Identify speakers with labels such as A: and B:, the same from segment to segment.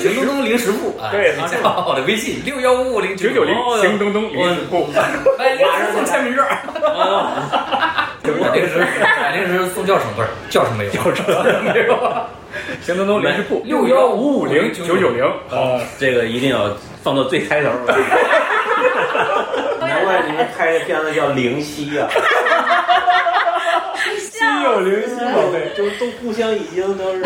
A: 行东东零食部啊，
B: 对
A: 你加我的微信六幺五五零
B: 九九零行东东零食部，
A: 哎，马上送签名券。
B: 啊
A: 我零食，俺零食送教程不是教程没有，啊教程没有。
B: 行东东零食部
A: 六
B: 幺
A: 幺
B: 五
A: 五
B: 五
A: 五
B: 零
A: 零
B: 九哦九零，啊好，
C: 这个一定要放到最开头。
D: 难怪你们拍的片子叫《灵犀》 啊，
B: 心
C: 哦
B: 有灵犀宝贝。
D: 就都互相已经都 是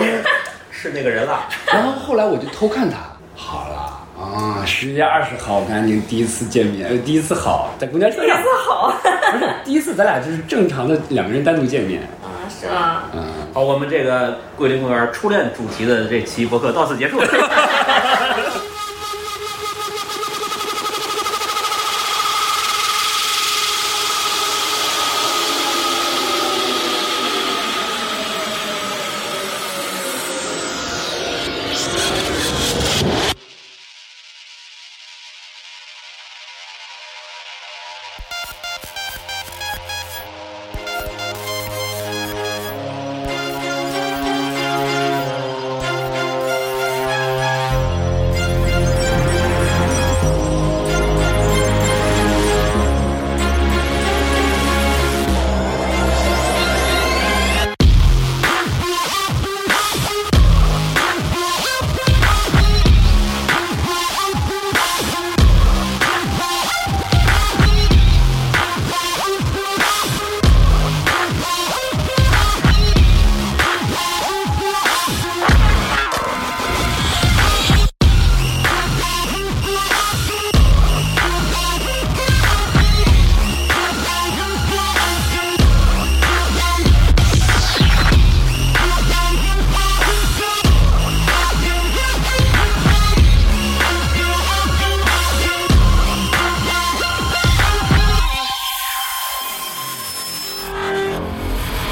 D: 是那个人了。
E: 然后后来我就偷看他，好了。啊，十月二十号，我们安宁第一次见面，呃第一次好，在公交车上，
F: 好
E: 不是第一次，咱俩就是正常的两个人单独见面，
F: 啊，是吧？
E: 嗯，
C: 好，我们这个桂林公园初恋主题的这期播客到此结束。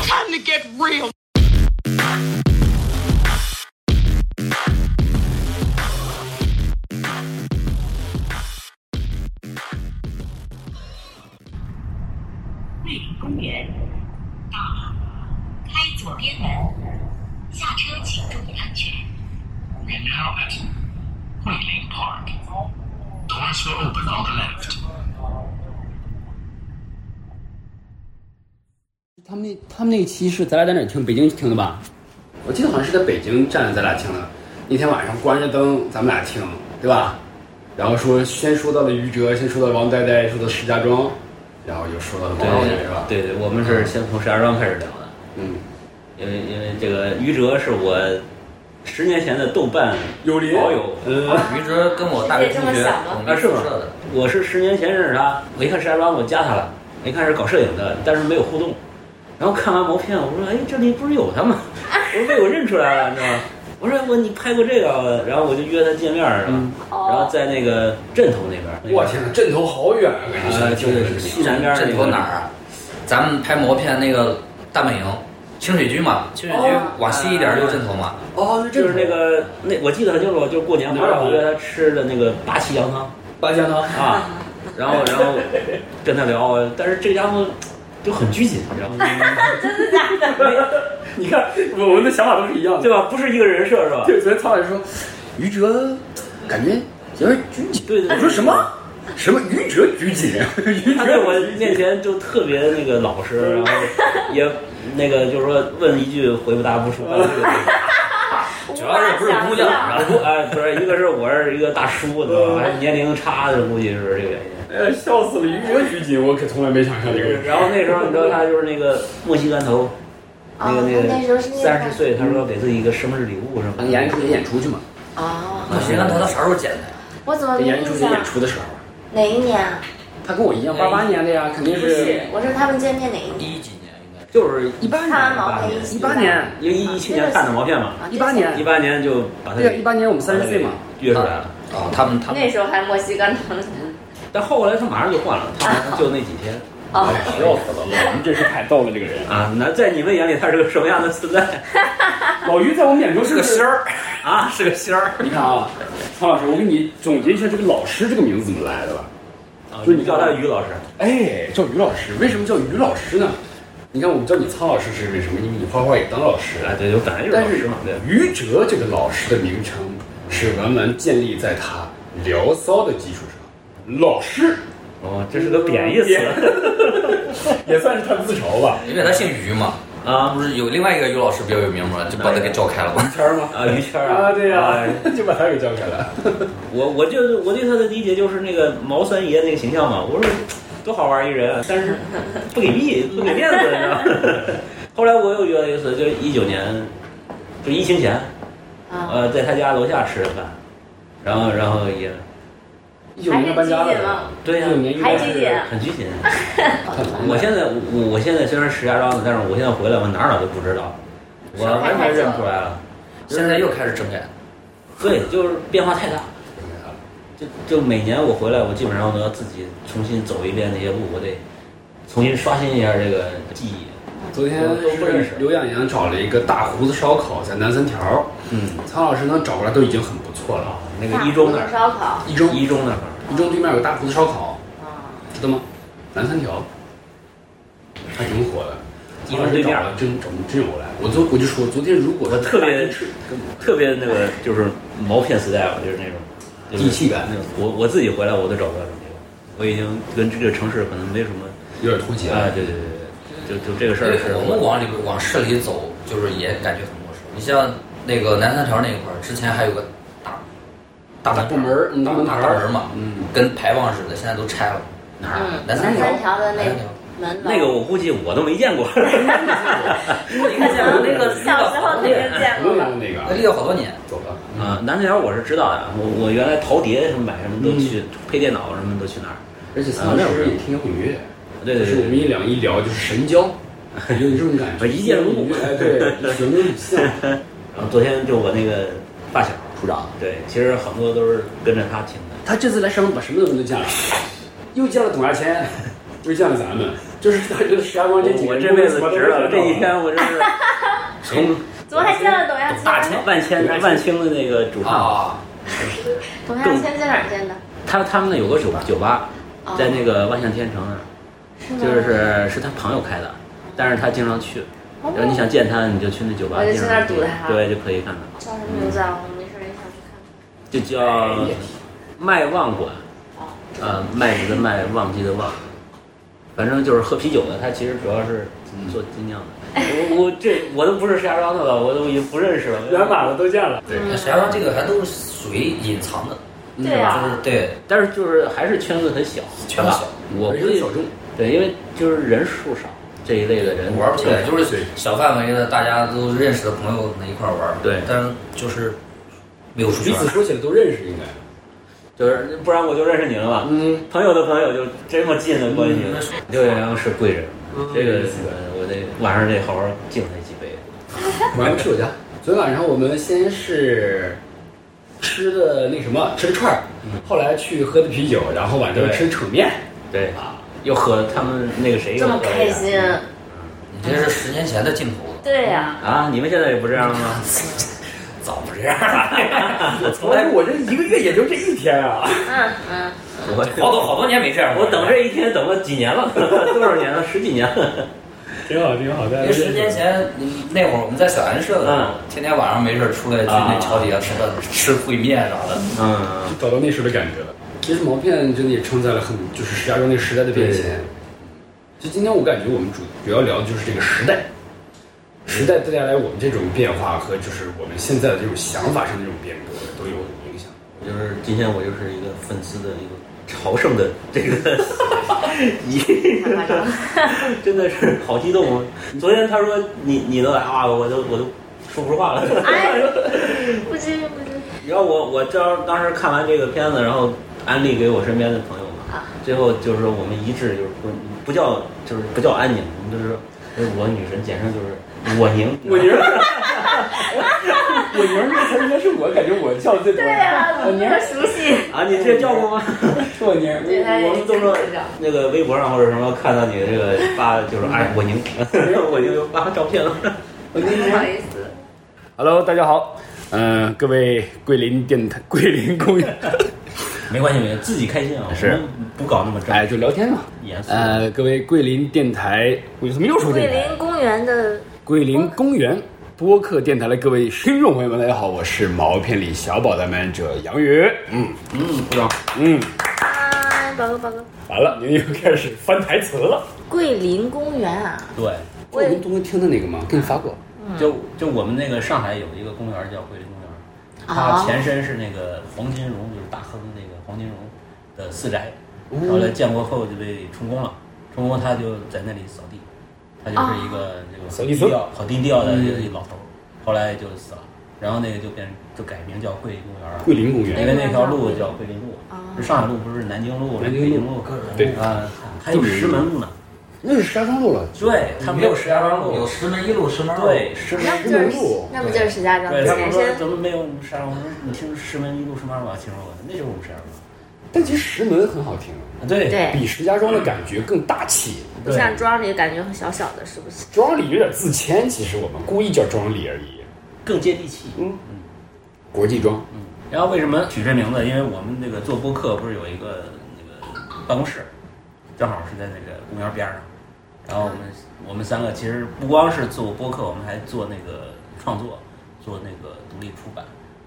G: Time to get real.
H: We're now at Guilin Park. Doors will open on the left.
E: 他们那他们那期是咱俩在哪儿听？北京听的吧？我记得好像是在北京站着咱俩听的。那天晚上关着灯，咱们俩听，对吧？然后说先说到了于哲，先说到王呆呆，说到石家庄，然后又说到了
C: 对
E: 王老师，是吧？，
C: 对对，我们是先从石家庄开始聊的，
E: 嗯，
C: 因为因为这个于哲是我十年前的豆瓣
E: 有林
C: 好友，
A: 于哲跟我大学同学，我们宿舍的，
C: 我是十年前认识他，我一看石家庄，我加他了，我一看是搞摄影的，但是没有互动。然后看完毛片，我说：“哎，这里不是有他吗？” 我说被我认出来了，你知道吗？我说我你拍过这个，然后我就约他见面儿，是吧？然后
F: 哦，
C: 在那个镇头那边儿，
E: 我天，镇头好远啊！感觉
C: 呃，就是西南边儿那
A: 这
C: 个
A: 头哪儿啊？咱们拍毛片那个大本营，清水居嘛，清水居往西一点就是镇头嘛。
E: 哦，那
C: 就是那个那我记得很清楚，就是过年回来我约他吃的那个八旗羊汤
E: 八家汤，
C: 啊，然后然后跟他聊，但是这家伙就很拘谨，你知道 吗？
E: 你看我们的想法都是一样的。
C: 对吧？不是一个人设是吧？
E: 对，昨天曹老师说，于哲感觉有点拘谨。
C: 对对对
E: 我说什么？什么于哲拘谨？ 于
C: 他在
E: 哲
C: 我面前就特别那个老实，然后也那个就是说问一句回答不出来。
A: 主要是不是姑娘
F: 我
A: 啊
C: 然后哎，不是一个是我是一个大叔，对吧？年龄差的估计是这个原因。
E: 哎呀，笑死了！于哲拘谨，我可从来没想象这个人。
C: 然后那时候你知道他就是那个墨西干头，那个那
F: 哦那时
C: 个
F: 候是那个
C: 三十岁，他说给自己一个生日礼物什么的。
E: 演出节演出去嘛，
F: 啊，
A: 那谁让他他啥时候剪的呀？
F: 我怎么
E: 在
F: 没
E: 演出
F: 印
E: 节
F: 象？
E: 演出的时候，
F: 哪一年啊？
E: 他跟我一样，八八年的哎呀，肯定
F: 不
E: 是
F: 是，我说他们见面哪一年？
A: 一几年应该？
C: 就是一八
F: 看完毛片一起吧
E: 18年
C: 因为一一七年看的毛片嘛，
F: 啊
E: 一八，年
C: 一，八年就把他
E: 对呀，一八年我们三十岁嘛，啊
C: 约出来了。
A: 哦，他们他们
F: 那时候啊还墨西哥疼
C: 但后来他马上就换了，他马上就那几 天
F: 哦，
E: 哎笑死了！我们真是太逗了，这个人。
C: 啊。那在你们眼里他是个什么样的存在？
E: 老于在我们眼中是
A: 是个仙
E: 儿。
A: 儿啊，是个仙儿。
E: 你看 啊，曹老师，我给你总结一下这个“老师”这个名字怎么来的吧。
C: 啊
E: 就你
C: 你叫他于老师，
E: 哎，叫于老师，为什么叫于老师呢？你看，我们叫你苍老师是为什么？因为你画画也当老师啊
C: 哎，对，就本来就是老
E: 但
C: 师
E: 是
C: 嘛，对。
E: 于哲这个老师的名称是文玩建立在他聊骚的基础上。老师，
C: 哦，这是
E: 嗯
C: 个贬 义词
I: 也算是他自嘲吧。
A: 因为他姓于嘛，
C: 啊
A: 不是有另外一个于老师比较有名嘛，就把他给叫开了嘛。
E: 天儿吗？
C: 啊，于哎谦儿
I: 啊，对呀，
E: 哎
I: 就把他给叫开了。
C: 我我就我对他的理解就是那个毛三爷那个形象嘛，我说多好玩一人，啊但是不给力，不给面子，你知道吗？ 后来我又觉得一次，就一九年，就疫情前，
F: 啊，
C: 呃，在他家楼下吃的饭，然后然后也
E: 一九年搬家
F: 还是拘谨
E: 了
F: 了，
C: 对呀
E: 一九年应该
F: 还拘啊
E: 是
F: 谨
C: 很拘谨。
E: 他同
C: 我
E: 学
C: 现在我我现在虽然石家庄的，但是我现在回来我哪儿哪儿都不知道，我完全认不出来了。
A: 现在又开始整改，
C: 对，就是变化太大。就就每年我回来，我基本上我都要自己重新走一遍那些路，我得重新刷新一下这个记忆。
E: 昨天
C: 都不认识
E: 刘亚阳找了一个大胡子烧烤在南三条，
C: 嗯，
E: 曹老师能找过来都已经很不错了。
C: 那个一中那
F: 大
C: 儿
F: 红烧烤
E: 一中
C: 一中那块儿，
E: 一中对面有个大胡子烧烤，
F: 啊，
E: 知道吗？南三条，还挺火的。
C: 一中对面
E: 曹老师找了真找真有来。我昨我就说昨天如果
C: 我特别特别那个就是毛片时代吧，就是那种就是
E: 地气感
C: 那种。我我自己回来我都找不到这种地方，我已经跟这个城市可能没什么
E: 有点脱节
C: 啊
E: 了，，
C: 对对对对，就就这个事
A: 因
C: 儿
A: 为
C: 是
A: 我们往里往市里走，就是也感觉很陌生。你像那个南三条那一块儿，之前还有个大大
E: 大
A: 门
E: 部门儿嗯
A: 大
E: 门牌
A: 大
E: 儿
A: 大门嘛，
E: 嗯，
A: 跟牌坊似的，现在都拆了。
E: 哪儿啊？
F: 嗯，
A: 南
F: 南
A: 三条
F: 三条的那
A: 南三条
F: 门楼
C: 那个我估计我都没见过。
A: 你看见我 那个
F: 小时候肯定见
E: 不
F: 过
E: 用
F: 吧？
E: 嗯那
A: 那
E: 个，
A: 立了好多年，
E: 走吧。
C: 啊，南三条我是知道的，我我原来淘碟什么买什么都去，配电脑什么都去那儿。
E: 而且曹老师也听摇滚乐，
C: 对
E: 就
C: 对
E: 是我
C: 对
E: 们一两一聊就是神交，有这种感觉，
C: 我一见如故
E: 哎，对，有没有很像？
C: 然后昨天就我那个发小，
E: 处长，
C: 对，其实很多都是跟着他听的。
E: 他这次来上海把什么东西都见了，又见了董亚千，又见了咱们，就是他觉得石家庄这几个
C: 我
E: 人
C: 这辈子值了，
E: 我
C: 这几天我真是
E: 哎
C: 从
F: 怎么还见了董亚
C: 大
F: 千？
C: 千万千万清的那个主唱，
A: 啊，
F: 董亚千在哪儿见的？
C: 他他们那有个酒吧，酒吧
F: 哦
C: 在那个万象天城那儿，
F: 是吗
C: 就是是他朋友开的，但是他经常去。
F: 哦
C: 然后你想见他，你就去那酒吧，
F: 我就
C: 经
F: 去
C: 常
F: 那儿堵他
C: 对，就可以看看，
F: 叫什么名字啊？我没事儿也想去看看。
C: 就
E: 哎
C: 叫
F: 哎
C: 麦旺馆。
F: 哦，
C: 呃，麦子的麦，忘记的忘，反正就是喝啤酒的，他其实主要是做精酿的。我我这我都不是石家庄的了，我都已经不认识了。
I: 两码子都见了。
A: 对，那石家庄这个还都是属于隐藏的，
C: 嗯
F: 对
A: 就
F: 啊
A: 是，对
C: 但是就是还是圈子很小，
A: 圈子小
C: 吧我
E: 而
C: 估
E: 且
C: 计
E: 小众，
C: 对，因为就是人数少这一类的人
A: 玩不起来，
C: 对
A: 哎就是小范围的，大家都认识的朋友们一块儿玩儿。
C: 对
A: 但是就是没有出去
E: 彼
A: 玩
E: 此。说起来都认识，应该。
C: 就是不然我就认识你了嘛。
E: 嗯，
C: 朋友的朋友就这么近的关系
A: 嗯，
C: 六月娘是贵人，这个
E: 是
C: 呃我得晚上得好好敬他几杯。
E: 晚上吃我家。昨天晚上我们先是吃的那什么，吃的串儿，
I: 嗯
E: 后来去喝的啤酒，然后晚上吃扯面。
C: 对
E: 啊，
C: 又喝他们那个谁又
F: 这么
C: 喝了一
F: 开
C: 下
F: 心，
A: 你这是十年前的镜头了，
F: 对呀，
C: 啊！你们现在也不这样了吗？
A: 早不这样了， 我从来
I: 我这一个月也就这一天啊，
F: 嗯嗯，
C: 我
A: 好多好多年没这样了。
C: 我等这一天等了几年了， 多少年了？十几年了。
I: 挺好，挺好。大家都
A: 因为
I: 认识
A: 十年前嗯那会儿我们在小安社的时候
C: 嗯，
A: 天天晚上没事儿出来去那桥底下吃饭、吃烩面啥的。
C: 嗯，
E: 找到那时候的感觉了。其实毛片真的也承载了很，就是石家庄那个时代的变
C: 对
E: 迁。就今天我感觉我们主主要聊的就是这个时代，时代带来我们这种变化和就是我们现在的这种想法上的这种变革都有影响。
C: 就是今天我就是一个粉丝的一个朝圣的这 个，一
F: 太夸张了。
C: 真的是好激动啊！昨天他说你你能来啊，我都我都说不出话了。
F: 哎，不至于不至于
C: 你知道我我当当时看完这个片子，然后安利给我身边的朋友嘛，
F: 啊
C: 最后就是说我们一致就是不不叫就是不叫安宁，我们就是说就是我女神，简称就是我宁。
I: 我宁儿，我宁儿这个词儿应该是我感觉我叫的最多
F: 对啊呀， 我们熟悉。
C: 啊，你这叫过吗？
I: 是我宁儿，
F: 对他也
C: 我们都说那个微博上或者什么看到你这个发，就是哎，我宁， 我宁就发照片了。
F: 不好意思，
E: Hello，大家好，嗯、各位桂林电台、 桂林公 园，
C: 没关系，没关系，自己开心啊，
E: 是
C: 我们不搞那么正
E: 哎，就聊天嘛。
C: 严肃。
E: 呃，各位桂林电台，我怎么又说这
F: 桂
E: 个？
F: 林公园的
E: 桂林公园播客电台的各位听众朋友们，大家好，我是毛片里小宝的 man 者杨宇。嗯嗯，鼓掌。嗯，
F: 啊，宝哥宝哥，
E: 完了，您又开始翻台词了。
F: 桂林公园啊，
C: 对，
F: 我
E: 我
F: 也
E: 们东哥听的那个吗？给你发过。
C: 就就我们那个上海有一个公园叫桂林公园，
F: 啊
C: 它前身是那个黄金荣，就是大亨那个黄金荣的私宅，然后在建国后就被充公了，充公他就在那里扫地，他就是一个这个
E: 扫
C: 很
E: 地
C: 低
E: 僧
C: 调、很低调的一老头儿，后来就死了，然后那个就变就改名叫桂林公园了。
E: 桂林公
C: 因
F: 哎
E: 园，
C: 为那条路叫桂林路
F: 啊，
C: 就上海路不是南京路、
E: 南京
C: 北
E: 路
C: 京路，
E: 对
C: 啊，还有石门路呢。
E: 那是石家庄路了。
C: 对，它没有石家庄
A: 有
C: 路，
A: 石门一路、石门二路，
C: 对，石门
F: 那不就是
E: 石门路
F: 那不就是石家庄
C: 对他们
F: 前
C: 说
F: 身？
C: 怎么没有石家庄？我说你听石门一路什么二瓦秦我，那就是我们石家庄。啊
E: 但其实石门很好听，
C: 对
F: 对，
E: 比石家庄的感觉更大气。
F: 不像庄里感觉很小小的，是不是？
E: 庄里有点自谦，其实我们故意叫庄里而已。
C: 更接地气。
E: 嗯，国际庄，
C: 然后为什么取这名字？因为我们那个做播客不是有一个那个办公室，正好是在那个公园边上。然后我们我们三个其实不光是做播客，我们还做那个创作，做那个独立出版，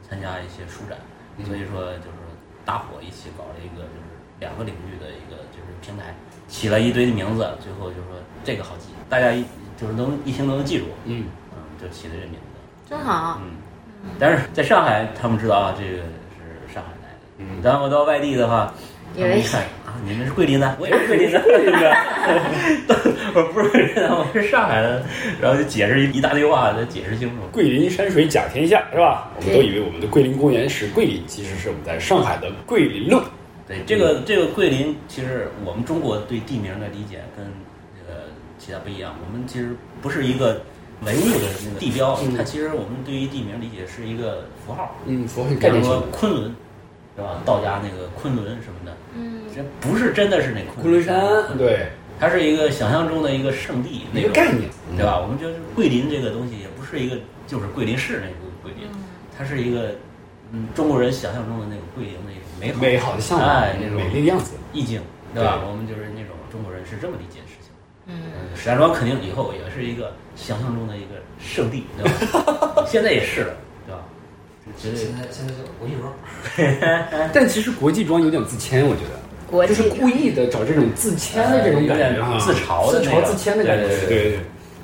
C: 参加一些书展。所以说就是大伙一起搞了一个就是两个领域的一个就是平台，起了一堆的名字，最后就说这个好记，大家一就是能一听都能记住，
E: 嗯，
C: 嗯，就起了这名字。
F: 真好，
C: 嗯，但是在上海，他们知道啊，这个是上海来的。
E: 嗯
C: 然后我到外地的话，
F: 以
C: 他们
F: 为
C: 一
F: 是
C: 看啊，你们是桂林的，我也是桂林的， 对不对？我不是 桂林的，我是上海的，然后就解释一大堆话，才解释清楚。
E: 桂林山水甲天下，是吧？我们都以为我们的桂林公园是桂林，其实是我们在上海的桂林路。
C: 对，这个这个桂林，其实我们中国对地名的理解跟这个其他不一样。我们其实不是一个文物的那个地标，它其实我们对于地名理解是一个符号，
E: 嗯，符号
C: 比如说昆仑，是吧？道家那个昆仑什么的，
F: 嗯，
C: 这不是真的是那
E: 昆仑山，
C: 对，
E: 对，
C: 它是一个想象中的一个圣地那
E: 一
C: 种
E: 个概，念，
C: 对吧？我们觉得桂林这个东西也不是一个就是桂林市那个桂
E: 嗯
C: 林，它是一个嗯中国人想象中的那个桂林的一种美好
E: 美好的向往
C: 哎，那种
E: 美丽的样子。
C: 意境，对吧？
E: 对
C: 我们就是那种中国人是这么理解事情。
F: 嗯，
C: 嗯，石家庄肯定以后也是一个想象中的一个圣地，对 吧？现在也是了，对吧？绝对
A: 现在现在就我一说，
C: 哎
E: 但其实国际庄有点自谦，我觉得
F: 国
E: 就是
F: 际
E: 故意的找这种自谦的这种感觉
C: 有
E: 啊，
C: 哎点自嘲的
E: 自
C: 那
E: 嘲
C: 个
E: 自谦的感觉。
C: 对对对
E: 对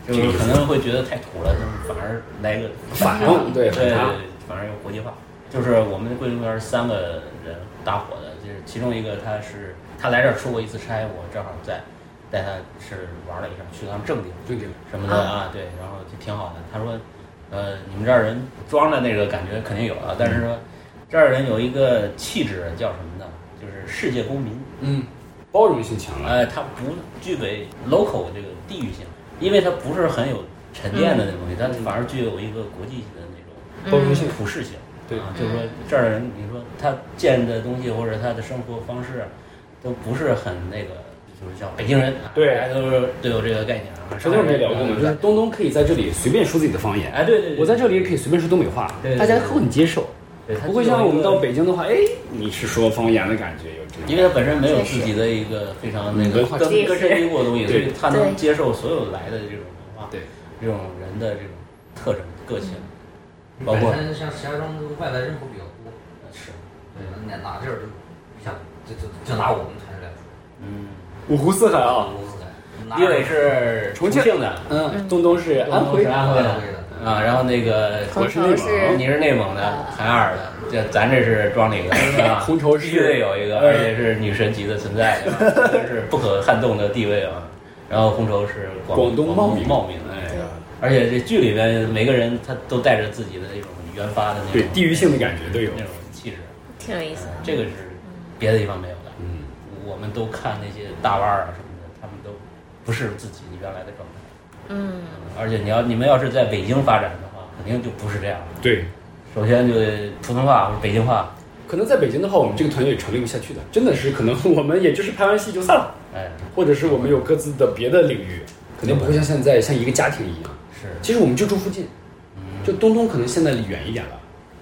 E: 对，
C: 就是可能会觉得太土了，就是反而来个
E: 反 正对反
C: 对
E: 差，，
C: 反正有国际化。就是我们桂林公园三个人搭伙的，就是其中一个他是他来这儿出过一次差，我正好在带他是玩了一下，去趟正定
E: 对对，
C: 什么的啊，对，然后就挺好的。他说，呃，你们这儿人装的那个感觉肯定有啊，但是说这儿人有一个气质叫什么呢？就是世界公民，
E: 嗯，包容性强了。
C: 呃，它不具备 local 这个地域性，因为它不是很有沉淀的那东西，它反而具有一个国际性的那种
E: 包容性
C: 普适性。
E: 对
C: 啊，就是说这儿的人，你说他见的东西或者他的生活方式，啊都不是很那个，就是像北京人，啊
E: 对
C: 大家都是都有这个概念啊。
E: 之前我们也聊过嘛，就是
C: 对
E: 东东可以在这里随便说自己的方言，
C: 哎，对对对，
E: 我在这里也可以随便说东北话
C: 对，对
E: 大家
C: 对
E: 都很接受。
C: 对，它
E: 不会
C: 具有
E: 像我们
C: 一个
E: 到，北京的话，哎，你是说方言的感觉有这种，
C: 因为他本身没有自己的一个非常那个
E: 文化
C: 根
F: 基
C: 根深蒂固的东西，
E: 嗯
C: 所
E: 对
C: 以他能
F: 对
C: 接受所有来的这种文化。
E: 对
C: 这种人的这种特征、个性，包
A: 本
C: 括
A: 身像石家庄这个外来人口比较多，
C: 是，
A: 对，哪哪地儿都像，就就就拿我们台来说，
C: 嗯，
E: 五湖四海啊，
A: 我们台，
C: 李伟是
E: 重庆
C: 庆的，
E: 嗯，东东是安徽
C: 是，安徽
A: 安
C: 的
A: 徽的，
C: 啊，然后那个
E: 我是内蒙
F: 头是
C: 哦你是内蒙的，海尔的，这咱这是庄 里的，是吧？
E: 红绸是嗯
C: 绝对有一个，而且是女神级的存在，对吧真是不可撼动的地位啊。然后红绸是
E: 广东
C: 东
E: 茂名
C: 名，茂名，哎，而且这剧里边每个人他都带着自己的这种原发的那种
E: 对地域性的感觉都有
C: 那。种气质，
F: 挺有意思的，
C: 这个是别的地方没有的。
E: 嗯，
C: 我们都看那些大腕儿啊什么的，他们都不是自己原来的状态。
F: 嗯，
C: 而且你要你们要是在北京发展的话，肯定就不是这样了。
E: 对，
C: 首先就普通话或者北京话，
E: 可能在北京的话，我们这个团队也成立不下去的，真的是可能我们也就是拍完戏就散了，
C: 哎，
E: 或者是我们有各自的别的领域，肯定不会像现在像一个家庭一样。
C: 是
E: 其实我们就住附近，就东东可能现在离远一点了，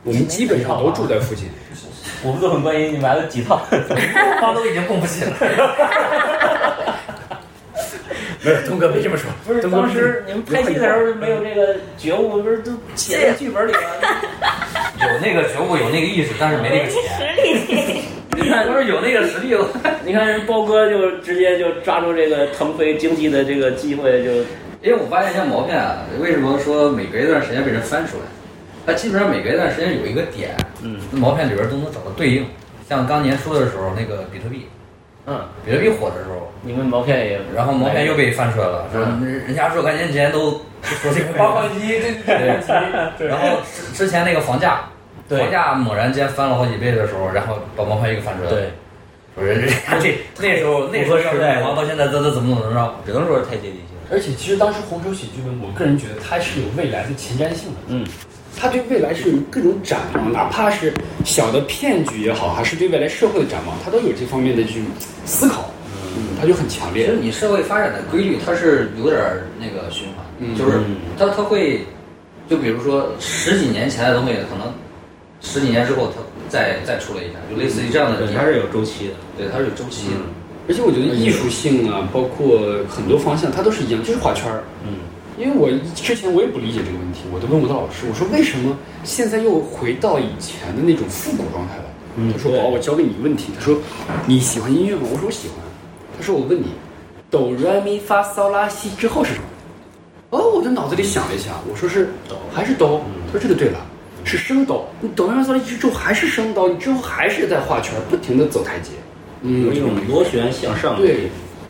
E: 我们基本上都住在附近。
C: 我们都很关心你买了几套，
A: 话都已经供不起了，
J: 没有，东哥没这么说。
C: 不是
J: 东哥
C: 当时你们拍戏的时候没有这个觉悟，不是都写在剧本里了？
J: 有那个觉悟，有那个意识，但是没那个钱。
F: 实力，
C: 你看
J: 不是有那个实力了，
C: 你看人包哥就直接就抓住这个腾飞经济的这个机会，就
A: 因为我发现一个毛病啊，为什么说每隔一段时间被人翻出来？它基本上每隔一段时间有一个点，
C: 嗯，
A: 毛片里边都能找到对应。像刚年初的时候，那个比特币，
C: 嗯，
A: 比特币火的时候，
C: 你们毛片也，
A: 然后毛片又被翻出来了，说人家若干年前都说这个
K: 挖矿机，这
A: 对，然后之之前那个房价，
C: 对
A: 房价猛然间翻了好几倍的时候，然后把毛片又翻出来了，
C: 对，
A: 说人家这那时候那时候要是买房，到现在这这怎么怎么着？
L: 只能说是太接地气了。
E: 而且其实当时红州喜剧呢，我个人觉得它是有未来的前瞻性的，
C: 嗯，
E: 它对未来是有各种展望，哪怕是小的骗局也好，还是对未来社会的展望，它都有这方面的这种思考，嗯，它就很强
A: 其
E: 烈
A: 实。你社会发展的规律，它是有点儿那个循环，
E: 嗯
A: 就是它它会，就比如说十几年前的东西，可能十几年之后它再再出来一下，就类似于这样的，
C: 对，
A: 你
C: 还
A: 还是
C: 是有周期的。
A: 对它是有周期
L: 嗯
A: 的。
E: 而且我觉得艺术性啊，包括很多方向，它都是一样，就是画圈儿。
C: 嗯，
E: 因为我之前我也不理解这个问题，我都问我的老师，我说为什么现在又回到以前的那种复古状态了？
C: 嗯
E: 他说：“哦
C: 对
E: 宝，我教给你一个问题。”他说：“你喜欢音乐吗？”我说：“我喜欢。”啊他说：“我问你，哆来咪发嗦拉西之后是什么？”哦，我就脑子里想了一下，我说是哆还是哆？
C: 嗯
E: 他说这就对了，是升哆。你哆来咪发嗦拉西之后还是升哆，你之后还是在画圈，不停的走台阶。嗯，
C: 有一种螺旋向上的
E: 对，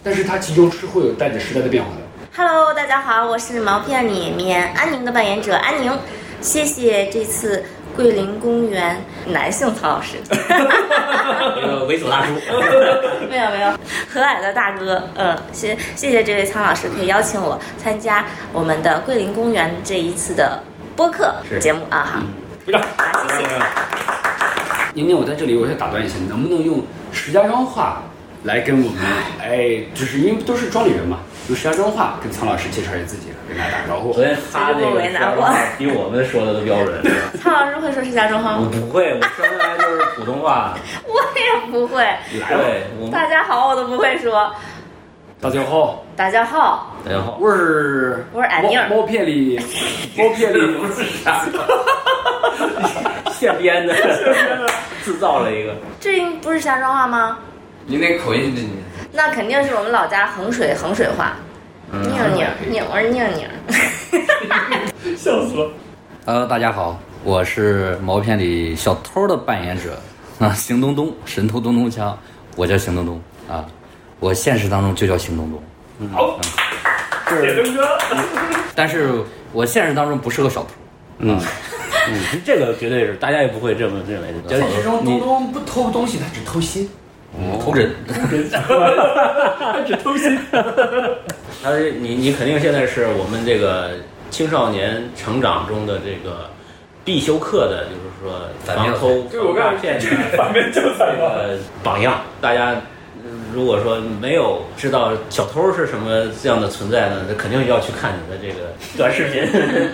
E: 但是它其中是会有带着时代的变化的。
F: Hello，大家好，我是毛片里面安宁的扮演者安宁，谢谢这次桂林公园男性曹老师，
C: 那个猥琐大叔，
F: 没有没有，和蔼的大哥，嗯，谢谢谢这位苍老师可以邀请我参加我们的桂林公园这一次的播客节目啊，哈，
K: 鼓掌
F: 好，谢谢。
E: 宁宁，我在这里我想打断一下，你能不能用石家庄话来跟我们，哎，就是因为都是庄里人嘛，用石家庄话跟苍老师介绍一下自己，跟大家打个招呼
C: 昨。天他这
F: 这个
C: 个
F: 为难我
C: 说话比我们说的都标准。
F: 苍老师会说石家庄话
C: 我
F: 吗？
C: 不会，我生下来就是普通话。
F: 我也不会，
C: 对，我们
F: 大家好我都不会说。
E: 大家好，
F: 大家好，
C: 然后
E: 我是
F: 我是安妮儿
E: 猫猫片 里，猫片里
C: 不是啥， 现编的，制造了一个。
F: 这不是石家庄话吗？
A: 你那口音，你
F: 那肯定是我们老家衡水衡水话，宁宁宁，我是宁宁。
K: 笑死了。
A: Hello，大呃家好，我是毛片里小偷的扮演者啊，邢东东，神偷咚咚锵，我叫邢东东啊，我现实当中就叫邢东东，嗯
K: 好，铁东哥，
A: 但是我现实当中不是个小偷。
C: 嗯，嗯，这个绝对是，大家也不会这么认为的。
E: 现实中东东不偷东西，他只偷心。
A: 偷人，
C: 他是你，你肯定现在是我们这个青少年成长中的这个必修课的，就是说
A: 反面
C: 防偷、
K: 对我
C: 防
K: 告
C: 诈
K: 诉
C: 骗
K: 你，
C: 的
K: 这个 反面教材吧。
C: 呃榜样。大家呃如果说没有知道小偷是什么这样的存在呢，那肯定要去看你的这个短视频。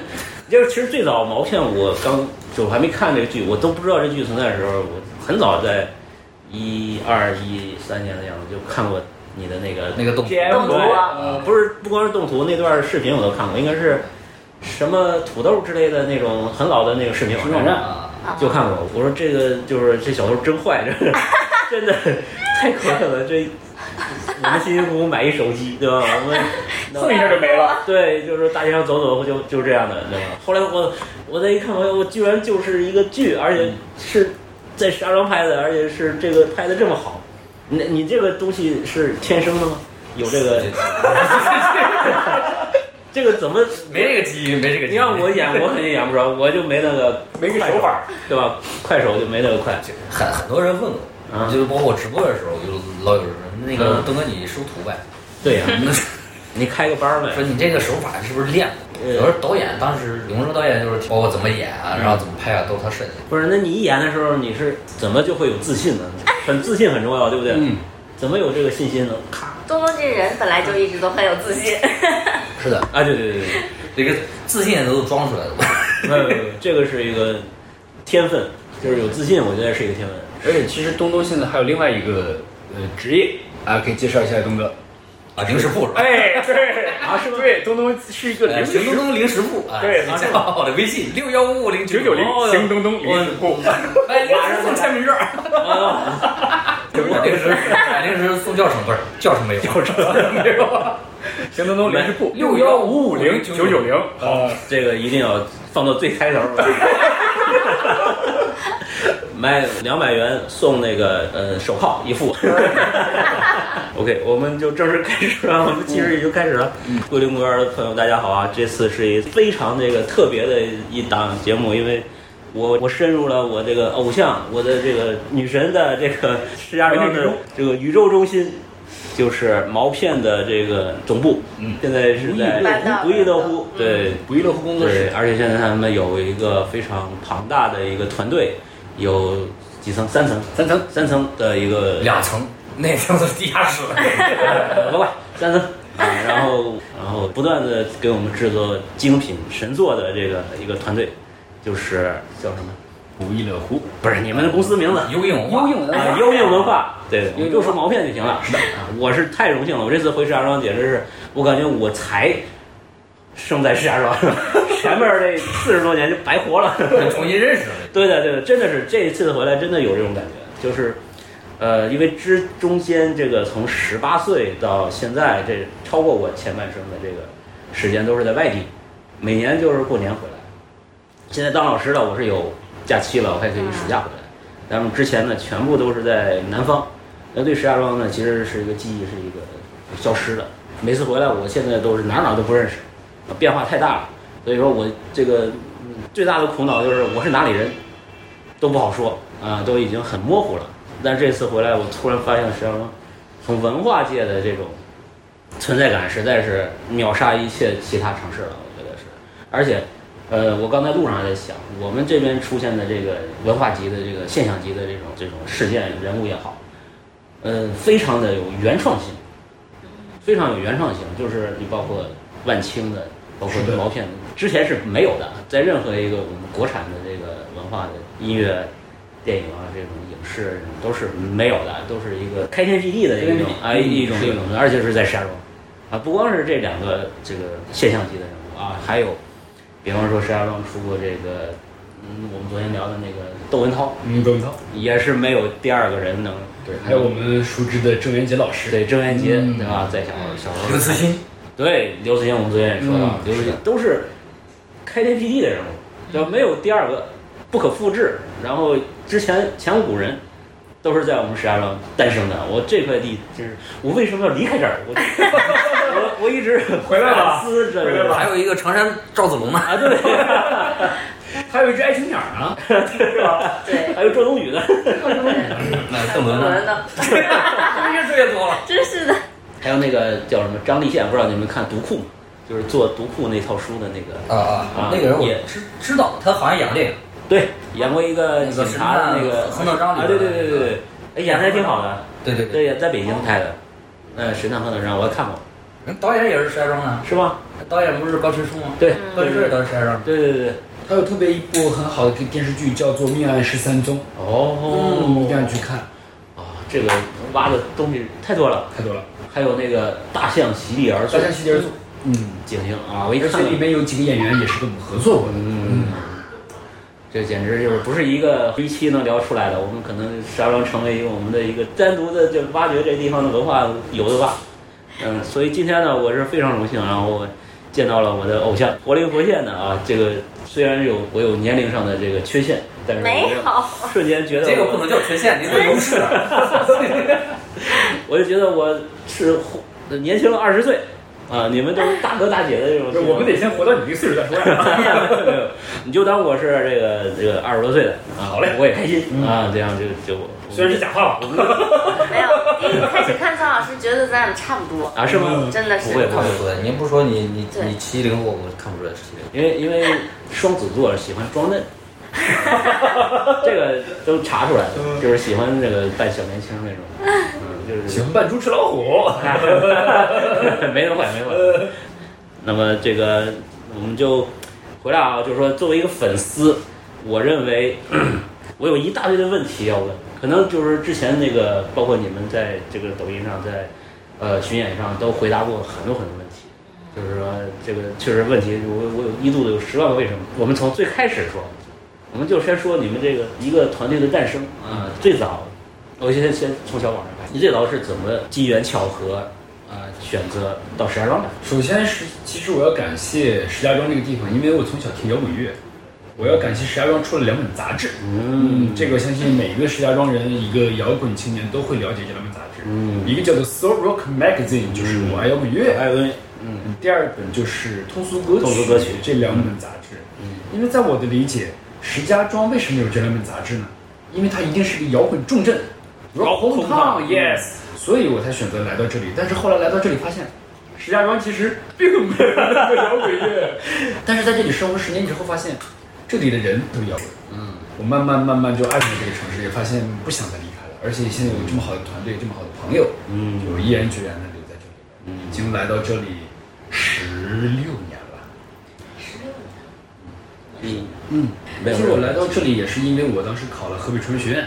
C: 就是其实最早毛片我刚就我还没看这个剧，我都不知道这剧存在的时候，我很早在一二一三年的样子就看过你的那个
A: 那个动图嗯
C: GF
F: 动图啊
C: 呃不是不光是动图那段视频我都看过，应该是什么土豆之类的那种很老的那个视频网站。
A: 啊，
C: 就看过，我说这个就是这小偷真坏，这个真的太可恨了。这我们辛辛苦苦买一手机，对吧？我们
K: 蹭一下就没了。
C: 对，就是大街上走走就就这样的，对吧？后来我我再一看，我我居然就是一个剧，而且是在石家庄拍的，而且是这个拍的这么好。你你这个东西是天生的吗？有 这个这个怎么
J: 没这个机遇，没这个机遇。
C: 你让我演，我肯定演不着，我就没那个
K: 没个
C: 快
K: 手法，
C: 对吧？快手就没那个快。
A: 很很多人问我，
C: 啊
A: 就是包括我直播的时候，有老有人那个
C: 嗯
A: 东哥你收徒呗，
C: 对呀、你开个班儿
A: 说
C: 呗。
A: 你这个手法是不是练过？
C: 嗯
A: 有时候导演当时永生导演就是包括怎么演啊，然后怎么拍啊，都是他设计的。
C: 不是，那你一演的时候，你是怎么就会有自信呢？很自信很重要，对不对？
E: 嗯，
C: 怎么有这个信心呢？咔
F: 东东这人本来就一直都很有自 信，
A: 是的，
C: 啊！对对 对
A: 这个自信都装出来的。
C: 对，没有没有没有，这个是一个天分，就是有自信，我觉得是一个天分。
E: 哎而且其实东东现在还有另外一个呃职业啊，可以介绍一下东哥。
A: 啊，零食铺是吧？
M: 哎，对啊，是对，东东是一个
A: 哎
M: 零
A: 行
M: 食
A: 东东零食铺啊，
M: 对
A: 你加我的微信六幺五五零哦哎
M: 九九零
E: 哦
M: 行东东零食铺，
N: 买零食送签名 券儿，买零食买
A: 哎
N: 零食送教程不是教程没
A: 啊
N: 有，教程没 有，
M: 行东东零食铺
N: 六
M: 幺
N: 幺
M: 五
N: 五
M: 五
N: 五
M: 零
N: 零
M: 九
N: 九
M: 九
N: 九
M: 零啊，
C: 这个一定要放到最 开头。买两百元送那个呃手铐一 副。OK，我们就正式开始了，我们其实已经开始了。桂林公园的朋友，大家好啊！这次是一非常这个特别的一档节目，因为我我深入了我这个偶像，我的这个女神的这个石家庄的这个宇宙中心。就是毛片的这个总部，嗯，现在是在不亦乐乎，对，
E: 不亦乐乎工作室
C: 对，而且现在他们有一个非常庞大的一个团队，有几层？三层，
E: 三层
C: 三层的一个
N: 两层，那层是地下室，
C: 呃不不三层啊，然后然后不断的给我们制作精品神作的这个一个团队，就是叫什么？
E: 不亦乐乎。
C: 不是你们的公司 名字。
N: 有影
E: 幽影
C: 啊，
E: 的
C: 优映文化，对，我
E: 优映文化
C: 们就说毛片就行了。是的，啊，我是太荣幸了，我这次回石家庄简直是，我感觉我才生在石家庄， 前面这四十多年就白活了。
N: 重新认 识了，
C: 对的，对的，真的是这一次回来，真的有这种感觉，就是，呃，因为之中间这个从十八岁到现在，这超过我前半生的这个时间都是在外地，每年就是过年回来。现在当老师了，我是有假期了，我还可以暑假回来。咱们之前呢，全部都是在南方，那对石家庄呢，其实是一个记忆是一个消失的。每次回来，我现在都是哪儿哪儿都不认识，啊变化太大了。所以说我这个嗯最大的苦恼就是我是哪里人，都不好说啊、都已经很模糊了。但是这次回来，我突然发现石家庄从文化界的这种存在感，实在是秒杀一切其他城市了，我觉得是。而且，呃，我刚才路上还在想，我们这边出现的这个文化级的这个现象级的这种这种事件人物也好，呃，非常的有原创性，非常有原创性。就是你包括万青的，包括毛片的，之前是没有的，在任何一个我们国产的这个文化的音乐。电影啊，这种影视这种都是没有的，都是一个开天辟地的一种啊一种这种，而且是在石家庄啊，不光是这两个这个现象级的人物啊，还有比方说石家庄出过这个，嗯，我们昨天聊的那个窦文涛，
E: 嗯，邓涛。
C: 也是没有第二个人能
E: 对，还有我们熟知的郑渊洁老师。
C: 对郑渊洁
N: 嗯
C: 对吧？在小小时候
N: 刘慈欣，
C: 对刘慈欣，我们昨天也说了
E: 嗯，
C: 刘慈
E: 是
C: 欣
E: 的
C: 都是开天辟地的人物，就没有第二个，不可复制。然后之前前无古人，都是在我们石家庄诞生的。我这块地就是我为什么要离开这儿？我 我我一直
M: 回来了
C: 反思着
M: 回来了
A: 还有一个常山赵子龙呢，
C: 啊，对，
E: 还有一只爱情鸟啊，
F: 对，
C: 还有周冬雨呢。
A: 那
F: 怎
A: 邓伦呢？
F: 呢？
N: 这越追越多了，
F: 真是的，
C: 还有那个叫什么张立宪，不知道你们看《独库》吗？就是做《独库》那套书的那个，
A: 啊
C: 啊
A: 啊，那个人我
C: 也
A: 知知道，他好像演过电影，
C: 对，演过一个警察的那
A: 那
C: 个
A: 个神探横道章里
C: 啊，对对对对对，哎演的还挺好的，
A: 对对对，
C: 对，也在北京拍的，呃，《神探贺道章》我还看过，
A: 人导演也是石家庄的，
C: 是吗？
A: 导演不是高群书吗？
C: 对，
A: 高
C: 对
A: 群书也都是石家庄的。
C: 对对对对，
E: 还有特别一部很好的电视剧叫做《命案十三宗》，嗯，一定要
C: 哦，
E: 去看，
C: 啊，这个挖的东西太多了，
E: 太多了。
C: 还有那个大象席地而坐，
E: 大象席地而坐，嗯，
C: 景星啊，我一
E: 而
C: 看
E: 且里面有几个演员也是跟我们合作过的，
C: 嗯，这简直就是不是一个一期能聊出来的。我们可能石家庄成为一个我们的一个单独的，就挖掘这地方的文化有的挖。嗯，所以今天呢，我是非常荣幸，然后我见到了我的偶像活灵活现的啊。这个虽然有我有年龄上的这个缺陷，但是
F: 没
C: 我
F: 有，
C: 瞬间觉得
A: 这个
C: 我
A: 不能叫缺陷，您的优势。
C: 我就觉得我是呃年轻了二十岁啊。你们都是大哥大姐的这种，
M: 我们得先活到你这个岁数再说呀。
C: 没有没有， 你就当我是这个这个二十多岁的啊，
M: 好嘞
C: 我也开心啊，这样就就
M: 虽然是假话吧，我们
F: 没有。一开始看苍老师觉得咱俩差不多，
C: 啊是
M: 嗯
C: 吗？
F: 真的
A: 不
F: 是
A: 会看不出来，您不说你你
F: 对
A: 你七零后，我看不出来是七零。
C: 因为因为双子座喜欢装嫩，这个都查出来了，就是喜欢这个扮小年轻那种，嗯，就是
M: 嗯喜欢扮猪吃老虎。
C: 没那么坏，没那么坏。那么这个我们就回来啊，就是说作为一个粉丝，我认为 我有一大堆的问题要问，可能就是之前那个包括你们在这个抖音上在。呃巡演上都回答过很多很多问题，就是说这个确实问题，我我有一度的有十万个为什么。我们从最开始说，我们就先说你们这个一个团队的诞生啊、最早，我先先从小往上看，你最早是怎么机缘巧合啊、选择到石家庄的？
E: 首先是，其实我要感谢石家庄这个地方，因为我从小听摇滚乐，我要感谢石家庄出了两本杂志。嗯，这个我相信每一个石家庄人，一个摇滚青年都会了解这两本杂志。嗯，一个叫做《Soul Rock Magazine》，就是我爱摇滚乐；
O: 艾文，
E: 嗯，第二本就是《通俗歌曲》。
C: 通俗歌曲嗯
E: 这两本杂志，因为在我的理解，石家庄为什么有这两本杂志呢？因为它一定是个摇滚重镇，Rock Hometown，
P: yes，
E: 所以我才选择来到这里。但是后来来到这里发现，石家庄其实并没有那么摇滚乐， 但是在这里生活十年之后发现，这里的人都摇滚。嗯，我慢慢慢慢就爱上了这个城市，也发现不想再离开了。而且现在有这么好的团队，这么好的朋友，嗯，就毅然决然的留在这里了。
C: 嗯
E: 已经来到这里十六年了。
C: 没有
E: 其实我来到这里也是因为我当时考了河北传媒学院，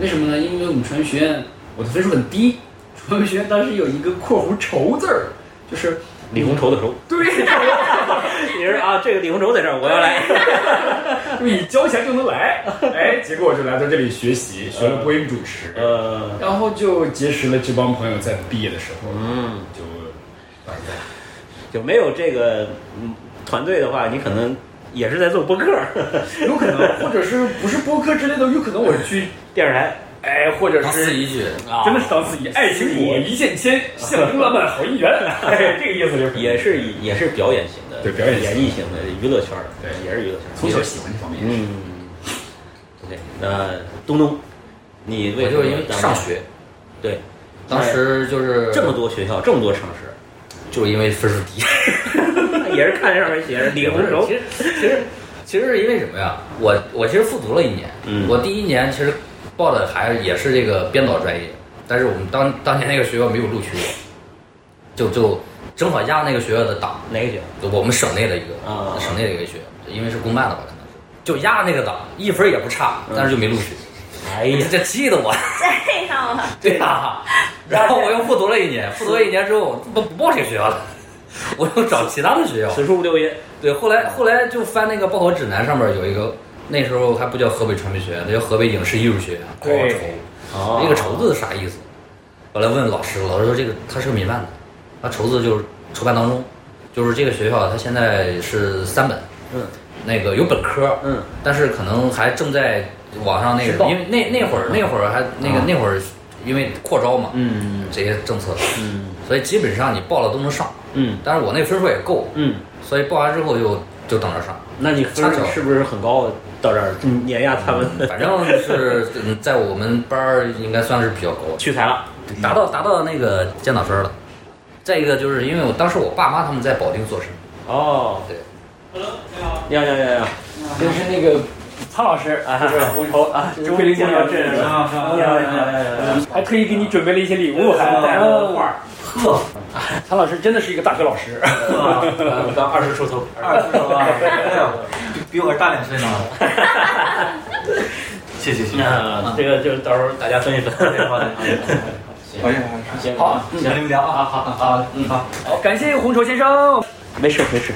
E: 为什么呢？因为我们传媒学院我的分数很低，传媒学院当时有一个括弧愁字儿，就是
C: 李红绸的绸，
E: 对，
C: 你是啊，这个李红绸在这儿，我要来。
E: 就是你交钱就能来，哎，结果我就来到这里学习，学了播音主持，
C: 呃，
E: 然后就结识了这帮朋友，在毕业的时候，嗯，就到现在。
C: 就没有这个嗯团队的话，你可能也是在做播客、
E: 有可能，或者是不是播客之类的，有可能我去，
C: 电视台。
E: 哎，或者
A: 唐
E: 是
A: 四一句啊，
P: 真的是当自己爱情果一线牵，象征浪漫好姻 缘，哎，这个意思就是
C: 也是以也是表演型的，
E: 对表演型
C: 演艺型的娱乐圈儿的，
E: 对
C: 也是娱乐圈儿。
E: 从小喜欢这方面。
C: 嗯，OK，那东东，你为
A: 我
C: 什
A: 就
C: 么
A: 是因为
C: 当
A: 上学，
C: 对
A: 当时就是
C: 这么多学校，这么多城市，
A: 就是因为分数低。
C: 也是看上面 写着李红绸
A: 其，实其实其实是因为什么呀？我我其实复读了一年，
C: 嗯
A: 我第一年其实报的还是也是这个编导专业，但是我们当当年那个学校没有录取我，就就正好压那个学校的档，
C: 哪个学校？
A: 就我们省内的一个、
C: 啊
A: 省内的一个学校，因为是公办的吧，可能是就压那个档，一分也不差，但是就没录取。
C: 嗯哎呀，
A: 这气得 我，
F: 这样啊，
A: 对呀、然后我又复读了一年，复读了一年之后，我不不报这个学校了，我又找其他的学校。
C: 此处不留爷。
A: 对，后来后来就翻那个报考指南上面有一个，那时候还不叫河北传媒学院，它叫河北影视艺术学院。
P: 对
A: 哦，
C: 哦
A: 那个绸字啥意思？后来问老师，老师说这个它是个民办的，它绸字就是筹办当中，就是这个学校它现在是三本，
C: 嗯，
A: 那个有本科，
C: 嗯，
A: 但是可能还正在往上那个
C: 试
A: 什
C: 报啊
A: 么，因为那那会儿那会儿还那个那会儿因为扩招嘛，
C: 嗯
A: 这些政策，
C: 嗯
A: 所以基本上你报了都能上，
C: 嗯
A: 但是我那分数也够，
C: 嗯，
A: 所以报完之后就就等着上。
C: 那你分
A: 插
C: 儿
A: 手
C: 是不是很高？到这儿嗯碾压他们，
A: 反正是嗯在我们班儿应该算是比较高的，
C: 屈才了。
A: 达到达到那个建档分儿了。再一个就是因为我当时我爸妈他们在保定做生意，
C: 哦，
A: 对。
C: Hello，你好。你好，你好，你好。
E: 就是那个
P: 苍老师啊，红绸啊，
C: 就是
P: 终于见到真人了，
C: 啊
P: 你好，你好，你好还特意给你准备了一些礼物，还带了画儿。 呵，苍老师真的是一个大学老师，
O: 刚二十出 头，
Q: 二十多啊，比我大两岁呢。谢谢谢谢。
C: 那嗯这个就到时候大家分一分。
Q: 好的，好的，
O: 好
Q: 行，
C: 行，
P: 好，
Q: 行，你们聊啊，好好好，嗯好。
P: 感谢红绸先生。
C: 没事没事，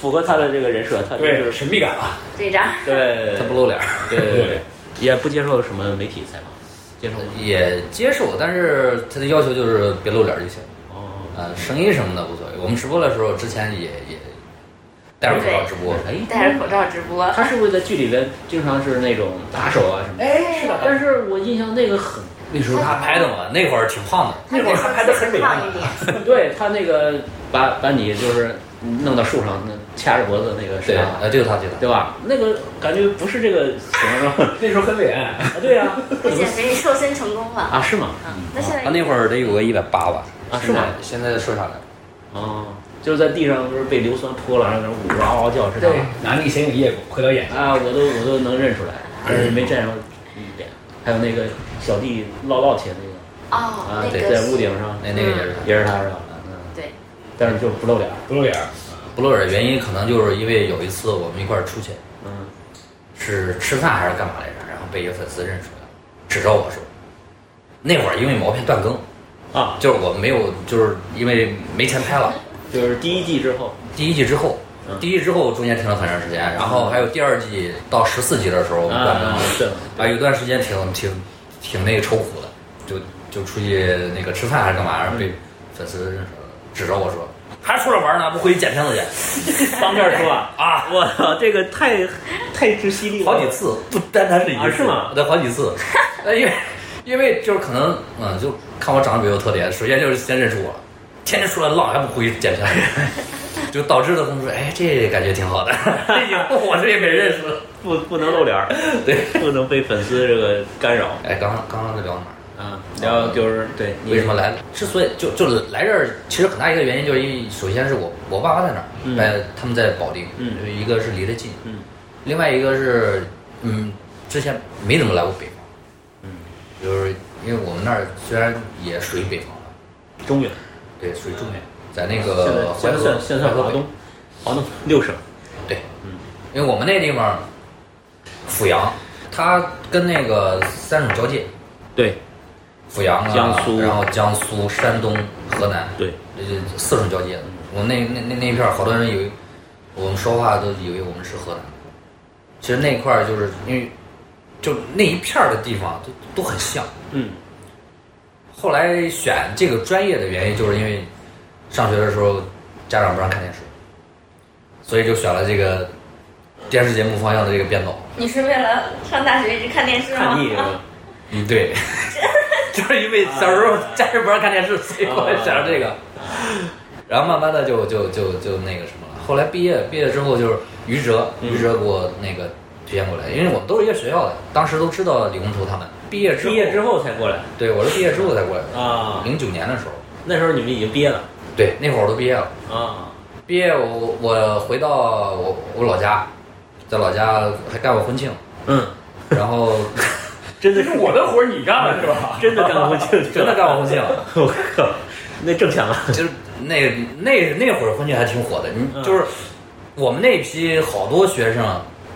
C: 符合他的这个人设，他就是
P: 神秘感啊，
F: 这张
C: 对
A: 他不露脸儿，
C: 对对对，也不接受什么媒体采访，接受
A: 也接受，但是他的要求就是别露脸儿就行，
C: 哦，
A: 呃，声音什么的无所谓。我们直播的时候之前也也戴着口罩直播，
C: 哎，
F: 戴着口罩直播，
C: 他是不是在剧里边经常是那种打手啊什么的？
P: 哎，是
C: 但是我印象那个很，
A: 那时候他拍的嘛，那会儿挺胖的，
F: 那会儿拍的很美啊胖一点，
C: 对他那个把把你就是弄到树上，那掐着脖子那个是
A: 对，
C: 吧？
A: 呃，就是他就是
C: 对吧？那个感觉不是这个形状啊？
P: 那时候很伟岸，
C: 对呀，
F: 我减肥瘦身成功了。
C: 啊是吗？
F: 嗯，那现
A: 他，
F: 在
A: 啊他那会儿得有个一百八吧，
C: 啊是
A: 现在
C: 吗？
A: 现在瘦下来了，
C: 哦，就是在地上不是被硫酸泼了，然后在那捂着嗷嗷叫，知道吗？
E: 拿那个显影液回到眼睛，
C: 啊，我都我都能认出来，但是没见着一点。还有那个小弟唠唠起那
F: 哦，那
C: 个
F: 个
C: 啊，在屋顶上
A: 那那个也是他。
C: 也是他是吧？
F: 对，
C: 嗯，但是就不露脸。
E: 不
R: 嗯
E: 露脸儿。
A: 不露脸的原因，可能就是因为有一次我们一块儿出去，
C: 嗯，
A: 是吃饭还是干嘛来着，然后被一个粉丝认出来了，指着我说，那会儿因为毛片断更，
S: 啊，
A: 就是我没有，就是因为没钱拍了。
S: 就是第一季之后，
A: 第一季之后
S: 嗯，
A: 第一季之后中间停了很长时间，然后还有第二季到十四集的时候我们断更
S: 啊
A: 了，
S: 对，
A: 啊，有段时间挺挺挺那个愁苦的，就就出去那个吃饭还是干嘛，然后
S: 嗯
A: 被粉丝认识了指着我说，还出来玩呢，不回去剪片子去
S: 当面 说啊，
A: 啊？
R: 我操，这个太太窒息力了，
A: 好几次，不单单是一次，
S: 啊是吗
A: 对，好几次， 那因为因为就是可能嗯，就看我长得比较有特点，首先就是先认识我了，天天出来浪还不回去剪片 子。就导致了他们说，哎，这感觉挺 好的。以 后我这也没认识了。
R: 不不能露脸儿，
A: 对，
R: 不能被粉丝这个干扰
A: 哎，刚刚刚在聊哪儿？
R: 啊。
C: 然后就是对，你
A: 为什么来了？之所以就就来这儿，其实很大一个原因就是因为，首先是我我爸妈在那儿，在、他们在保定，
R: 嗯
A: 就一个是离得近，
R: 嗯，
A: 另外一个是嗯，之前没怎么来过北方，嗯，就是因为我们那儿虽然也属于北方了，
R: 中原
A: 对，属于中原，在那
R: 现在
A: 个
R: 现在
A: 淮河
R: 算现在
A: 淮
R: 算
A: 河
R: 华
A: 北
R: 东，嗯华东六省
A: 对，因为我们那地方阜阳，它跟那个三省交界，
R: 对
A: 阜阳啊，
R: 江苏
A: 然后江苏、山东、河南，
R: 对，
A: 这就呃四省交界的。我们那那那那一片儿好多人以为我们说话都以为我们是河南，其实那一块儿就是因为就那一片儿的地方都都很像。
R: 嗯。
A: 后来选这个专业的原因，就是因为上学的时候家长不让看电视，所以就选了这个电视节目方向的这个编导。
F: 你是为了上大学一直看电视吗？
R: 看腻 了，
A: 嗯， 对，就是因为
S: 啊
A: 小时候家人不让看电视，所以我选了这个。
S: 啊
A: 然后慢慢的就就就就那个什么了。后来毕业毕业之后就是于哲，
S: 嗯
A: 于哲给我那个推荐过来，因为我们都是一个学校的，当时都知道李洪图他们。毕业之后，
R: 毕业之后才过来
A: 对我是毕业之后才过来的，
R: 啊。
A: 零九年的时候，
R: 那时候你们已经毕业了
A: 对，那会儿我都毕业了。
R: 啊，
A: 毕业我我回到我我老家，在老家还干过婚庆，
R: 嗯，
A: 然后
R: 真 的
S: 这是
R: 是
S: 我的活儿你干了是吧？
R: 真的干婚 庆
A: ，真的干过婚庆。
R: 我靠，那啊挣钱了，
A: 就是那那那会儿婚庆还挺火的，你
R: 嗯
A: 就是我们那批好多学生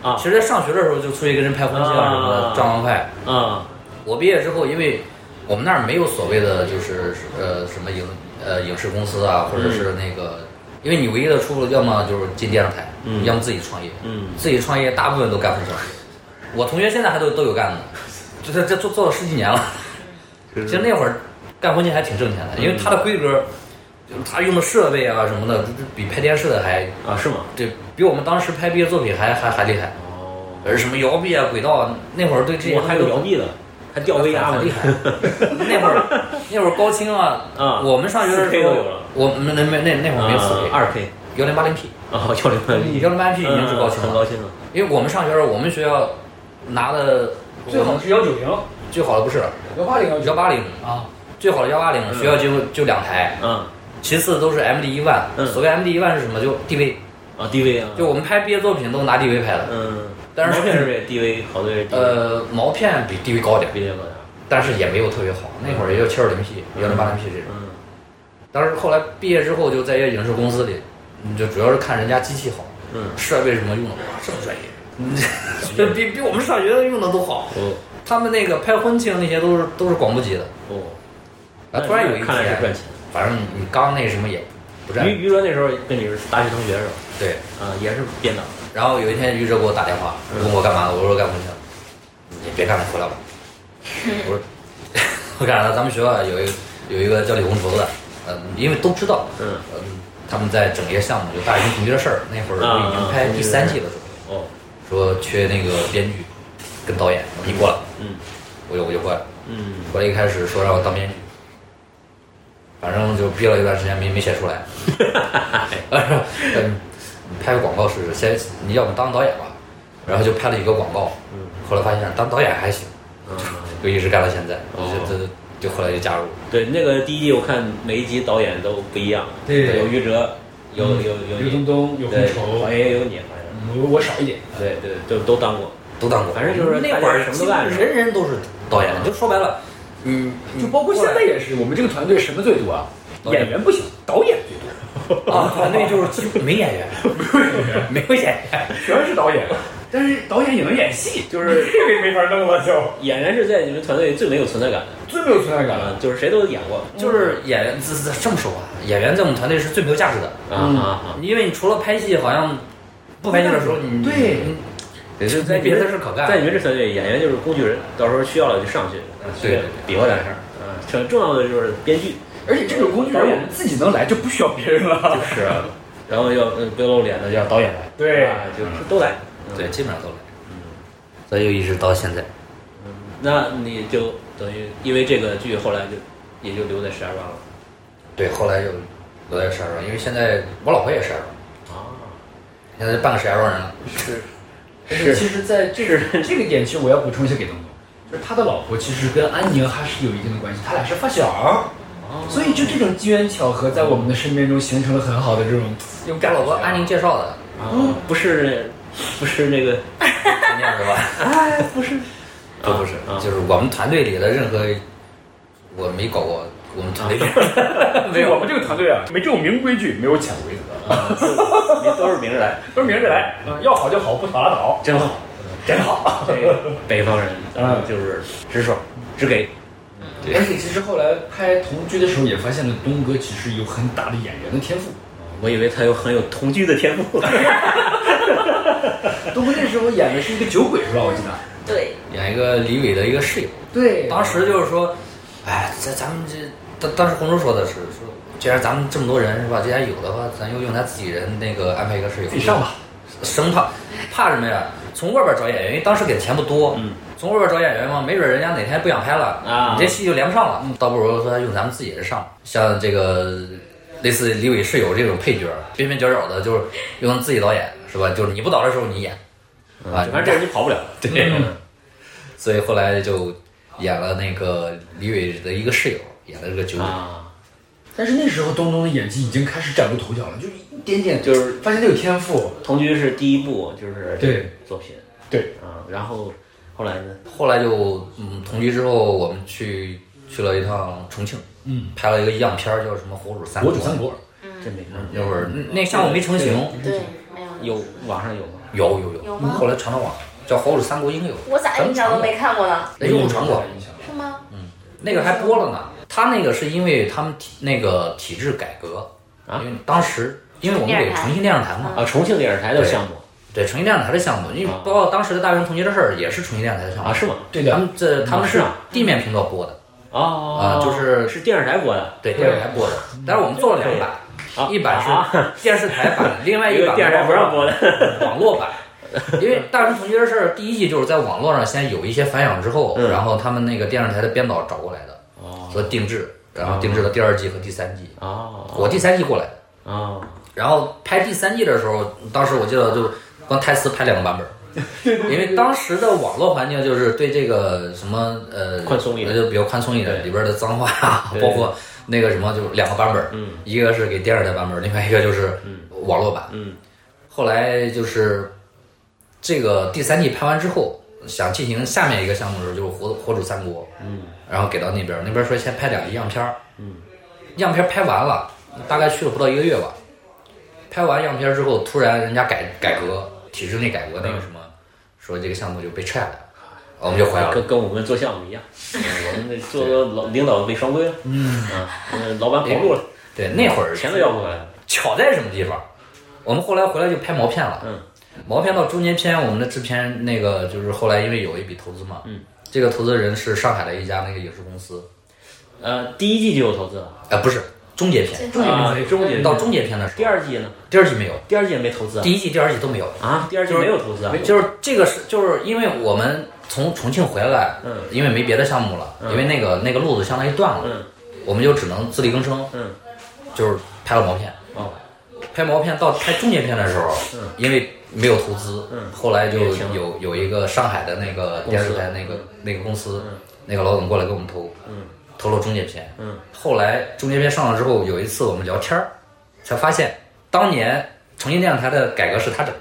R: 啊
A: 其实在上学的时候就出去跟人拍婚庆啊什么的，
R: 啊
A: 蟑螂派。
R: 啊
A: 我毕业之后，因为我们那儿没有所谓的就是呃什么影呃影视公司啊，或者
R: 嗯
A: 是那个，因为你唯一的出路要么就是进电视台，
R: 嗯
A: 要么自己创业，
R: 嗯
A: 自己创业大部分都干婚庆，我同学现在还都都有干的，就是这做做了十几年了。其实那会儿干婚庆还挺挣钱的，因为它的规格，就是它用的设备啊什么的，就就比拍电视的还，
R: 啊是吗？
A: 对比我们当时拍毕业作品还还还厉害。
R: 哦，
A: 而什么摇臂啊、轨道啊，那会儿对这些
R: 我还有摇臂的，还吊威亚呢
A: 很 厉害。那会儿那会儿高清啊，
R: 啊
A: 我们上学的
R: 4K
A: 时
R: 都
A: 候
R: 有了，啊
A: 我们那那那那会儿没有四 K，
R: 二 K
A: 幺零八零 P，
R: 啊，幺零八
A: 幺零八零 P 已经是高啊清
R: 很嗯
A: 了
R: 高，兴啊了，
A: 因为我们上学的时候，我们学校拿的
S: 最好是幺九零
A: 最好的不是
S: 幺八零幺
A: 幺嗯
S: 九
A: 八零，
S: 啊，
A: 最好的幺八零，学校就就两台，
R: 嗯
A: 其次都是 MD 一万。
R: 嗯
A: 所谓 MD 一万是什么？就 DV，
R: 啊 DV 啊，
A: 就我们拍毕业作品都拿 DV 拍的。
R: 嗯，
A: 但是
R: 毛片是不是 DV 好多人 DV
A: 呃，毛片比 DV 高点，
R: 毕业过来，
A: 但是也没有特别好。那会儿也就七二零 P、幺零八零 P 这种。
R: 嗯
A: 但是后来毕业之后，就在一些影视公司里，你就主要是看人家机器好，
R: 嗯，
A: 设备什么用的，哇，这么专业，这比比我们上学的用的都好。
R: 哦
A: 他们那个拍婚庆那些都是都是广播级的。
R: 哦，
A: 啊，突然有一
R: 看来是赚
A: 天，
R: 钱。
A: 反正你刚那什么也不占
R: 于于哲那时候跟你是大学同学是吧？
A: 对。
R: 啊，也是编导。
A: 然后有一天于哲给我打电话，问我干嘛的，我说干婚庆。你别干了，回来吧。我说 我干啥了？咱们学校有一个有一个叫李红绸的，嗯、因为都知道，
R: 嗯
A: 嗯、他们在整一个项目，就大学同学的事儿，那会儿我已
R: 啊
A: 经拍第三季了，
R: 哦，
A: 说缺那个编剧跟导演，我说你过来，
R: 嗯
A: 我就我就过来了。
R: 嗯
A: 过来一开始说让我当编剧，反正就憋了一段时间没没写 出来。嗯，拍个广告试试，先你要不当导演吧，然后就拍了几个广告，后来发现当导演还行，
R: 嗯，
A: 就一直干到现在，
R: 哦
A: 就就就后来就加入。
R: 对，那个第一季我看每一集导演都不一样，
S: 对
R: 有于哲，有
E: 嗯
R: 有有
S: 刘东
R: 你，
S: 东有红
R: 对，
S: 绸
R: 好，
C: 哎
R: 像也有你，好像
S: 我我少一点，
E: 嗯
R: 对对都都当过，
A: 都当过，
R: 反正就是
A: 那会儿
R: 大家什么都干
A: 基本人人都是导演，就说白了，嗯，
S: 就包括现在也是，我们这个团队什么最多啊？
A: 导演
S: 演员不行，导演最多，
A: 啊，团队就是几乎没演员，没有演员，
S: 全是导演。
E: 但是导演也能演戏，
C: 就是
E: 这个没法弄了就。
C: 演员是在你们团队里最没有存在感的，
E: 最没有存在感了。
C: 啊，就是谁都演过
A: 就是演员这这这么说吧，演员在我们团队是最没有价值的，
E: 嗯
C: 啊啊啊！
A: 因为你除了拍戏，好像不拍戏的时候，你
E: 对
A: 你
C: 也
E: 嗯
C: 就在
A: 没
C: 你
A: 别
C: 们
A: 的事可干。
C: 在你们这团队，演员就是工具人，到时候需要了就上去，
E: 嗯
C: 啊
A: 对对对
C: 比划两下，啊，重重要的就是编剧，
E: 而且这种工具人我们自己能来，就不需要别人了。
C: 就是啊，然后要呃不要露脸的，要导演来，
E: 对
C: 啊，就都来，嗯
A: 对，基本上都来，所以就一直到现在。
C: 那你就等于因为这个剧后来就也就留在石家庄了
A: 对，后来就留在石家庄，因为现在我老婆也石家庄，
C: 啊，
A: 现在半个石家庄人了。
E: 是，其实，在这个这个点，其实我要补充一下给东东，就是他的老婆其实跟安宁还是有一定的关系，他俩是发小，所以就这种机缘巧合，在我们的身边中形成了很好的这种
A: 用我老婆安宁介绍 的，
C: 啊，不是不是那个
A: 肯定是吧？
C: 哎，不是，
A: 都不是，啊就是我们团队里的任何，我没搞过，我们团 队里没
E: 没有，我
A: 有。
E: 们这个团队啊，没这种明规矩，没有潜规则，
C: 您都是明着 来，
E: 都是明着来，嗯要好就好，不好拉倒，
C: 真好，
E: 真好。
C: 这个北方人，
E: 嗯
C: 就是直爽，直给，
E: 而且其实后来拍《同居》的时候，也发现了东哥其实有很大的演员的天赋。
C: 我以为他有很有同居的天赋，
E: 东哥那时候演的是一个酒鬼，是吧？我记得。
F: 对，
A: 演一个李伟的一个室友，
E: 对
A: 当时就是说，哎，咱咱们这当当时红叔说的是说，既然咱们这么多人是吧，既然有的话，咱就用他自己人那个安排一个室友
E: 自己上吧。
A: 生怕怕什么呀？从外边找演员，因为当时给的钱不多，
C: 嗯
A: 从外边找演员嘛，没准人家哪天不想拍了，
C: 啊
A: 你这戏就连不上了，倒不如说用咱们自己人上。像这个类似李伟室友这种配角，边边角角的，就是用自己导演是吧？就是你不导的时候你演，
E: 嗯
A: 啊，
C: 反正这人你跑不了，
A: 对，所以后来就演了那个李伟的一个室友，演了这个酒鬼。
C: 啊，
E: 但是那时候东东的演技已经开始崭露头角了，就是一点点
C: 就是
E: 发现他有天赋。
C: 同居是第一部，就是
E: 对
C: 作品，
E: 对
C: 啊，然后后来呢，
A: 后来就嗯同居之后，我们去去了一趟重庆，
E: 嗯，
A: 拍了一个样片儿叫什么《火煮三
E: 国主三国，
C: 真没
E: 嗯
C: 看
A: 那会儿那那项目没成型，
F: 对，没有
C: 有网上有吗？
A: 有有有，
F: 有吗
A: 后来传到网上，叫《火煮三国》应该有，
F: 我咋印象都没看过呢？
A: 哎，有传过，
F: 是吗？
A: 那个还播了呢。他那个是因为他们体那个体制改革，
C: 啊
A: 因为当时因为我们给重庆电视台嘛，
C: 啊，重庆电视台的项目
A: 对重庆电视台的项目，因为
C: 啊
A: 包括当时的《大学同学的事儿》也是重庆电视台的项
C: 啊，
A: 目，
C: 是吗？
E: 对
A: 他
E: 的，
A: 们这他们是
C: 是啊
A: 地面频道播的，
C: 哦
A: 啊就是
C: 是电视台播的，
A: 对电视台播的，但是我们做了两版，
C: 啊
A: 一版
C: 啊
A: 是电视台版，另外
C: 一
A: 一
C: 个
A: 版
C: 电视台不让播的，
A: 网络 版。因为《大学同学的事儿》第一季就是在网络上先有一些反响之后，
C: 嗯
A: 然后他们那个电视台的编导找过来的，
C: 哦
A: 和定制，然后定制了第二季和第三季。
C: 哦
A: 我第三季过来的，
C: 哦，
A: 然后拍第三季的时候，当时我记得就光台词拍两个 版本。因为当时的网络环境就是对这个什么呃
C: 宽松一点
A: 就比较宽松一点，
C: 对
A: 里边的脏话啊，
C: 对
A: 包括那个什么，就是两个版本，
C: 嗯
A: 一个是给电视台版本，另外一个就是
C: 嗯
A: 网络版。
C: 嗯
A: 后来就是这个第三季拍完之后，想进行下面一个项目的时候，就是火《火煮三国》，
C: 嗯，
A: 然后给到那边，那边说先拍两个样片儿，
C: 嗯，
A: 样片儿拍完了，大概去了不到一个月吧。拍完样片儿之后，突然人家改改革，体制内改革那个什么，
C: 嗯
A: 说这个项目就被撤了，我们就回来了。
C: 跟跟我们做项目一样，嗯我们这做个老领导被双规了，嗯啊，呃老板跑路了，
A: 对，那会儿
C: 钱都要不回来了，
A: 巧在什么地方？我们后来回来就拍毛片了。
C: 嗯，
A: 毛片到中间片，我们的制片那个就是后来因为有一笔投资嘛，
C: 嗯，
A: 这个投资人是上海的一家那个影视公司，
C: 呃，第一季就有投资了，
A: 呃，不是终结片，
C: 啊，中介
A: 到终结片的时
C: 第
A: 候，
C: 二季呢，
A: 第二季没有，
C: 第二季也没投资啊，
A: 第一季、第二季都没有，
C: 啊，第二季没有投资啊，
A: 就是这个是就是因为我们从重庆回来，
C: 嗯
A: 因为没别的项目了，
C: 嗯
A: 因为那个那个路子相当于断了，
C: 嗯
A: 我们就只能自力更生，
C: 嗯，
A: 就是拍了毛片。
C: 哦，
A: 拍毛片到拍中间片的时候，
C: 嗯
A: 因为没有投资，
C: 嗯
A: 后来就
C: 也行
A: 有有一个上海的那个
C: 公
A: 电
C: 司
A: 视台那个那个公司，
C: 嗯
A: 那个老总过来给我们投，
C: 嗯
A: 投了中介片。
C: 嗯
A: 后来中介片上了之后，有一次我们聊天儿，才发现当年重庆电视台的改革是他整的。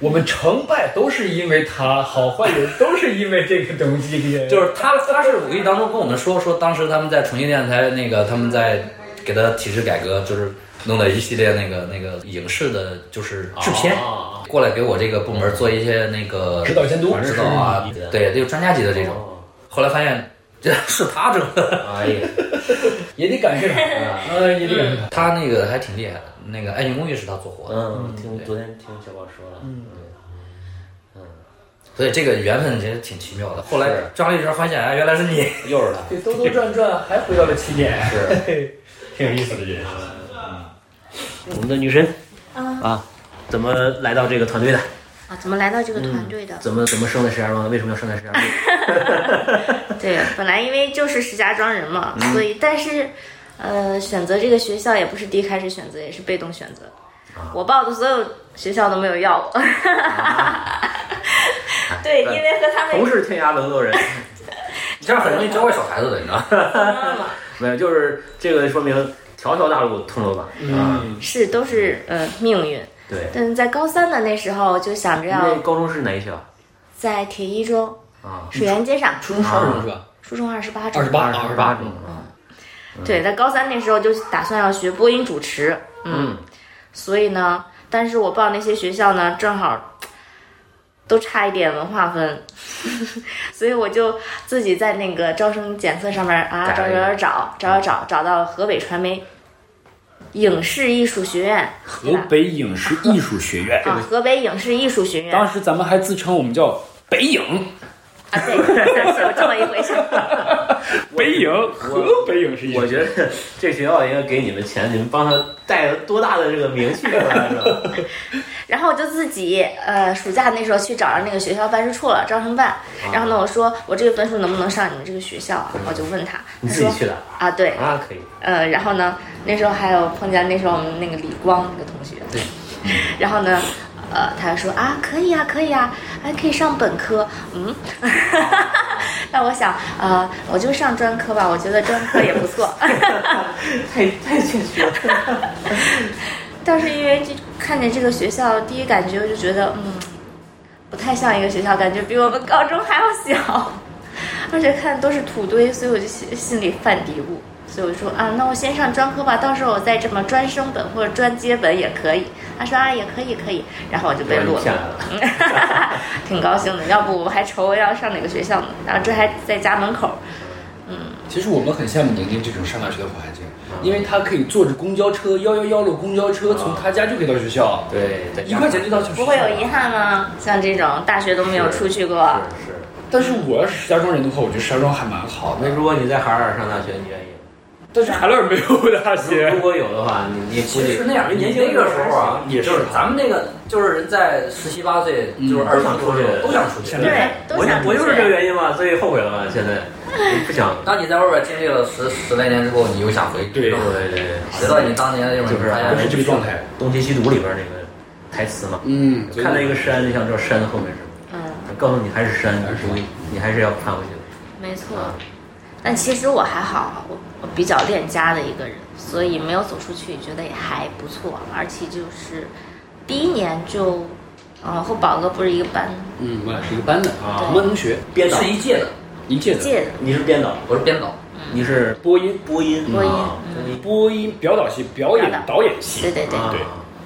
E: 我们成败都是因为他，好坏也都是因为这个东 西。
A: 就是是他，他是无意当中跟我们说，说当时他们在重庆电视台那个，他们在给他体制改革，就是弄了一系列那个那个影视的，就是制片
E: 啊
C: 哦哦哦
A: 过来给我这个部门做一些那个
S: 指导监督
A: 指导啊，对，就专家级的这种。
E: 哦
A: 后来发现这 是他整的，
C: 哦哎呀，
S: 也得感谢他，啊，也得感谢 他。
A: 他那个还挺厉害的。那个《爱情公寓》是他做火的，
C: 嗯，听昨天听小宝说了，嗯，
A: 所以这个缘分其实挺奇妙的。后来张了一圈发现，哎，原来是你。
C: 又是他，
S: 对，兜兜转转还回到了起点， 是，挺有意思的人生。
C: 我们的女神
F: 啊
C: 啊，怎么来到这个团队的？
F: 啊，怎么来到这个团队的？
C: 怎么怎么生在石家庄的？为什么要生在石家庄？
F: 对，本来因为就是石家庄人嘛，
S: 嗯
F: 所以但是，呃，选择这个学校也不是第一开始选择，也是被动选择。
S: 啊
F: 我报的所有学校都没有要我。
S: 啊
F: 对，因为和他们
C: 同是天涯沦落人，
A: 你这样很容易教坏小孩子的，你知 道吗？
F: 嘛，
C: 没有，就是这个说明条条大路通罗马啊。
F: 是都是呃命运。
C: 对，
F: 但是在高三的那时候就想着
C: 那
F: 要
C: 高中是哪一校
F: 在铁一中
C: 啊？
F: 水源街上，
S: 初中上什么课？
F: 初中二十八中
S: 二十八，
C: 二十八
S: 八
C: 中啊。
F: 对，在高三那时候就打算要学播音主持，嗯，所以呢，但是我报那些学校呢，正好都差一点文化分， 所以我就自己在那个招生检测上面啊
C: 改
F: 找
C: 了一个
F: 找找找找找，找到河北传媒影视艺术学院，对
E: 河
F: 吧？
E: 北影视艺术学院，
F: 啊，河北影视艺术学院，
E: 当时咱们还自称我们叫北影，
F: 啊，对，是 有这么一回事。
E: 北影河北影视艺术
C: 我
E: 学院。
C: 觉得这学校应该给你们钱，你们帮他带了多大的这个名气出来是吧？
F: 然后我就自己呃，暑假那时候去找着那个学校办事处了，招生办。
C: 啊
F: 然后呢，我说我这个分数能不能上你们这个学校啊？我就问他，
C: 你
F: 他
C: 自己
F: 说
C: 去的
F: 啊，对，
C: 啊，可以。
F: 呃，然后呢，那时候还有碰见那时候我们那个李光那个同学，对，然后呢，呃，他就说啊，可以啊，可以啊，还可以上本科， 嗯，那我想呃，我就上专科吧，我觉得专科也不 错。
C: 太太谦虚了。
F: 但是因为这看见这个学校，第一感觉我就觉得，嗯，不太像一个学校，感觉比我们高中还要小，而且看都是土堆，所以我就心心里犯嘀咕，所以我就说啊，那我先上专科吧，到时候我再这么专升本或者专接本也可以。他说啊，也可以，可以，然后我就被录
C: 我骗
F: 了，
C: 了，
F: 挺高兴的。要不我还愁要上哪个学校呢？然后这还在家门口，
S: 其实我们很羡慕宁宁这种上大学的环境，因为他可以坐着公交车幺幺幺路公交车，从他家就可以到学校，
C: 对，在
S: 一
C: 家
S: 块钱就到学校。
F: 不会有遗。憾吗？像这种大学都没有出去过，
C: 是是。
S: 但是我要是石家庄人的话，我觉得石家庄还蛮好
C: 那
S: 的，
C: 如果你在海尔上大学，你愿意吗？
S: 但是海拉尔没有大
C: 如
S: 学。
C: 果有的话，你你估
A: 其实
C: 计
A: 是那样，你那个时候啊，
S: 也是
A: 就是咱们那个，就是人在十七八岁，
C: 嗯
A: 就是二十出去，都想出去。
F: 对，都
C: 我
F: 想
C: 就我
F: 出
C: 就是这个
F: 去。啊
C: 原因嘛，所以后悔了嘛。现在我不想。
A: 当你在外边经历了十十来年之后，你又想回，
S: 对
A: 然后
C: 对对对，
A: 回到你当年的那种
C: 就是啊
A: 发
S: 是
A: 现
S: 这个状态，
C: 《东邪西毒》里边那个台词嘛，
E: 嗯，
C: 看到一个山就想知道山后面是什么。
F: 嗯。
C: 告诉你还是山，你还是要看回去的。啊
F: 没错，但其实我还好，我我比较恋家的一个人，所以没有走出去，觉得也还不错。而且就是第一年就，呃，和宝哥不是一个班
E: 嗯，我俩是一个班的，
C: 啊
E: 同班同学，
C: 编导
A: 哎是，一届的，
E: 一届的。
F: 届的，
C: 你是编导，
A: 我是编导，
C: 你是播音，播音，
F: 嗯播音
C: 啊
F: 嗯
C: 播音
S: 播音、表导系、表演、导演系
F: 对，对对，
C: 啊
S: 对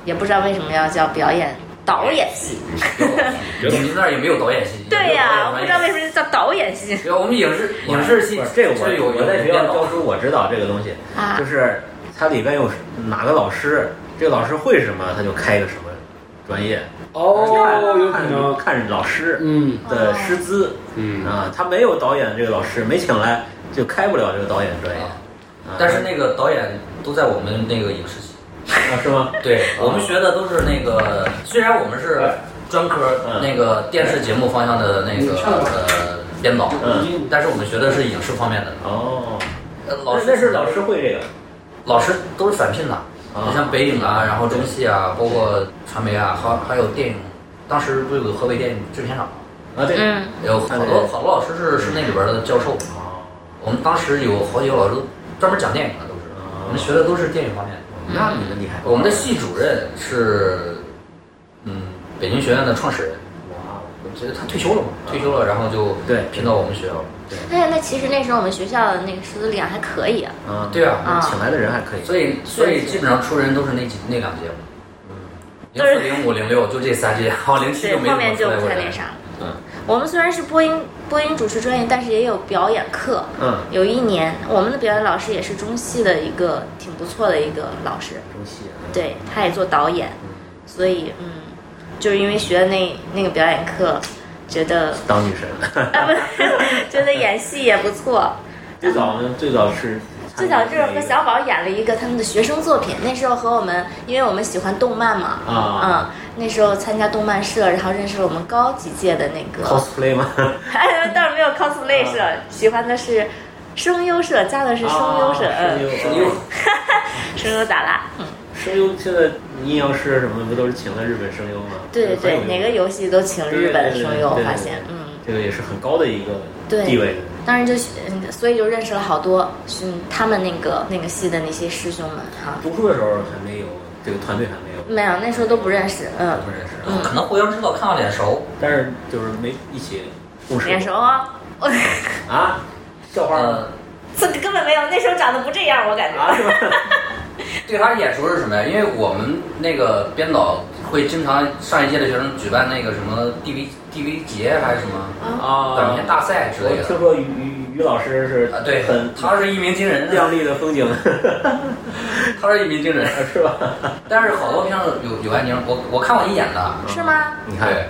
F: 也不知道为什么要叫表演导演系。
A: 你们那儿也没有导演系。
F: 对呀、我
A: 我
F: 不知道为什么叫导演系
A: 么。我们影视影视系
C: 不是这个
A: 是有
C: 我我
A: 有
C: 在学
A: 编
C: 校
A: 导
C: 教，书，我知道这个东西，
F: 啊
C: 就。是它里边有哪个老师，这个老师会什么，他就开一个什么专业。
E: 哦，有可
C: 看
E: 能。
C: 看老师
E: 嗯
C: 的师资
F: 哦
E: 嗯，
C: 啊，他没有导演这个老师没请来，就开不了这个导演专业。
A: 啊
C: 啊
A: 但是那个导演都在我们那个影视系。
C: 啊是吗？
A: 对我们学的都是那个，虽然我们是专科
C: 嗯
A: 那个电视节目方向的那个呃编导，
C: 嗯
A: 但是我们学的是影视方面的。
C: 哦，
A: 呃老师
C: 那是老师会这个。
A: 老师都是返聘的，
C: 啊
A: 就像北影啊，然后中戏啊，包括传媒啊，还还有电影，当时不是有河北电影制片厂吗，
C: 啊，对，
F: 嗯，
A: 有好多好多老师是是那里边的教授。
C: 哦
A: 我们当时有好几个老师都专门讲电影的，都是
C: 啊
A: 我们学的都是电影方面的。
C: 那你们厉害。
A: 我们的系主任是，嗯，北京学院的创始人。
C: 哇，
A: 我觉得他退休了嘛，退休了，然后就
C: 啊对
A: 拼到我们学校了。
F: 哎，那其实那时候我们学校的那个师资力量还可以啊。
C: 啊，
A: 对啊，
F: 啊
C: 请来的人还可以。
A: 所以所以基本上出人都是那几那两届嘛。嗯零四零五零六就这仨这样，哦，零七
F: 对
A: 就没
F: 后
A: 怎么
F: 面
A: 出
F: 就
A: 来
F: 不
A: 过
F: 太
A: 人
F: 那啥了。
C: 嗯
F: 我们虽然是播音播音主持专业，但是也有表演课。
C: 嗯，
F: 有一年，我们的表演老师也是中戏的一个挺不错的一个老师，
C: 中戏啊，
F: 对，他也做导演，所以嗯，就是因为学了那那个表演课，觉得
C: 当女神。
F: 啊不是，觉得演戏也不错。
C: 最早呢，最早是
F: 最早就是和小宝演了一个他们的学生作品，那时候和我们，因为我们喜欢动漫嘛，
C: 啊
F: 嗯，那时候参加动漫社，然后认识了我们高级届的那 个
C: cosplay 吗？
F: 哎， 倒是没有 cosplay 社，
C: 啊
F: 喜欢的是声优社，加的是声优社，
C: 啊
F: 嗯，
C: 声优，
F: 声优咋啦？嗯，
C: 声优现在阴阳师什么的不都是请的日本声优吗？
F: 对对
C: 很有
F: 对，
C: 名
F: 哪个游戏都请日本的声优，
C: 对对对对对对
F: 发现，嗯，
C: 这个也是很高的一个
F: 对
C: 地位的。
F: 当时就嗯所以就认识了好多是他们那个那个系的那些师兄们哈。
C: 读书的时候还没有这个团队，还没有
F: 没有，那时候都不认识，嗯，
C: 不认识啊，
A: 可能互相知道，看到脸熟，
C: 但是就是没一起共事过
F: 眼熟啊、我
C: 啊，校花吗
A: 嗯，
F: 这根本没有，那时候长得不这样，我感觉。
C: 啊是 吧？
A: 对他眼熟是什么呀？因为我们那个编导会经常上一届的学生举办那个什么 DV DV 节还是什么短片
C: 啊，
A: 大赛之类
C: 我
A: 的
C: 听说于于于老师是
A: 啊，对
C: 很，
A: 他是一鸣惊人，
C: 亮丽的风景
A: 他是一鸣惊人，
C: 是吧？
A: 但是好多片子有有安宁，我我看过一眼的，
F: 是吗？
C: 你看
A: 对，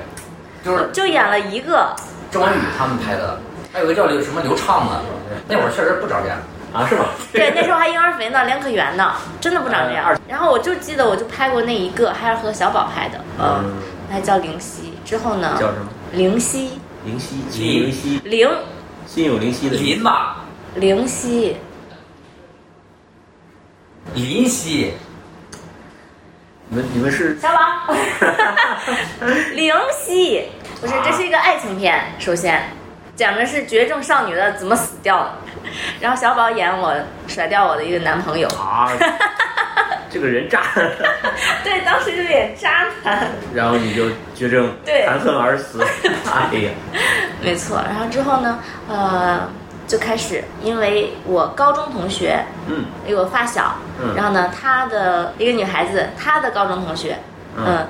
A: 就是
F: 就演了 一个，
A: 郑文宇他们拍的，还有个叫刘什么刘畅的，那会儿确实不着家，
C: 啊是吧？
F: 对，那时候还婴儿肥呢，两可圆呢，真的不长这样。
C: 嗯
F: 然后我就记得我就拍过那一个，还是和小宝拍的，嗯，
C: 嗯，
F: 还叫灵犀。之后呢，
C: 叫什么？
F: 灵犀，
C: 灵犀，
A: 林
C: 灵犀，
F: 灵
C: 心有灵犀的
A: 林吧，
F: 灵犀，
A: 林夕，
C: 你们你们是
F: 小 宝，灵犀，不是，这是一个爱情片，首先讲的是绝症少女的怎么死掉的，然后小宝演我甩掉我的一个男朋友，
C: 啊，这个人渣，
F: 对，当时就演渣男。
C: 然后你就绝症
F: 对
C: 含恨而 死，哎呀，
F: 没错，然后之后呢，呃，就开始，因为我高中同学
C: 嗯
F: 有个发小，
C: 嗯
F: 然后呢，她的一个女孩子，她的高中同学，
C: 嗯
F: 嗯，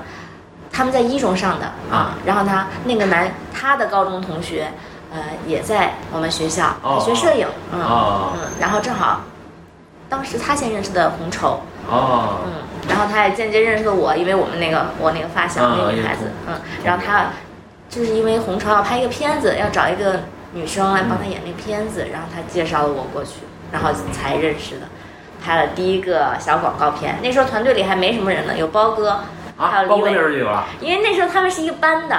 F: 他们在一中上的
C: 啊
F: 啊，然后呢，那个男，他的高中同学，呃，也在我们学校
C: 哦
F: 学摄影，嗯、
C: 哦
F: 嗯，然后正好，当时他先认识的红绸，
C: 哦，
F: 嗯，然后他也间接认识了我，因为我们那个我那个发小、
C: 啊
F: 那个女
C: 也
F: 孩子
C: 同，
F: 嗯，然后他就是因为红潮要拍一个片子，要找一个女生来帮他演那片子，然后他介绍了我过去，然后才认识的，拍了第一个小广告片。那时候团队里还没什么人呢，有包哥，还
C: 啊，
F: 有
C: 包
F: 李
C: 括那时候
F: 伟，
C: 就有了，
F: 因为那时候他们是一个班的，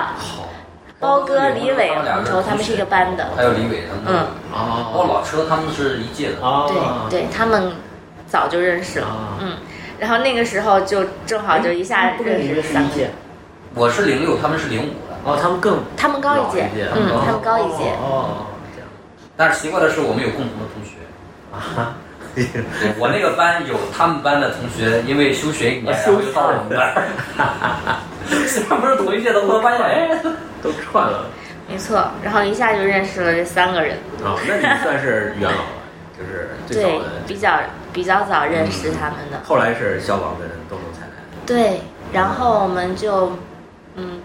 F: 包哥、李伟、
A: 他们俩
F: 红潮他们是一个班的，
A: 还有李伟他们，
F: 嗯，
A: 包括
C: 哦，
A: 老车他们是一届的，
C: 哦，
F: 对对，他们早就认识了，
C: 啊，
F: 嗯。然后那个时候就正好就一下
C: 不跟
F: 认
C: 你
F: 识
C: 们是
F: 三
C: 一
F: 个
C: 届，
A: 我是零六，他们是零五的，
C: 哦，他们更
F: 他们高一届
C: 老一届，
F: 嗯，
A: 哦
F: 他们高一届，
C: 哦，这样
A: 但是奇怪的是我们有共同的同学。
C: 啊，
A: 对我那个班有他们班的同学，因为休学一年，
C: 啊
A: 然后又到了我们班儿。 虽然不是同一届的，我发现哎，
C: 都串了，
F: 没错。然后一下就认识了这三个人，
C: 啊，那你算是元老了，就是最
F: 对
C: 早的，，
F: 比较比较早认识他们的，
C: 后来是小宝跟东东才来的，
F: 对。然后我们就，嗯，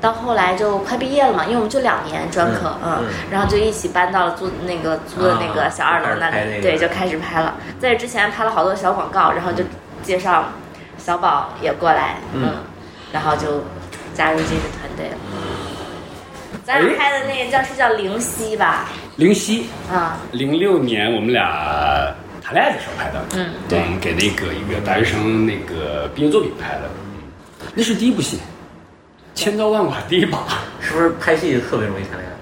F: 到后来就快毕业了嘛，因为我们就两年专科，
C: 嗯
F: 嗯，
C: 嗯
F: 然后就一起搬到了租那个租的那
C: 啊
F: 个小二楼
C: 就
F: 那
C: 开始拍那
F: 里，
C: 个
F: 对，嗯就开始拍了。在这之前拍了好多小广告，然后就介绍小宝也过来，
C: 嗯
F: 嗯，然后就加入这个团队了。咱俩拍的那个叫是叫灵犀吧？
E: 灵犀，
F: 啊，
E: 零六年我们俩谈恋爱的时候拍的，
F: 嗯
E: 对，我们给那个一个大学生那个毕业作品拍的，那是第一部戏，千刀万剐第一把。
C: 是不是拍戏特别容易谈恋爱？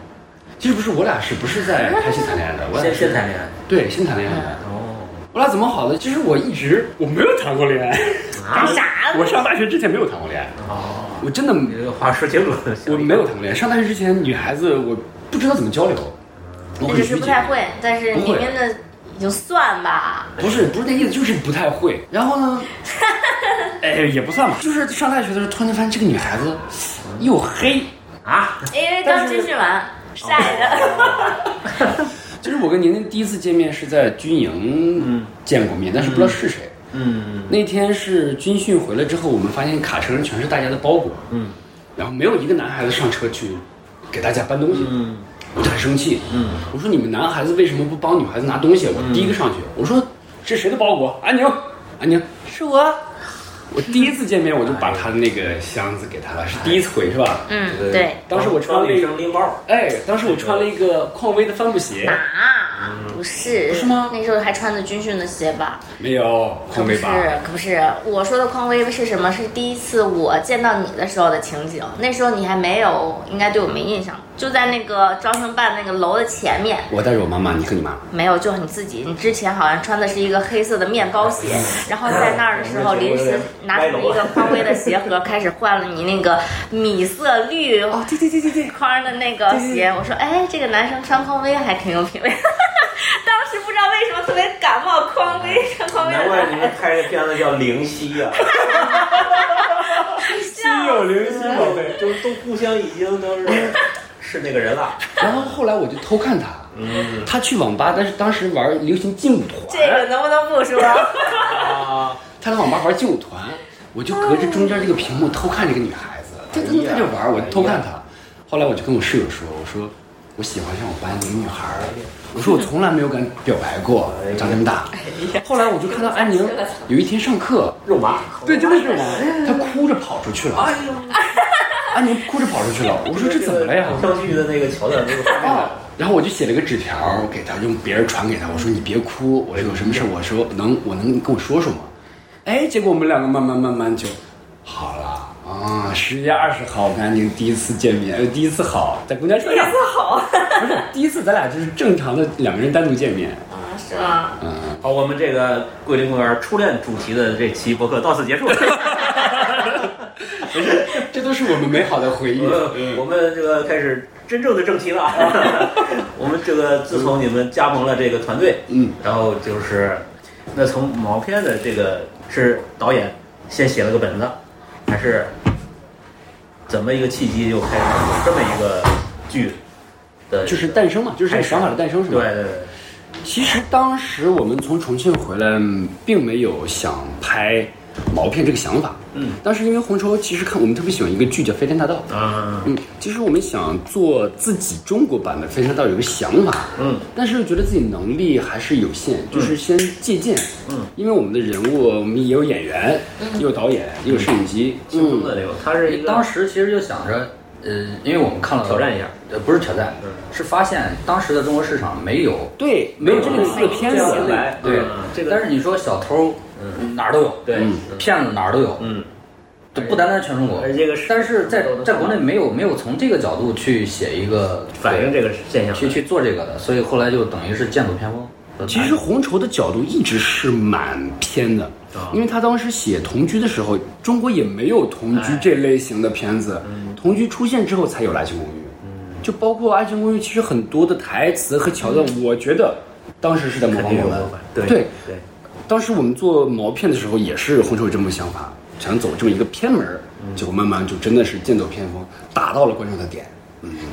E: 其实不是我俩是不是在拍戏谈恋 爱的？我俩
C: 先
E: 是
C: 先谈恋爱，
E: 对先谈恋爱
F: 嗯
E: 的。
C: 哦，
E: 我俩怎么好的？其实我一直我没有谈过恋爱，
C: 啊，
F: 啥
E: 我上大学之前没有谈过恋爱，
C: 哦，
E: 我真的
C: 你这个话说清楚了，
E: 我没有谈过恋爱。上大学之前，女孩子我不知道怎么交流，我
F: 那
E: 很
F: 只是
E: 拘
F: 不
E: 谨
F: 太会，但是你跟的也就算吧。
E: 不是不是那意思，就是不太会。然后呢，哎，也不算吧，就是上大学的时候，突然间发现这个女孩子又黑。
C: 啊，
F: 因为刚军训完晒的，
E: 就是我跟宁宁第一次见面是在军营见过面，但是不知道是谁。
C: 嗯
E: 那天是军训回来之后，我们发现卡车上全是大家的包裹，
C: 嗯，
E: 然后没有一个男孩子上车去给大家搬东西，
C: 嗯
E: 我就很生气，嗯，我说你们男孩子为什么不帮女孩子拿东西？
F: 嗯
E: 我第一个上去，我说这谁的包裹？安宁，安宁，是我。我第一次见面我就把他的那个箱子给他 了，是第一次回是吧？
F: 嗯，对，
E: 当时我穿了
C: 女
E: 一
C: 生拎 包，
E: 哎，当时我穿了一个匡威的帆布鞋，
F: 啊，不是，
E: 是吗
F: 那时候还穿的军训的鞋吧？
E: 没有
F: 可
E: 匡
F: 不
E: 威
F: 是
E: 吧？，
F: 可不是，我说的匡威是什么？是第一次我见到你的时候的情景。那时候你还没有，应该对我没印象，就在那个招生办那个楼的前面。
E: 我带着我妈妈，你和你妈。
F: 没有，就是你自己。你之前好像穿的是一个黑色的面包
E: 嗯
F: 鞋，然后在那儿的时候临时拿 出一个
E: 啊
F: 匡威的鞋盒，开始换了你那个米色绿哦，对对对对对框的那个鞋。我说，哎，这个男生穿匡威还挺有品味。 当时不知道为什么特别感冒匡威，穿匡威的
C: 难怪你
F: 男孩
C: 们拍的片子叫《灵犀》 啊，
F: 像
E: 有灵犀宝贝。
C: 就都互相已经都是 是那个人了。
E: 然后后来我就偷看他，他去网吧，但是当时玩流行劲舞
F: 这
E: 团，
F: 个能不能不说？
C: 啊，
E: 他在网吧玩劲舞团，我就隔着中间这个屏幕偷看这个女孩子，她她她就玩，我就偷看她。后来我就跟我室友说，我说我喜欢上我班的一个女孩儿，我说我从来没有敢表白过，长这么大。后来我就看到安宁有一天上课，
C: 肉麻，
E: 对，真的是哎我，她哭着跑出去了。安宁哭着跑出去了，我说这怎么了呀？
C: 偶像剧的那个桥段，那个画面
E: 哦
C: 感，
E: 然后我就写了个纸条儿给他，用别人传给他，我说你别哭，我有什么事儿我说能我能跟我说说吗？哎，结果我们两个慢慢慢慢就好了啊。十月二十号，我跟安宁第一次见面，呃，第一次好，在公交车上，
F: 好
E: 不是第一次，咱俩就是正常的两个人单独见面。
F: 啊，是吗？
C: 好，我们这个桂林公园初恋主题的这期播客到此结 束。
E: 不是，这都是我们美好的回忆。
C: 我们这个开始真正的正题了啊。我们这个自从你们加盟了这个团队，
E: 嗯，
C: 然后就是，那从毛片的这个是导演先写了个本子，还是怎么一个契机就开始有这么一个剧的？
E: 就是诞生嘛，就是这个想法的诞生是吧？
C: 对对对，
E: 其实当时我们从重庆回来，嗯并没有想拍毛片这个想法。
C: 嗯，
E: 当时因为红绸，其实看我们特别喜欢一个剧叫《飞天大盗》。
C: 啊，
E: 嗯，其实我们想做自己中国版的《飞天大盗》，有个想法。
C: 嗯，
E: 但是觉得自己能力还是有限，就是先借鉴。嗯，因为我们的人物，我们也有演员，
C: 嗯
E: 也有导演，也有摄影机。
C: 轻松的这个，它是一个
A: 当时其实就想着，呃，因为我们看了
C: 挑战一下，
A: 呃，不是挑战
C: 嗯，
A: 是发现当时的中国市场没有
E: 对，没有这个这个片子
C: 嗯这样来
A: 对
C: 嗯这个，
A: 但是你说小偷哪儿都有，
C: 对，嗯
A: 骗子哪儿都有，
C: 嗯，
A: 就不单单全中国
C: 而。且这个是
A: 但是在在国内没有没有从这个角度去写一个
C: 反映这个现象
A: 对，去去做这个的，所以后来就等于是剑走偏锋。
E: 其实红绸的角度一直是蛮偏的，
C: 啊
E: 因为他当时写同居的时候，中国也没有同
C: 哎
E: 居这类型的片子，
C: 嗯
E: 同居出现之后才有了《爱情公寓》，就包括《爱情公寓》，其实很多的台词和桥段，我觉得当时是在模仿
C: 嗯肯定
E: 我
C: 有
E: 们
C: 模仿。对
E: 对，
C: 对，
E: 当时我们做毛片的时候，也是红绸有这么个想法，想走这么一个偏门儿，
C: 嗯
E: 结果慢慢就真的是剑走偏锋，打到了观众的点。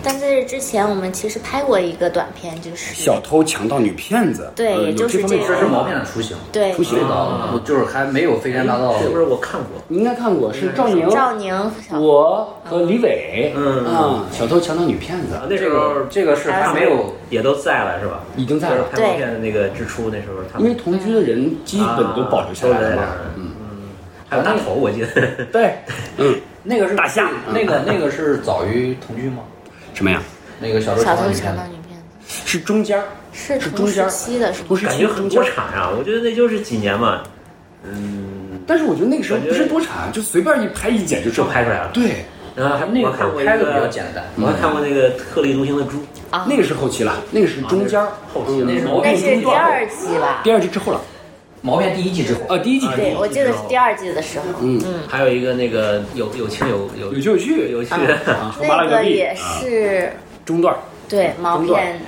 F: 但在这之前，我们其实拍过一个短片，就是
E: 小偷、强盗、女骗子，
F: 对
E: 呃
F: 也
E: 有
F: 就
E: 这
F: 是
E: 方面
F: 这
A: 这
E: 的
A: 是毛片的雏形，
F: 对
E: 出行
C: 嗯
A: 最早就是还没有飞天大盗
C: 啊哎是不是我看过？
E: 你应该看过，是赵宁，
F: 赵宁小
E: 我和李伟，
C: 嗯
E: 啊，小偷强盗女骗子
C: 啊那时
A: 这
C: 候
A: 个这个是还没有
C: 也都在了是吧？
E: 已经在
C: 就是
E: 了，
C: 拍毛片的那个支出，那时候他
E: 因
C: 们
E: 为同居的人基本都保留下来了嘛
C: 啊都在这儿。
E: 嗯，
C: 还有大头，我记得
E: 对， 嗯，
A: 那个是
E: 大象
A: 那个那个是早于同居吗？
E: 什么呀？
A: 那个小偷
F: 小偷
A: 女
F: 强
A: 片
F: 盗女骗子，
E: 是中间儿，
F: 是
E: 是中
F: 同
E: 间
F: 时
E: 儿
F: 期的是吗？
E: 不是
C: 感
E: 其
C: 觉
E: 实
C: 很
E: 中间
C: 多
E: 儿。
C: 产啊，我觉得那就是几年嘛，嗯，
E: 但是我觉得那个时候
C: 感
E: 不
C: 觉
E: 是多产，就随便一拍一剪就
C: 就
E: 正
C: 拍。出来了。
E: 对，
C: 然后还
A: 那
C: 我
A: 个
C: 看过一嗯
A: 拍的比较简单，
C: 我还看过那个特立独行的猪，
F: 啊
E: 那个是后期了，那个是中间儿，
C: 后期了
E: 嗯
C: 那是
E: 毛
F: 那
E: 病
F: 是
E: 中
F: 第
E: 断后
F: 二季吧？
E: 第二季之后了，
A: 毛片第一季之后，
E: 呃，第一季之
C: 啊
F: 对，
E: 后，
F: 我记得是第二季的时候，
E: 嗯
F: 嗯，
C: 还有一个那个有有情有有
E: 有趣有趣
C: 有趣，
E: 啊，和巴拉
F: 那
E: 格啊
F: 个
E: 利
F: 也是
E: 中段儿。
F: 对毛片，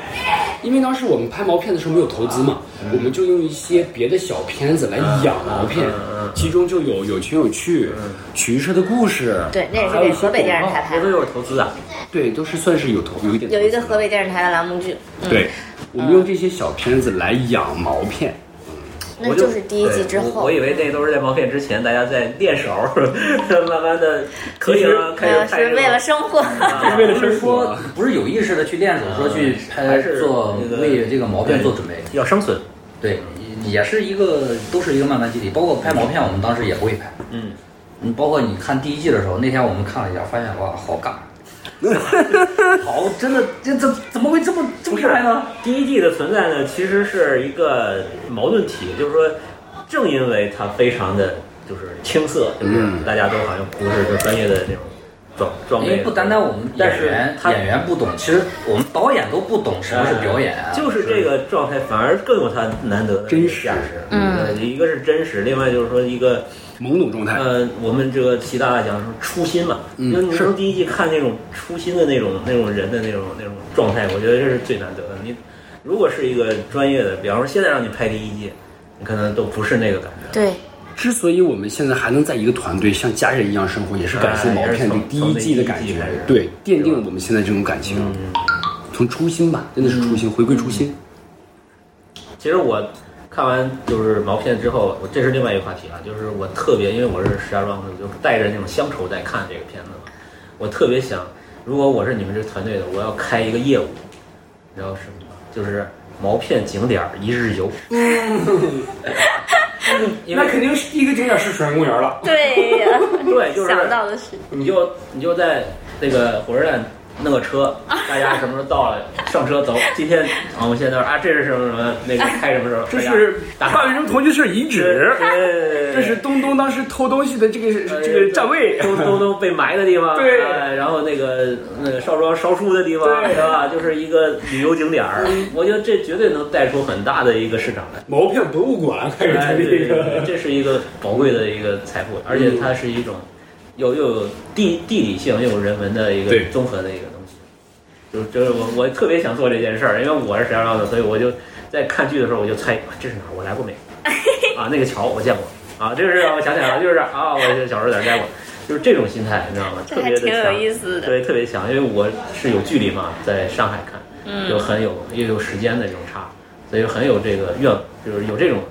E: 因为当时我们拍毛片的时候没有投资嘛，
C: 嗯
E: 我们就用一些别的小片子来养毛
C: 嗯
E: 片，其中就有《有情有趣》曲艺社的故事》，
F: 对，那也是
E: 还有
F: 给
E: 一些
F: 河北电视台拍
C: 那都
F: 的，
C: 有投资啊，
E: 对，都是算是有投有一点投
F: 有
E: 资
F: 一个河北电视台的栏目剧，嗯，
E: 对，我们用这些小片子来养毛片，
F: 嗯那就是第一集之
C: 对我
F: 后
C: 我。以为那都是在毛片之前，大家在练手， 慢慢的可以啊，
F: 没
C: 开始
F: 有，
C: 拍这
F: 呃是
C: 个
F: 为了生活。
C: 啊
E: 为了
A: 不是
E: 生活
A: 说不是有意识的去练手，说去
C: 嗯还
A: 拍
C: 是
A: 做
C: 那个
A: 为这个毛病做准备，
C: 要生存，
A: 对，也是一个都是一个慢慢积累，包括拍毛片，我们当时也不会拍，
C: 嗯，
A: 你包括你看第一季的时候，那天我们看了一下，发现哇， 好尬。好，真的，这这怎么会这么这么
C: 是
A: 快呢？
C: 第一季的存在呢，其实是一个矛盾体，就是说，正因为它非常的就是青涩，就是
E: 嗯
C: 大家都好像不是就专业的这种装装
A: 因
C: 备，
A: 为不单单我们
C: 但是
A: 演员
C: 他
A: 演员不懂，其实我们导演都不懂什么是表演啊。
C: 就是这个状态反而更有它难得的
E: 真实
C: 价值。
F: 嗯
C: 呃，一个是真实，另外就是说一个
E: 懵懂状态，
C: 呃，我们这个习大大讲说初心嘛，
E: 嗯
C: 就你
E: 是
C: 从第一季看那种初心的那种那种人的那种那种状态，我觉得这是最难得的。你如果是一个专业的，比方说现在让你拍第一季，你可能都不是那个感觉。
F: 对，
E: 之所以我们现在还能在一个团队像家人一样生活，也是感谢毛片的第一季的感觉
C: 哎也是从从那一季开始，
E: 对，奠定了我们现在这种感情。从初心吧，真的是初心，回归初心。
C: 其实我看完就是毛片之后，我这是另外一个话题啊，就是我特别，因为我是石家庄的，我就带着那种乡愁在看这个片子嘛。我特别想，如果我是你们这个团队的，我要开一个业务，你知道是什么吗？就是毛片景点儿一日 游。因为
E: 定是第一个景点是水上公园了。
F: 对呀，
C: 对， 就是
F: 想到的是，
C: 你就你就在那个火车站弄个车，大家什么时候到了上车走。今天啊，我们现在啊，这是什么什么那个开什么时候？哎
E: 这
C: 大家
E: 是
C: 打
E: 大卫什么同学社遗址，
C: 对
E: 这是东东当时偷东西的这个这个站位。
C: 都哎都都被埋的地方，
E: 对
C: 哎然后那个那个少庄烧书的地方，是吧？就是一个旅游景点儿，
E: 嗯
C: 我觉得这绝对能带出很大的一个市场来。
E: 毛片博物馆开
C: 哎，对对对，这是一个宝贵的一个财富，而且它是一种又又有地地理性又有人文的一个
E: 对
C: 综合的一个东西。就就是我我特别想做这件事儿，因为我是石家庄的，所以我就在看剧的时候我就猜，啊这是哪儿？我来过没有？啊，那个桥我见过啊，这是让我想起来了，就是啊，我就小时候在那儿待过，就是这种心态，你知道吗？
F: 这
C: 特
F: 还
C: 别的
F: 挺有
C: 强。
F: 意思的。
C: 对，特别强，因为我是有距离嘛，在上海看，
F: 嗯
C: 就很有又有时间的这种差，所以很有这个愿，就是有这种，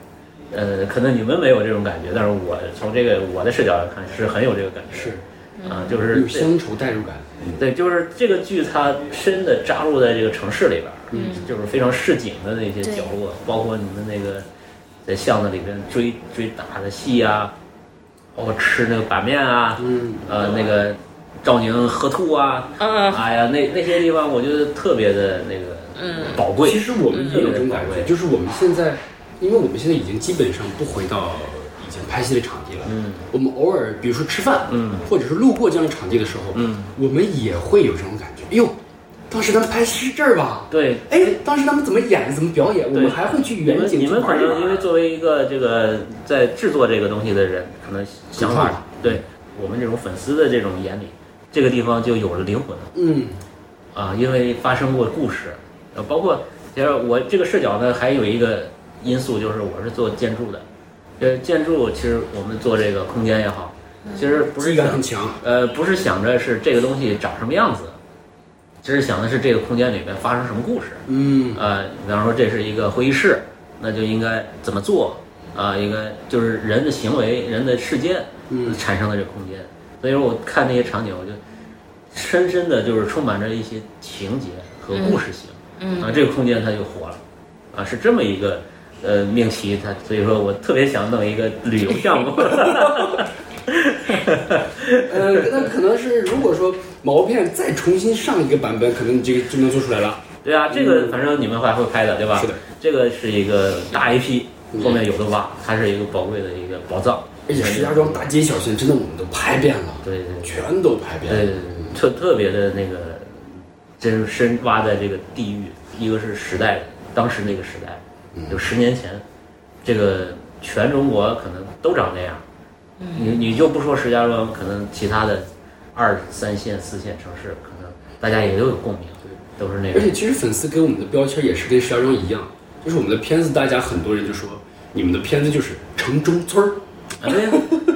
C: 呃，可能你们没有这种感觉，但是我从这个我的视角来看是很有这个感觉，
E: 是
C: 啊、就是
E: 有
C: 这
E: 乡愁代入感。
C: 对，就是这个剧它深的扎入在这个城市里边，嗯，就是非常市井的那些角落，包括你们那个在巷子里边追追打的戏啊，包括吃那个板面啊，
E: 嗯，
C: 呃，那个赵宁喝吐啊，
F: 嗯，
C: 哎呀，那那些地方我觉得特别的那个，
F: 嗯，
C: 宝贵。
E: 其实我们也有这种感
C: 嗯
E: 觉，就是我们现在，因为我们现在已经基本上不回到以前拍戏的场地了。
C: 嗯，
E: 我们偶尔比如说吃饭，
C: 嗯，
E: 或者是路过这样的场地的时候，
C: 嗯，
E: 我们也会有这种感觉。哎呦，当时他们拍戏是这儿吧？
C: 对，
E: 哎，当时他们怎么演的，怎么表演，我们还会去
C: 你
E: 远
C: 们
E: 景
C: 你
E: 去
C: 们可
E: 玩一啊
C: 能因为
E: 玩。
C: 作为一个这个在制作这个东西的人，可能想
E: 主
C: 法
E: 创
C: 对我们这种粉丝的这种眼里，这个地方就有了灵魂了
E: 嗯，
C: 啊，因为发生过故事，呃，包括其实我这个视角呢，还有一个因素就是我是做建筑的，呃，建筑其实我们做这个空间也好，其实不是
E: 质感
C: 想
E: 很强。
C: 呃，不是想着是这个东西长什么样子，只是想的是这个空间里面发生什么故事。
E: 嗯，
C: 呃，比方说这是一个会议室，那就应该怎么做啊、应该就是人的行为、人的事件，
E: 嗯
C: 产生的这个空间。所以说，我看那些场景，我就深深的就是充满着一些情节和故事性，
F: 嗯嗯
C: 啊，这个空间它就活了，啊，是这么一个呃命题，它所以说我特别想弄一个旅游项 目，
E: 呃，那可能是如果说毛片再重新上一个版本，可能你这个就能做出来了。
C: 对啊，这个反正你们还会拍的，对吧？
E: 嗯是的，嗯
C: 这个是一个大 IP，后面有的挖，它是一个宝贵的一个宝藏。
E: 而且石家庄大街小巷真的我们都拍遍了，
C: 对对对
E: 全都拍遍
C: 对
E: 了。
C: 对，对呃特特别的那个，真深挖在这个地域，一个是时代，当时那个时代，就十年前，这个全中国可能都长那样。你你就不说石家庄，可能其他的二三线、四线城市，可能大家也都有共鸣，都是那
E: 而
C: 种
E: 且其实粉丝给我们的标签也是跟石家庄一样，就是我们的片子，大家很多人就说你们的片子就是城中村儿，
C: 哎呀，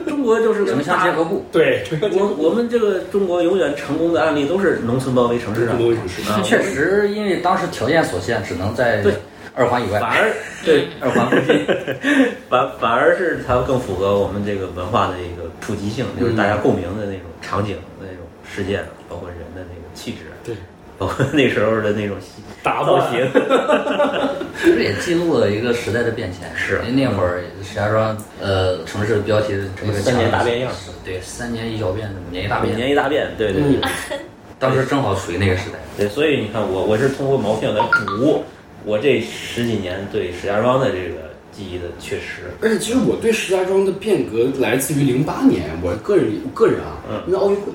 C: 中国 就是个
A: 城乡结合部，
E: 对，
C: 大。我我们这个中国永远成功的案例都是农村包围城市啊
E: 中国卫视
C: 啊
A: 确实因为当时条件所限，只能在
C: 对，
A: 二环以外，
C: 反而对二环附近，反反而是它更符合我们这个文化的一个普及性，就是大家共鸣的那种场景、那种事件，包括人的那个气质，
E: 对，
C: 包括那时候的那种
R: 打
C: 造型，
A: 其实也记录了一个时代的变迁。
C: 是
A: 因为那会儿石家庄呃城市的标题是这个
C: 三年
A: 强
C: 大变样，
A: 对，三年一小变，五年一大
C: 每
A: 变。
C: 年一大变，对对对。
A: 当时正好处于那个时代。
C: 对，所以你看我，我是通过毛片来补我这十几年对石家庄的这个记忆的缺失。
E: 而且其实我对石家庄的变革来自于零八年，我个人我个人啊，
C: 嗯
E: 因为奥运会，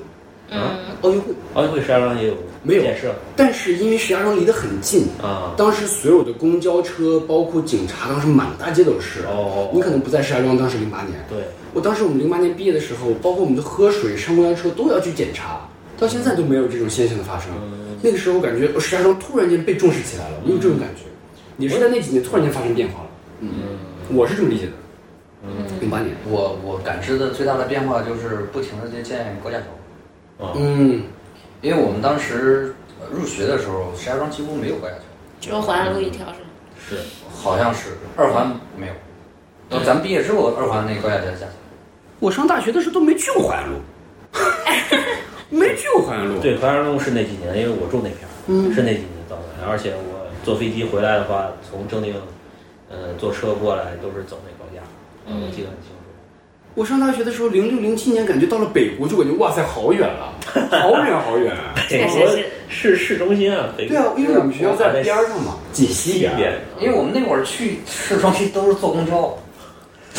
F: 嗯，
E: 奥运会，
C: 啊奥运会石家庄也有
E: 没有
C: 建设
E: 但是因为石家庄离得很近，
C: 啊，
E: 当时所有的公交车，包括警察，当时满大街都是。
C: 哦
E: 你可能不在石家庄，当时零八年。
C: 对，
E: 我当时我们零八年毕业的时候，包括我们的喝水、上公交车都要去检查，到现在都没有这种现象的发生。那个时候我感觉呃石家庄突然间被重视起来了，我有这种感觉。你是在那几年突然间发生变化了，嗯，我是这么理解的。零八年，
A: 我我感知的最大的变化就是不停的在建高架桥，
E: 嗯，
A: 因为我们当时呃入学的时候，石家庄几乎没有高架桥，
F: 只有环路一条是
C: 是
F: 吗？
A: 好像是二环没有。呃咱毕业之后，二环那个高架桥下
E: 我上大学的时候都没去过淮安路，没去过淮安路。，
C: 对，淮安路是那几年，因为我住那片儿，是那几年到的。而且我坐飞机回来的话，从正定，呃，坐车过来都是走那高架，嗯我记得很清楚。
E: 我上大学的时候，零六零七年感觉到了北湖，就感觉哇塞，好远了，好远好远。
C: 北
F: 确实
C: 国市市中心啊，北
E: 对啊，因为我们学校在边儿上嘛，锦
C: 西边，
A: 因为我们那会儿去市中心都是坐公交，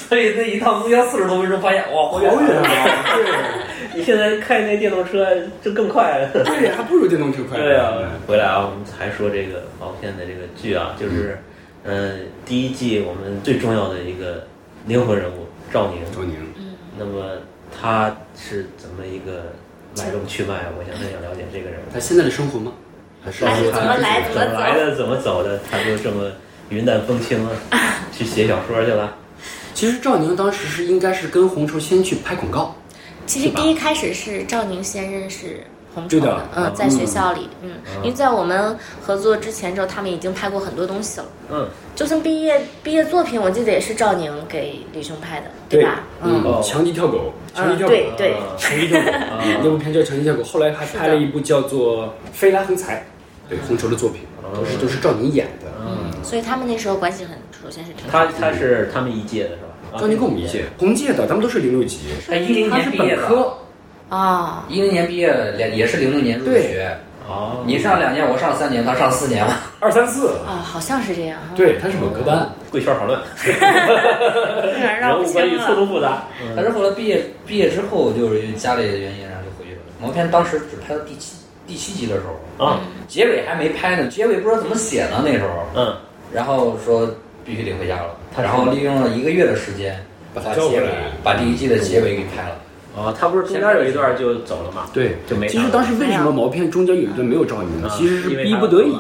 A: 所以那一趟公交四十多分钟，发现哇，好
E: 好远啊！
C: 你现在开那电动车就更快了。
E: 对，啊对，还不如电动车快。
C: 对啊，回来啊，我们还说这个毛片的这个剧啊，就是，呃，第一季我们最重要的一个灵魂人物赵宁，
E: 周宁，
C: 那么他是怎么一个来龙去脉啊？我想很想了解这个人，
E: 他现在的生活吗？还是
F: 他是怎么来
C: 怎
F: 怎么
C: 么来
F: 走？
C: 的，怎么走的，他就这么云淡风轻 啊，去写小说去了。
E: 其实赵宁当时是应该是跟红绸先去拍广告，
F: 其实第一开始是赵宁先认识红
E: 对
F: 绸
E: 的
F: 嗯，在学校里，嗯，因为在我们合作之前之后，他们已经拍过很多东西了。
C: 嗯，
F: 就算毕业毕业作品，我记得也是赵宁给李兄拍的，吧？嗯，
E: 嗯，强敌跳狗，强
F: 嗯，
E: 敌跳狗，
F: 对对，
E: 强敌跳狗， 那部片叫《强敌跳狗》，后来还拍了一部叫做《飞拉横财》，对红绸的作品，都是都是赵宁演的。
F: 所以他们那时候关系很，首先是挺好
C: 嗯他他是他们一届的是吧？啊
E: 赵宁跟我们一届，同届的，咱们都是零六级。
A: 哎，一零
E: 他是
A: 年毕业
E: 本
A: 的，
E: 科，
F: 啊。
A: 一零年毕业的，两也是零六年入的
E: 对
A: 学。
C: 哦，
A: 你上两年，我上三年，他上四年了。
E: 二三四，
F: 啊，好像是这样哈，
E: 对，他是本科班。
C: 贵圈好乱，
F: 有点绕
C: 人
F: 不
C: 物关系
F: 清
C: 错
F: 了。
C: 综复杂。
E: 嗯
A: 但是后来毕业毕业之后，就是因为家里的原因，然后就回去了。毛片当时只拍到第七第七集的时候
C: 啊，
A: 结尾还没拍呢，结尾不知道怎么写呢那时候。
C: 嗯，
A: 然后说必须得回家了，
C: 他
A: 然后利用了一个月的时间把它
E: 叫回
A: 结尾
E: 来，
A: 把第一季的结尾给拍了。
C: 哦，他不是中间有一段就走了吗？
E: 对，
C: 就没
E: 其实
C: 他了
E: 当时为什么毛片中间有一段没有赵宁呢？
C: 啊
E: 其实是
C: 因为
E: 逼
C: 他
E: 不得已。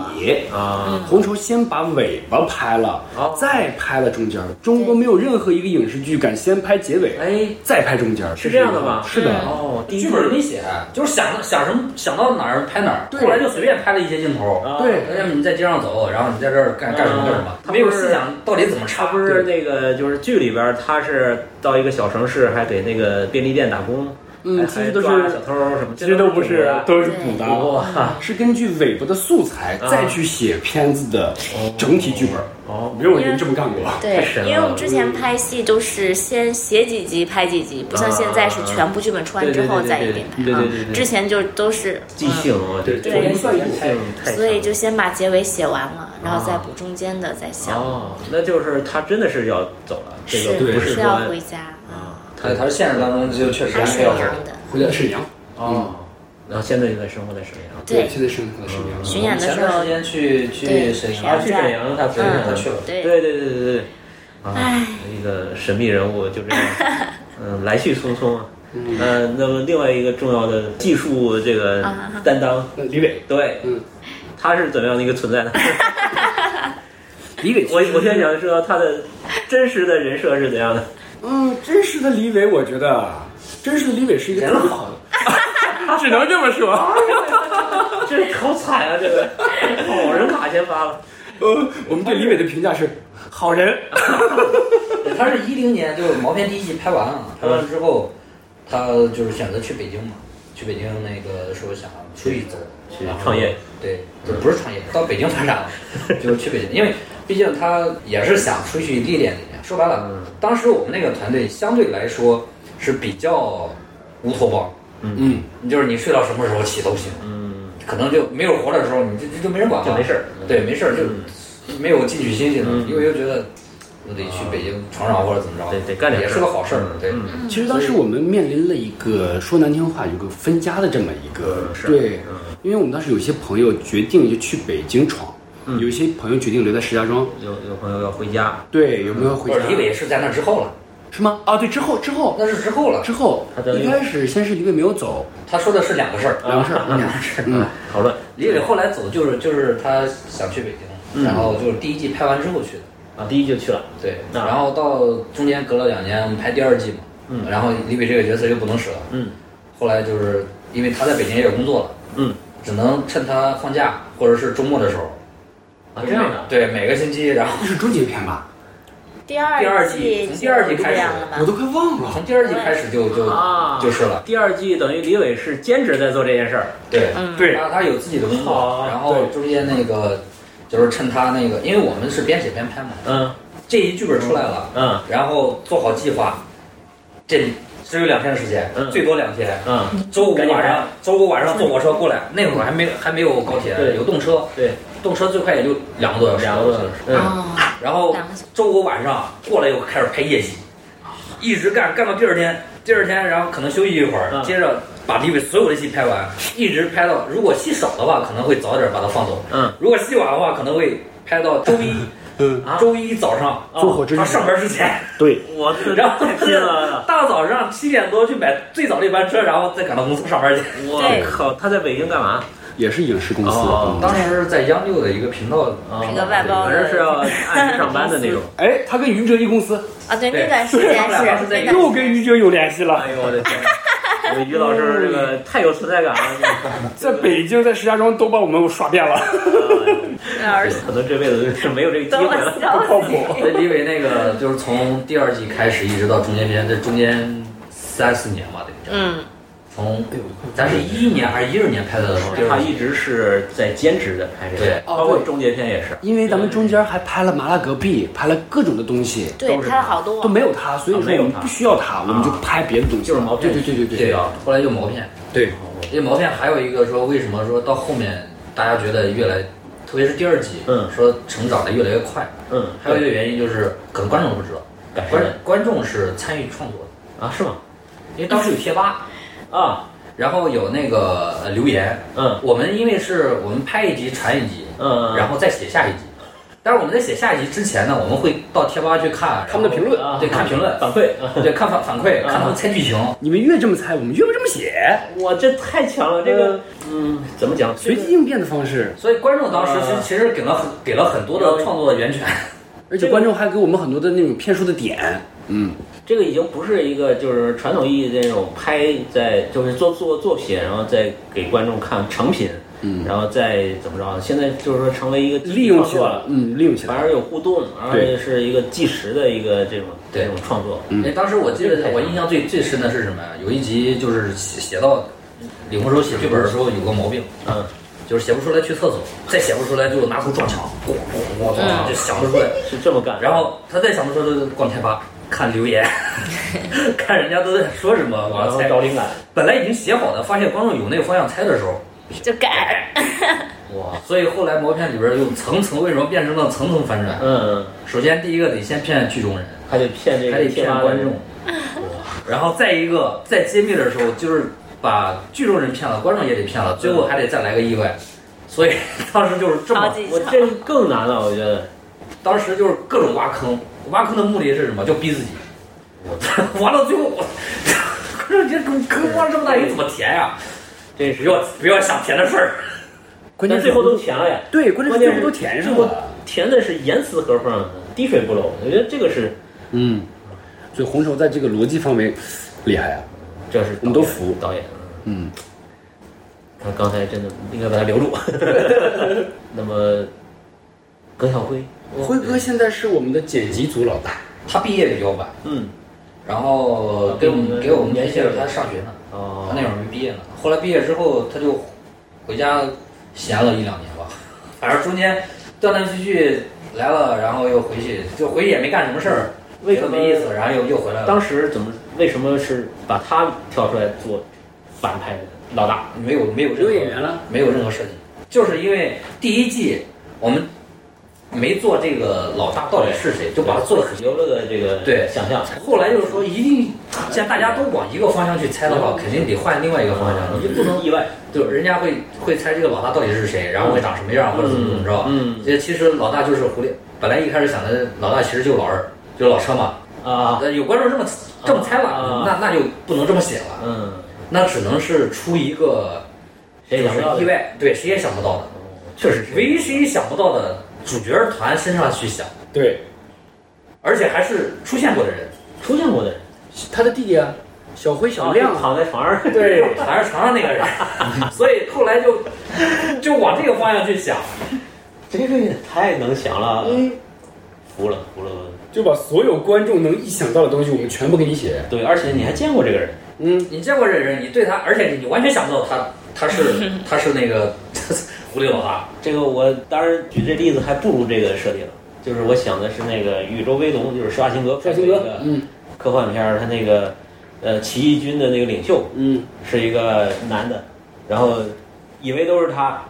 C: 啊，
E: 红绸先把尾巴拍了，
C: 哦
E: 再拍了中间。中国没有任何一个影视剧敢先拍结尾，
C: 哎，
E: 再拍中间。
C: 是这样的吗？
E: 是的。
C: 哦，第一
A: 剧
C: 季
A: 本没写，啊就是想到想什么想到哪儿拍哪儿，
E: 对
A: 后来就随便拍了一些镜头。
C: 啊
E: 对
A: 要么你在街上走，然后你在这儿干干什么干什么，
C: 他
A: 没有
C: 不是
A: 细想到底怎么
C: 他
A: 插。
C: 不是那个，就是剧里边儿他是到一个小城市，还给那个便利店打工，
E: 嗯
C: 还
E: 其实都是
C: 还抓小偷什么，
E: 其实都不是，
C: 啊
E: 都是补的，
C: 哇
E: 是根据尾巴的素材
C: 嗯
E: 再去写片子的整体剧本。
C: 哦，
E: 没有人这么干过。
F: 对
C: 太神，了
F: 因为我们之前拍戏都是先写几集拍几集，不像现在是全部剧本出完之后再一遍拍
C: 对
F: 啊
C: 对对对。对
F: 之前就都是
C: 即兴，我觉
E: 对
C: 得这个
E: 对
C: 即兴太强了
F: 所以就先把结尾写完了，然后再补中间的再想。
C: 哦，那就是他真的是要走了，这个不
F: 是
C: 是
F: 要
C: 说
F: 回家，
C: 啊，
A: 他他现实当中就确实
F: 他
A: 还
F: 是
A: 没
F: 那
A: 有
F: 样的。
E: 回到沈阳，
A: 嗯
C: 哦，然后现在就在生活在沈阳，
F: 对，
E: 现在生活在沈阳。
F: 巡演的
A: 前
F: 时
A: 段
F: 候
A: 时，间去去
F: 对
A: 沈阳
C: 啊，去沈阳他
A: 沈阳他
C: 他
A: 去了
C: 对
F: 嗯
C: 对
F: 对
C: 对对对对，啊，一个神秘人物就这 样，嗯，来去匆匆啊。嗯、那么另外一个重要的技术这个
F: 啊
C: 担当，
E: 那李伟，
C: 对，
E: 嗯，
C: 他是怎么样的一个存在呢？
E: 李伟，
C: 我我现在想知道他的真实的人设是怎样的。
E: 嗯，真实的李伟，我觉得啊，真实的李伟是一个特别好的， 只 能这么说。
C: 这好惨啊！这个好人卡先发了，
E: 呃，我们对李伟的评价是好人。
A: 他是一零年就是毛片第一季拍完了，拍
C: 嗯
A: 完之后，他就是选择去北京嘛，去北京那个说想出去走，
C: 去
A: 然后
C: 创业，
A: 对，就不是创业，到北京发展了， 就是去北京，因为毕竟他也是想出去历练历练。说白
C: 嗯
A: 了，当时我们那个团队相对来说是比较乌托邦，
E: 嗯，
A: 就是你睡到什么时候起都行，
C: 嗯，
A: 可能就没有活的时候，你就就就没人管了，
C: 就没事儿，
A: 对，没事儿
C: 嗯
A: 就没有进取心这种，因为就觉得我得去北京闯闯或者怎么着，
C: 对嗯啊得干点
A: 也
C: 事
A: 是
C: 儿
A: 个好事儿，对。
C: 嗯，
E: 其实当时我们面临了一个说难听话，有个分家的这么一个
C: 嗯是
E: 对
C: 嗯，
E: 因为我们当时有些朋友决定就去北京闯，
C: 嗯
E: 有一些朋友决定留在石家庄。
C: 有有朋友要回家，
E: 对，有没有回
A: 或者
E: 家？
A: 李伟是在那之后了，
E: 是吗？啊，对，之后之后
A: 那是之后了。
E: 之后
C: 他的
E: 一开始先是李伟没有走，
A: 他说的是两个事儿。
E: 两个事儿，两个事儿，嗯，
C: 讨论
A: 李伟后来走就是就是他想去北
C: 嗯
A: 京，然后就是第一季拍完之后去的，
C: 啊，第一就去了，
A: 对。
C: 啊
A: 然后到中间隔了两年，我们拍第二季嘛，
C: 嗯
A: 然后李伟这个角色又不能舍，
C: 嗯
A: 后来就是因为他在北京也有工作了，
C: 嗯，
A: 只能趁他放假或者是周末的时候，
C: 啊，这样的，
A: 对，每个星期，然后
E: 那是终结篇吧？
F: 第二
A: 第二季
F: 季
A: 从第二季开始
F: 就这样了吧
E: 我？都快忘了。
A: 从第二季开始就就
C: 啊
A: 就是了，
C: 第二季等于李伟是兼职在做这件事儿，
A: 对。
F: 嗯，
E: 对
A: 啊他他有自己的工
C: 好
A: 作，然后中间那个就是趁他那个，因为我们是边写边拍嘛，
C: 嗯
A: 这一剧本出来了，
C: 嗯
A: 然后做好计划，这只有两天时间，
C: 嗯
A: 最多两天。
C: 嗯，
A: 周五
C: 赶紧
A: 晚
C: 拍
A: 上，周五晚上坐火车过来，那会儿还没还没有高铁
C: 对，
A: 有动车，
C: 对，
A: 动车最快也就两个多小时，
C: 两个多小时，嗯，
F: 哦，
A: 然后
F: 两个小时
A: 周五晚上过来又开始拍夜戏，一直干干到第二天，第二天然后可能休息一会儿，
C: 嗯
A: 接着把李伟所有的戏拍完，一直拍到如果戏少的话，可能会早点把他放走，
C: 嗯，
A: 如果戏晚的话，可能会拍到周一，
E: 嗯
A: 啊，周一早上
E: 坐火车
A: 他
E: 之前
A: 上班之前，
E: 对，
C: 哦 我啊
A: 然后
C: 太拼了，
A: 大早上七点多去买最早那班车，然后再赶到公司上班去。
C: 我
F: 对
C: 靠，他在北京干嘛？
E: 也是影视公司。
C: 哦
E: 嗯
A: 当时是在央六的一个频道，啊
F: 是个外包
C: 反正是
F: 的
C: 要按时上班的那种。
E: 哎，他跟于哲一公司，
F: 啊，对，
A: 对
F: 那段时间
A: 他们俩是
F: 是
A: 在
F: 那段
E: 又跟于哲有联系了，
C: 哎呦我的天！ 我于老师这个太有存在感了，
E: 在 北京，在石家庄都把我们刷遍了，
F: 老师
C: 可能这辈子就是没有这个机
F: 等
C: 会
F: 我
C: 了。
E: 不
F: 消
E: 靠
F: 息。
E: 谱。
A: 所以李伟那个就是从第二季开始一直到中间篇，这中间三四年吧，得
F: 嗯，
A: 从咱是一一年还是一二年拍的第
C: 他
A: 二季，
C: 一直是在兼职的拍这个
A: 对，
E: 哦
C: 包括终结篇也是。
E: 因为咱们中间还拍了麻辣隔壁，拍了各种的东西，
F: 对，拍了好多
E: 都没有他，所以
C: 啊没
E: 说
C: 有
E: 我们
C: 他
E: 不需要他，我们就拍别的东西。
C: 就是毛片
E: 对对对对
A: 对
E: 对
A: 啊，后来就毛片，
E: 对，
A: 因为毛片还有一个说为什么说到后面大家觉得越来，特别是第二季，
C: 嗯
A: 说成长的越来越快，
C: 嗯，
A: 还有一个原因就是可能观众不知道，
C: 感
A: 观
C: 人
A: 观众是参与创作的，
C: 啊，是吗？
A: 因为当时有贴吧，
E: 嗯
C: 啊，
A: 然后有那个呃留言，
C: 嗯
A: 我们因为是我们拍一集传一集，
C: 嗯，
A: 然后再写下一集。但是我们在写下一集之前呢，我们会到贴吧去看
E: 他们的评论嗯
C: 啊
A: 对，看评论，
C: 反馈，啊
A: 对，看反反馈，看他们猜剧情。
E: 你们越这么猜，我们越不这么写，
C: 我这太强了，这个嗯，怎么讲？
E: 随机应变的方式，
A: 所以观众当时
C: 啊
A: 是其实给了很给了很多的创作的源泉。
E: 而且观众还给我们很多的那种骗术的点。嗯，
C: 这个已经不是一个就是传统意义的那种拍在就是做做作品，然后再给观众看成品，
E: 嗯
C: 然后再怎么着？现在就是说成为一个
E: 利用起来了
C: 了，，
E: 嗯，利用起
C: 反
E: 来了。
C: 而有互动，而且是一个计时的一个这种
A: 对
C: 这种创作。
E: 嗯
A: 哎，当时我记得我印象最最深的是什么呀？有一集就是写写到李洪洲写剧本的时候有个毛病，
C: 嗯，
A: 就是写不出来去厕所，再写不出来就拿头撞墙，咣咣咣撞墙，就想不出来。
C: 是这么干。
A: 然后他再想不出来就逛贴吧，看留言，看人家都在说什么，我
C: 然
A: 要
C: 后
A: 猜
C: 找灵感，
A: 本来已经写好的，发现观众有那个方向猜的时候，
F: 就改，
C: 哇，
A: 所以后来毛片里边又层层为什么变成了层层反转？
C: 嗯，
A: 首先第一个得先骗剧中人，
C: 还得骗这
A: 还得
C: 个贴
A: 骗
C: 吧
A: 观众，然后再一个在揭秘的时候就是把剧中人骗了，观众也得骗了，最后还得再来个意外，所以 当时就是这
F: 超
A: 么，
F: 级
C: 我
F: 长
C: 这更难了，我觉得。
A: 当时就是各种挖坑，挖坑的目的是什么？就逼自己， 完了最后我。可是这坑坑挖这么大，你怎么填呀、
C: 这
A: 不
C: 是
A: 要不要想填的事儿，
E: 关键
C: 但
E: 是
C: 最后都填了呀，
E: 对，关键
C: 关
E: 是
C: 键
E: 最
C: 是
E: 后都填上
C: 最后
E: 了。
C: 填的是严丝合缝的，滴水不漏。我觉得这个是，
E: 嗯，所以红绸在这个逻辑方面厉害啊。
C: 这是
E: 我们都服
C: 导演。
E: 嗯，
C: 他刚才真的应该把他留住。那么，葛小辉，
E: 辉哥现在是我们的剪辑组老大，
A: 他毕业比较晚，
C: 嗯，
A: 然后给啊我们给我们联系的时候他上学呢，
C: 哦
A: 他那会儿没毕业呢。后来毕业之后，他就回家闲了一两年吧，反正中间断断续续来了，然后又回去，就回去也没嗯干什么事儿，
C: 为
A: 觉
C: 什
A: 得
C: 么
A: 没意思，然后又又回来了。
C: 当时怎么为什么是把他挑出来做反派老大？
A: 没有没有任
E: 有
A: 何
E: 演员了，
A: 没有任何设计，就是因为第一季我们没做这个老大到底是谁，就把它做死。
C: 留了个这个
A: 对
C: 想象，
A: 后来就是说，一定既然大家都往一个方向去猜的话，肯定得换另外一个方向，你就不能
C: 意外，
A: 就人家会会猜这个老大到底是谁，然后会长什么样或者怎么怎么着。
C: 嗯
A: 这其实老大就是狐狸，本来一开始想的老大其实就是老二，就是老车嘛。
C: 啊，
A: 呃，有观众这么这么猜了
C: 啊，
A: 那那就不能这么写了，
C: 嗯，
A: 那只能是出一个
C: 谁
A: 就
C: 想
A: 是
C: 不到的哦
A: 意？外，对，谁也想不到的。
C: 确实
A: 唯一谁想不到的主角团身上去想，
E: 对，
A: 而且还是出现过的人，
C: 出现过的人，
E: 他的弟弟啊，小辉、小亮，
C: 亮
E: 啊
C: 躺在床上，
A: 对，躺在床上那个人，所以后来就就往这个方向去想，
C: 这个也太能想了，服了服了。
E: 就把所有观众能一想到的东西，我们全部给你写。
C: 对，而且你还见过这个人，
E: 嗯，
A: 你见过这人，你对他，而且你完全想不到他他 是他是那个 狐狸老大，
C: 这个我当然举这例子还不如这个设定，就是我想的是那个《宇宙威龙》，就是施瓦辛格
E: 帅
C: 拍的
E: 星
C: 一
E: 哥
C: 个，
E: 嗯
C: 科幻片儿，他那个呃起义军的那个领袖
E: 嗯，
C: 是一个男的，然后以为都是他，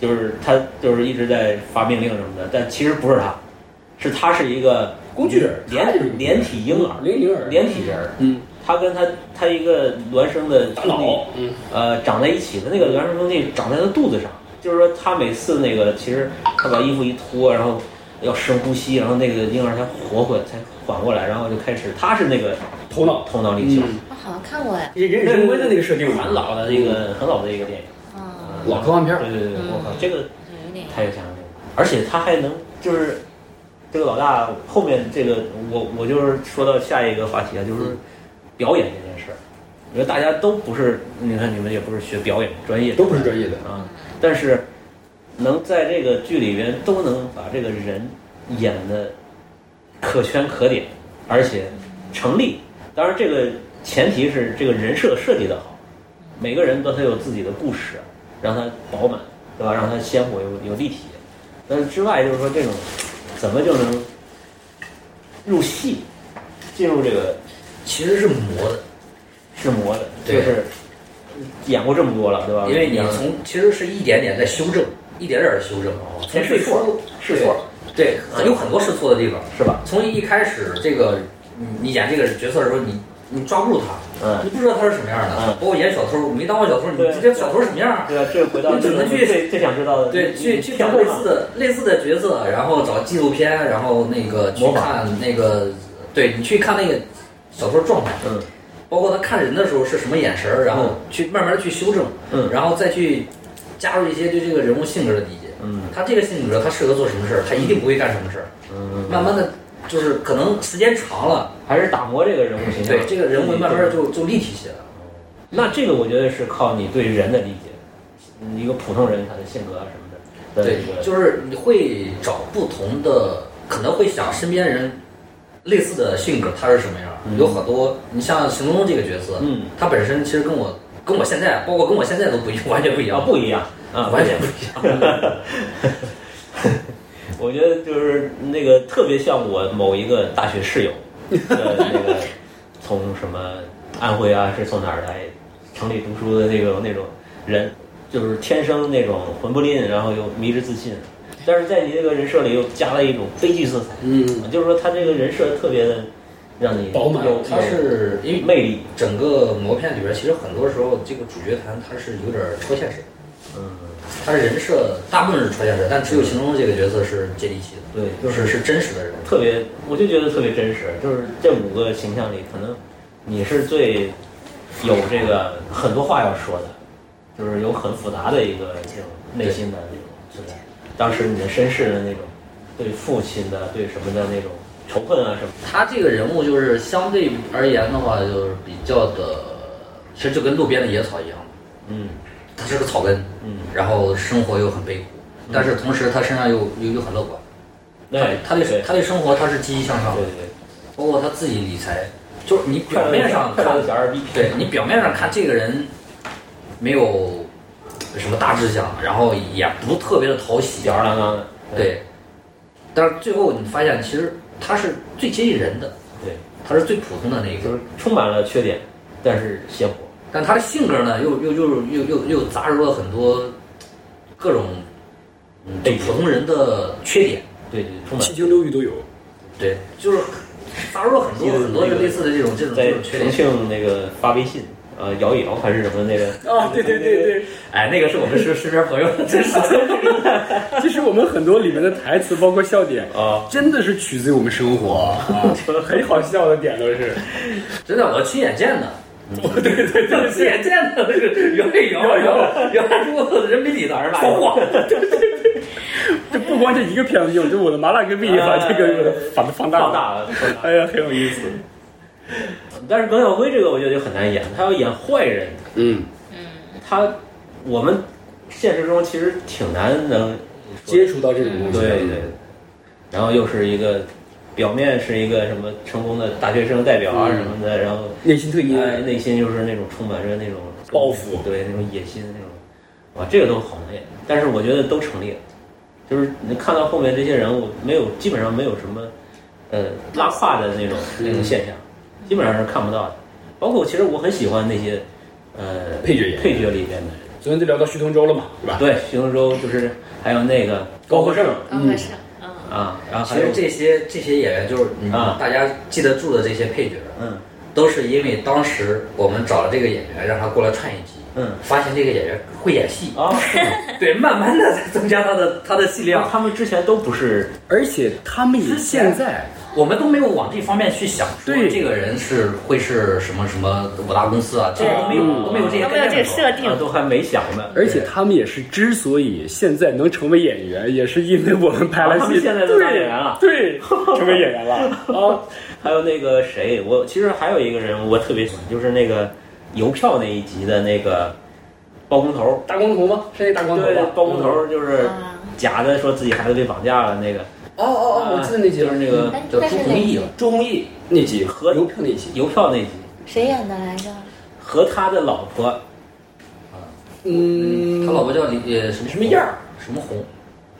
C: 就是他就是一直在发命令什么的，但其实不是他，是他是一个
E: 工具人他就是一个
C: 连连体婴儿，
E: 零零二，
C: 连体人儿，
E: 嗯，
C: 他跟他他一个孪生的
E: 大
C: 兄弟
E: 脑，嗯，
C: 呃，长在一起的那个孪生兄弟长在他肚子上，就是说他每次那个，其实他把衣服一脱，然后要深呼吸，然后那个婴儿才活回才缓过来，然后就开始，他是那个
E: 头脑，
C: 头脑领袖，
E: 嗯，
F: 我好像看过哎，
E: 人人人龟的那个设定
C: 很老的那个很老的一个电影，
F: 啊，
E: 老科幻片
C: 对
E: 儿，嗯
C: 对对，我靠，这个
F: 有一点
C: 太有想象力了，而且他还能就是这个老大后面这个，我我就是说到下一个话题啊，就是表演这件事儿，因为大家都不是，你看你们也不是学表演专业的，
E: 都不是专业的，
C: 啊，但是能在这个剧里边都能把这个人演的可圈可点，而且成立。当然，这个前提是这个人设设计的好，每个人都他有自己的故事，让他饱满，对吧？让他鲜活有有立体。但是之外，就是说这种怎么就能入戏，进入这个
A: 其实是磨的，
C: 是魔的，就
A: 对
C: 是演过这么多了，对吧？
A: 因为你从其实是一点点在修正，一点点儿修正，啊从
C: 试
A: 最
C: 哎错
A: 初
C: 试
A: 对
C: 错
A: 对，很有很多试错的地方，
C: 是吧？
A: 从一开始这个你你演这个角色的时候，你你抓不住他。
C: 嗯。
A: 你不知道他是什么样的。
C: 嗯
A: 包括演小偷，没当过小偷，你
C: 对
A: 不知道小偷是什么样啊？
C: 对啊，这回到
A: 你只能去
C: 最最想知道的，
A: 对，
C: 你
A: 去
C: 你
A: 去
C: 跳
A: 找
C: 过
A: 类
C: 嘛
A: 似的类似的角色，然后找纪录片，然后那个去
C: 模仿
A: 看那个，对你去看那个小偷状态，
C: 嗯，
A: 包括他看人的时候是什么眼神儿，然后去慢慢的去修正，
C: 嗯
A: 然后再去加入一些对这个人物性格的理解。
C: 嗯
A: 他这个性格，他适合做什么事儿，他一定不会干什么事儿。
C: 嗯，
A: 慢慢的，就是可能时间长了，
C: 还是打磨这个人物形象。
A: 对这个人物慢慢的
C: 嗯
A: 就就立体起来了。
C: 那这个我觉得是靠你对人的理解，嗯一个普通人他的性格啊什么的的
A: 对
C: 一个，
A: 就是你会找不同的，可能会想身边人类似的性格，他是什么样儿？
C: 嗯
A: 有很多，你像邢东这个角色，
C: 嗯
A: 他本身其实跟我跟我现在，包括跟我现在都不一样，完全不一
C: 啊
A: 样，
C: 不一样啊，
A: 完全不一样。
C: 我觉得就是那个特别像我某一个大学室友的那个，从什么安徽啊，是从哪儿来城里读书的那种那种人，就是天生那种魂不吝，然后又迷之自信，但是在你这个人设里又加了一种悲剧色彩，
E: 嗯，
C: 就是说他这个人设特别的让你
E: 饱满
C: 有
A: 他是因
C: 有
A: 为
C: 魅力，
A: 整个磨片里边，其实很多时候这个主角团他是有点儿超现实的，
C: 嗯，
A: 他人设大部分是超现实，但只有邢东这个角色是接地气的，
C: 对，就
A: 就是是是真实的人物。
C: 特别，我就觉得特别真实。就是这五个形象里，可能你是最有这个很多话要说的，就是有很复杂的一个这种内心的那种是吧？当时你的身世的那种，对父亲的对什么的那种仇恨啊什么的，
A: 他这个人物就是相对而言的话，就是比较的，其实就跟路边的野草一样，
C: 嗯
A: 他是个草根，
C: 嗯
A: 然后生活又很悲苦，但是同时他身上又又又很乐观，
C: 对
A: 他对他对生活他是积极向上的
C: 对，对，
A: 包括他自己理财，就是你表面上
C: 快
A: 看
C: 乐小二逼，
A: 对你表面上看这个人没有什么大志向，然后也不特别的讨喜
C: 吊儿，郎当的，
A: 对。但是最后你发现，其实他是最接近人的，
C: 对，
A: 他是最普通的那一
C: 就
A: 个。
C: 是充满了缺点，但是鲜活。
A: 但他的性格呢，又又又又又又杂糅了很多各种嗯对普通人的缺点，
C: 对对，充满
E: 七情六欲都有。
A: 对，就是杂糅了很多很多类似的这种这种这
C: 在
A: 种缺
C: 重
A: 点。
C: 庆那个发微信，呃，摇一摇还是什么那个，
E: 哦，对对对对，
A: 哎，那个是我们身身边朋友，真是
E: 其实我们很多里面的台词，包括笑点，
C: 啊，
E: 真的是取自于我们生活，啊， 很好笑的点都是。
A: 真的，我亲眼见的。对对对，亲眼见的，摇一摇摇摇出人民币的儿吧，火，
E: 这不光这一个片子用，就我的麻辣戈壁把这个反哎放大
C: 放
E: 了，
C: 大了。放大了
E: 哎呀，很有意思。
C: 但是耿小辉这个我觉得就很难演，他要演坏人，
E: 嗯，
C: 他我们现实中其实挺难能
E: 接触到这种东西，
C: 对对，然后又是一个表面是一个什么成功的大学生代表啊
E: 嗯
C: 什么的，然后
E: 内心特阴
C: 哎
E: 暗。
C: 内心就是那种充满着那种
E: 报复
C: 对那种野心那种，哇，这个都好难演，但是我觉得都成立了，就是你看到后面这些人物没有基本上没有什么呃拉胯的那种那
E: 嗯
C: 种现象，基本上是看不到的，包括其实我很喜欢那些呃
E: 配角演员
C: 配角里边的人，
E: 昨天就聊到徐同舟了嘛，对吧？
C: 对徐东洲就是还有那个
E: 高和胜，
F: 高和胜，嗯，
C: 啊，然后
A: 其
C: 还有
A: 实这些这些演员就是你
C: 啊
A: 大家记得住的这些配角，
C: 嗯
A: 都是因为当时我们找了这个演员，让他过来串一集，
C: 嗯
A: 发现这个演员会演戏，
C: 啊。是吗
A: 对，慢慢的才增加他的他的戏量。
C: 他们之前都不是
E: 而且他们也现在
A: 我们都没有往这方面去想，说
E: 对
A: 这个人是会是什么什么五大公司啊，这都没有
E: 嗯
A: 都没有这些
F: 都没有这个设
E: 哎
F: 定
C: 啊，，都还没想呢。
E: 而且他们也是之所以现在能成为演员，也是因为我们拍了
C: 啊他
E: 戏，
C: 们现在都当演员了
E: 对，对成为演员了啊！
C: 哦还有那个谁，我其实还有一个人我特别喜欢，就是那个邮票那一集的那个包工 头，
E: 大光头吗？是那大光头啊嗯
C: 对
E: 吗？，
C: 包工头就是
F: 啊
C: 假的说自己孩子被绑架了那个，
E: 哦哦哦，我记得那集
C: 就是那个
F: 但
A: 叫
F: 但
A: 朱
F: 是
A: 红
F: 哪
A: 毅了。
E: 周鸿祎那集
C: 和
E: 邮票那集，
C: 邮票那集
F: 谁演的来着？
C: 和他的老婆
E: 嗯，
A: 他老婆叫李呃什么
E: 什么燕儿，
A: 什么红，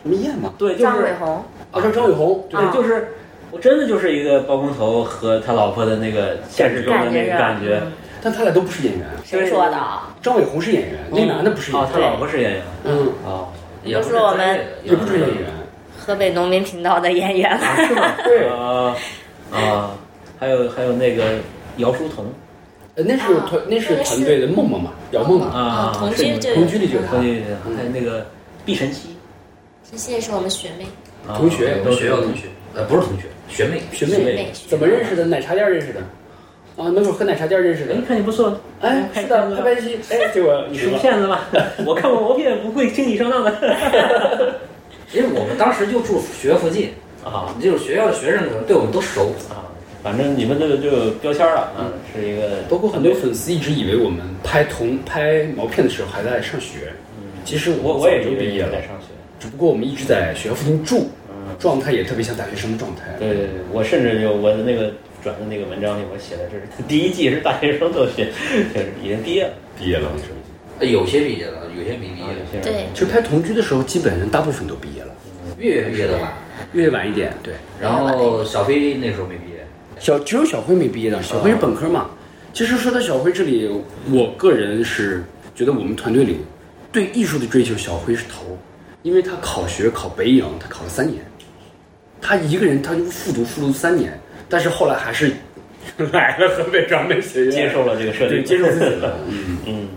E: 什么燕嘛？
C: 对，就
F: 张伟
C: 是
F: 宏，
E: 啊，叫张伟宏，
C: 对，就是我真的就是一个包工头和他老婆的那个现实中的
F: 感
C: 那
F: 觉
C: 个
F: 是
C: 感觉，
F: 嗯
E: 但他俩都不是演员，
F: 谁说的啊？
E: 张伟宏是演员，那男的不是演
C: 哦，
E: 员，
C: 他老婆是演员
E: 嗯，
C: 哦，
A: 也
F: 都是我们
A: 专业的
E: 也不是演员，
F: 河北农民频道的演员了。
C: 是吗？
E: 对
C: 啊啊，还有还有那个姚书童
E: 呃那是团那是团队的梦梦嘛，姚梦嘛，
C: 啊，
F: 哦同
C: 是
F: 居
C: 你
F: 就
E: 同居里就有
C: 对嗯
E: 他，
C: 对对，还有那个毕晨曦
F: 这些也是我们学妹，
C: 啊
E: 同学
A: 我们学校同学，呃不是同学，学妹。
E: 学
F: 学
E: 妹
F: 妹
E: 怎么认识的？奶茶店认识的，啊，门口喝奶茶店认识
C: 哎
E: 的，，
C: 看你不错，
E: 哎，是的，拍拍戏，哎，结果你
C: 你
E: 什
C: 是
E: 么？
C: 骗子吧？ 我看过毛片，不会轻易上当的。
A: 因为我们当时就住学校附近，
C: 啊
A: 就是学校的学生可能对我们都熟。
C: 啊，反正你们这个就有标签了啊，是一个
E: 包括很多粉丝一直以为我们拍同拍毛片的时候还在上学，其实
C: 我
E: 我
C: 我也
E: 早
C: 是
E: 就毕业了
C: 在，上学，
E: 只不过我们一直在学校附近住，
C: 嗯，
E: 状态也特别像大学生的状态。
C: 对对对，我甚至就我的那个转的那个文章里，我写的这是第一季是大学生都学，就是已经毕业了，
E: 毕业了那时候已经。
A: 呃有些毕业了，有些没毕
C: 啊有
A: 业。
C: 些人
F: 对，
E: 其实拍同居的时候，基本上大部分都毕业了，
A: 月月毕业的晚，
E: 越晚一点。对，
A: 然后
E: 啊
A: 小飞那时候没毕业。
E: 小只有小辉没毕业的，小辉是本科嘛。其实说到小辉这里，我个人是觉得我们团队里对艺术的追求，小辉是头，因为他考学考北影，他考了三年，他一个人他就复读复读三年，但是后来还是 来了河北传媒学院，
C: 接受了这个设
E: 对
C: 定，
E: 接受自己了。嗯
C: 嗯，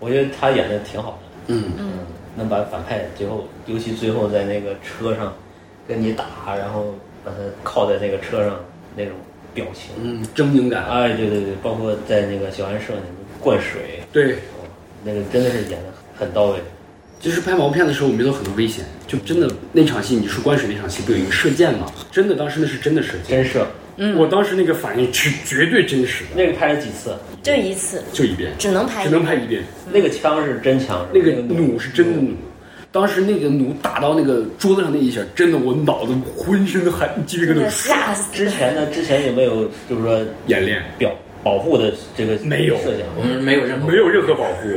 C: 我觉得他演的挺好的，
E: 嗯，
C: 嗯，能把反派最后，尤其最后在那个车上跟你打，然后把他靠在那个车上那种表情，
E: 嗯，狰狞感，
C: 哎，对对对，包括在那个小安社那个灌水，
E: 对。
C: 哦那个真的是演的很到位，
E: 其实拍毛片的时候，我们遇到很多危险，就真的那场戏，你说关水那场戏不有一个射箭吗？真的，当时那是真的射箭。
C: 真是
E: 我当时那个反应是绝对真实的，
C: 那个拍了几次，
F: 就一次，
E: 就一遍，
F: 只能拍
E: 只能拍一遍。
C: 那个枪是真枪，是吧
E: 那个弩是真的弩，当时那个弩打到那个桌子上那一下，真的我脑子浑身汗，鸡皮疙
F: 真
E: 瘩
F: 的。吓死！
C: 之前呢，之前有没有就是说
E: 演练
C: 表保护的这个
E: 没有
C: 设想？
A: 我们没有任何
E: 没有任何保护，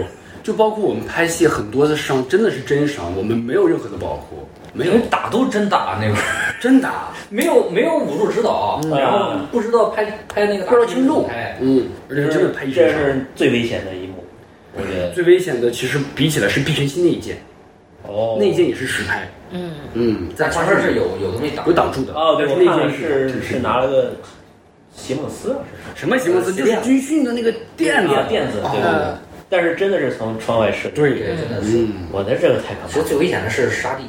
E: 就包括我们拍戏很多的伤，真的是真伤，我们没有任何的保护，没
A: 你
E: 有
A: 们打都真打啊那个，
E: 真啊打。
A: 没有没有武术指导，啊
C: 嗯
A: 然后不知道拍拍那个
E: 不知道轻重
A: 哎，
E: 嗯，而且真的拍一
C: 这
E: 身伤。
C: 是最危险的一幕，我觉得。
E: 最危险的其实比起来是毕晨曦那一剑，
C: 哦
E: 那一剑也是实拍，
F: 嗯，
E: 嗯，在
A: 在前
E: 前
A: 面
E: 面
A: 是有有东西打
E: 有，挡住的。
C: 哦，对，
E: 但
C: 我
E: 是那
C: 看了
E: 剑
C: 是
E: 真
C: 是拿了个席梦思啊，是
E: 什么形容词？就是军训的那个垫子
C: 啊，垫子，对对对
E: 哦。
C: 但是真的是从窗外射，
E: 对
A: 对，真的是。
E: 嗯，
C: 我的这个太可
A: 其
C: 怕
A: 实
C: 了。
A: 最危险的是沙地，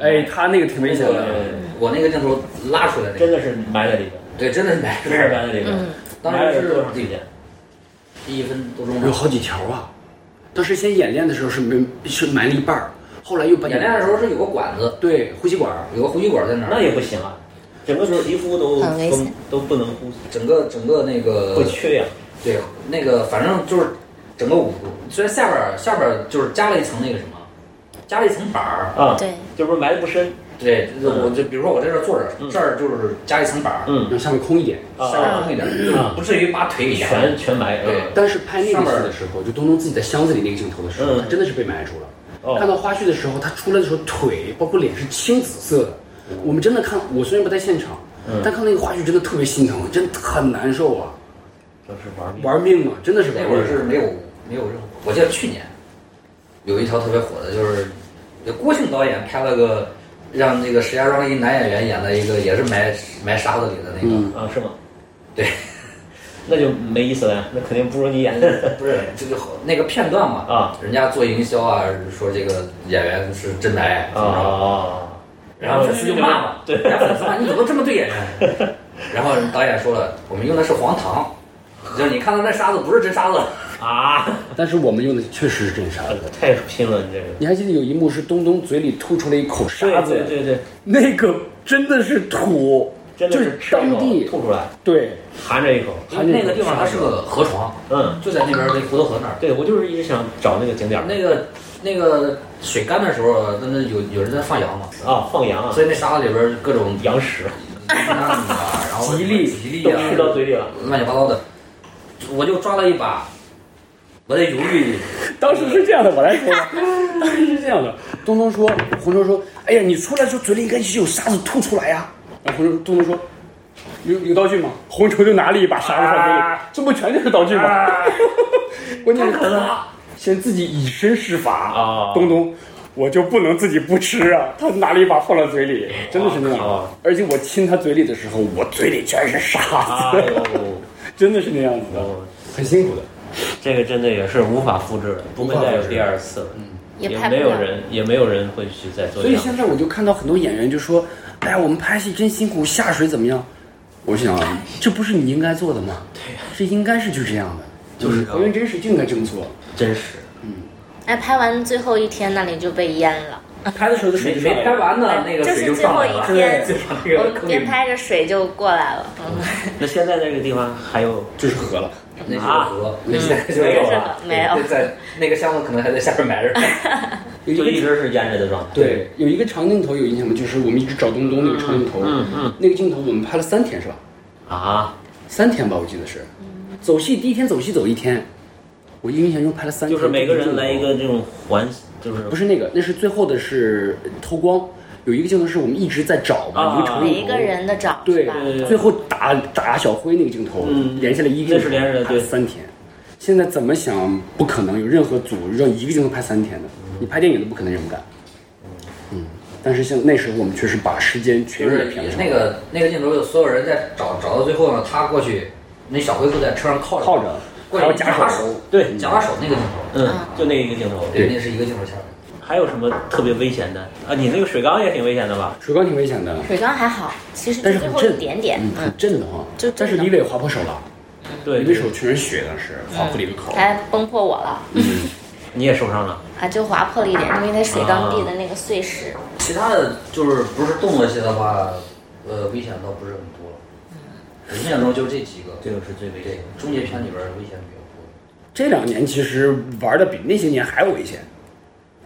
E: 哎，他那个挺危险
C: 对
E: 的，
C: 对对
A: 我那个镜头拉出来那
C: 嗯真
A: 个，
C: 的是埋在里边，
A: 对，真的是埋
C: 真是埋在里边
F: 嗯。
A: 当
C: 埋
A: 时
C: 了
A: 是
C: 多长时间？
A: 一分多钟吧
E: 有。好几条啊。当时先演练的时候是没是埋了一半儿，后来又把
A: 演练的时候是有个管子，
E: 对呼吸管儿，
A: 有个呼吸管在那
C: 那
A: 儿，
C: 也不行啊，整个皮肤都
F: 很危险
C: 都都不能呼吸，
A: 整个整个那个
C: 会缺氧。
A: 对那个反正就是整个五，虽然下边儿下边儿就是加了一层那个什么，加了一层板儿，
C: 啊，
F: 对，
C: 就是埋的不深，
A: 对，就是我就比如说我在这儿坐着，
C: 嗯
A: 这儿就是加一层板儿，
C: 嗯
E: 让下面空一点。
A: 下边儿空一点，就是不至于把腿给压
C: 全全埋，
A: 对
C: 嗯
E: 但是拍那个
A: 上面
E: 戏的时候，就东东自己在箱子里那个镜头的时候，
C: 嗯
E: 他真的是被埋住了。看
C: 哦，
E: 到花絮的时候，他出来的时候腿包括脸是青紫色的。我们真的看，我虽然不在现场，
C: 嗯
E: 但看那个花絮真的特别心疼，真的很难受啊，
C: 就是玩命，
E: 玩命啊，真的是玩
A: 那
E: 命
A: 会。儿是没有没有任何，我记得去年有一条特别火的，就是郭庆导演拍了个让那个石家庄一男演员演的一个，也是埋埋沙子里的那个，
E: 嗯，
C: 啊，是吗？
A: 对，
C: 那就没意思了，呀，那肯定不如你演。
A: 不是就是好那个片段嘛
C: 啊，
A: 人家做营销啊，说这个演员是真来，怎么着
C: 啊，
A: 然后粉丝就骂嘛，
C: 对
A: 然后粉丝骂你怎么这么对演员？ 然后导演说了，我们用的是黄糖，就是你看到那沙子不是真沙子，
C: 啊，
E: 但是我们用的确实是真沙子。
C: 太拼了，你这个。
E: 你还记得有一幕是东东嘴里吐出了一口沙子，
C: 对对对，
E: 那个真的是土，
C: 真的
E: 就是
C: 是吃一口
E: 当地
C: 吐出来，
E: 对，
C: 含着一口，
E: 他那个
A: 那个地方它是个河床，
C: 嗯，
A: 就在那边那胡子河那儿。
C: 对我就是一直想找那个景点儿
A: 那个那个水干的时候，那那有有人在放羊嘛，
C: 啊，放羊啊，
A: 所以那沙子里边各种
C: 羊 屎
A: 啊，然后
E: 吉利
A: 吉利
C: 都
A: 啊，
C: 吃到嘴里了，
A: 乱七八糟的，我就抓了一把，我在犹豫，
E: 当时是这样的，我 来说吧，当时是这样的。东东说，红球说，哎呀，你出来的时候嘴里应该是有沙子吐出来呀、然后红球东东说，有有道具吗？红球就拿了一把沙子放嘴里，
C: 啊
E: 这不全就是道具吗？ 关键是他先自己以身试法
C: 啊
E: 东东。我就不能自己不吃啊！他拿了一把放到嘴里，真的是那
C: 哇
E: 样
C: 靠。
E: 而且我亲他嘴里的时候，我嘴里全是沙
C: 哎
E: 子，
C: 呦，
E: 真的是那样子的，
C: 哦
E: 很辛苦的。
C: 这个真的也是无法复制的，不会再有第二次了，
F: 也
C: 也
F: 拍不
C: 没有
F: 了。
C: 人也没有人会去再做
E: 所
C: 这
E: 以
C: 样的。
E: 现在我就看到很多演员就说：“哎呀，我们拍戏真辛苦，下水怎么样？”我想，这不是你应该做的吗？对
C: 啊
E: 这应该是就这样的，就是还原真实就应该这么做。
C: 真实，
F: 哎，拍完最后一天那里就被淹了，
E: 拍的时候的
A: 没没拍完呢，那个水
F: 就哎是
A: 就
F: 最
A: 上
F: 后
A: 来
F: 一
A: 了，
F: 天，
A: 就把那
F: 我
A: 个
F: 们
A: 坑
F: 边
A: 给
F: 拍着水就过来了。嗯，
C: 那现在那个地方还有
E: 就是合了。
A: 那是个河，那现在就
C: 啊没有
A: 了
C: 了
F: 没有
A: 对在那个箱子可能还在下边 埋着呢，
E: 有
C: 就
E: 一
C: 一
E: 个
C: 直是淹着的状态。
E: 对，有一个长镜头有印象吗？就是我们一直找东东那个长镜头，
C: 嗯嗯
E: 那个镜头我们拍了三天是吧？
C: 啊，
E: 三天吧，我记得是。走戏第一天走戏走一天，我印象中拍了三天。
C: 就是每个人来一个这种环，就是
E: 不是那个，那是最后的是偷光，有一个镜头是我们一直在找嘛，
C: 啊
E: 一个长镜头
F: 每一个人的找是
E: 对
F: 吧？，
E: 最后打打小辉那个镜头，
C: 嗯
E: 连下来一个镜
C: 那是
E: 头
C: 连着的
E: 拍
C: 对
E: 三天。现在怎么想，不可能有任何组让一个镜头拍三天的，你拍电影都不可能这么干。嗯，但是像那时候我们确实把时间全
A: 就
E: 给
A: 是
E: 平上，
A: 那个那个镜头，就所有人在找找到最后呢，他过去，那小灰兔在车上靠着
E: 靠着，
A: 过
E: 还要
A: 去
E: 夹
A: 手
E: 手，
C: 对，
A: 夹手那个镜头，
C: 嗯，就那一个镜头。
A: 对，那是一个镜头下来的。
C: 还有什么特别危险的啊？你那个水缸也挺危险的吧？
E: 水缸挺危险的，
F: 水缸还好，其实
E: 但
F: 就是最
E: 很
F: 后一
E: 震，
F: 点点
E: 嗯，，
F: 嗯
E: 很，震的慌。
F: 就
E: 但是
F: 震的
E: 李伟划破手了，
C: 对
E: 李，伟手全是血，当时划破了一个口。
F: 还崩破我了
E: 嗯
C: 你也受伤了。
F: 啊，就划破了一点，因为它水缸壁的
E: 啊
F: 那个碎石。
A: 其他的就是不是动作戏的话，呃，危险倒不是很多了。我印象中就这几个，
C: 这个是最危险
A: 对
C: 的，
A: 终结篇里边危险比较多。
E: 这两年其实玩的比那些年还要危险，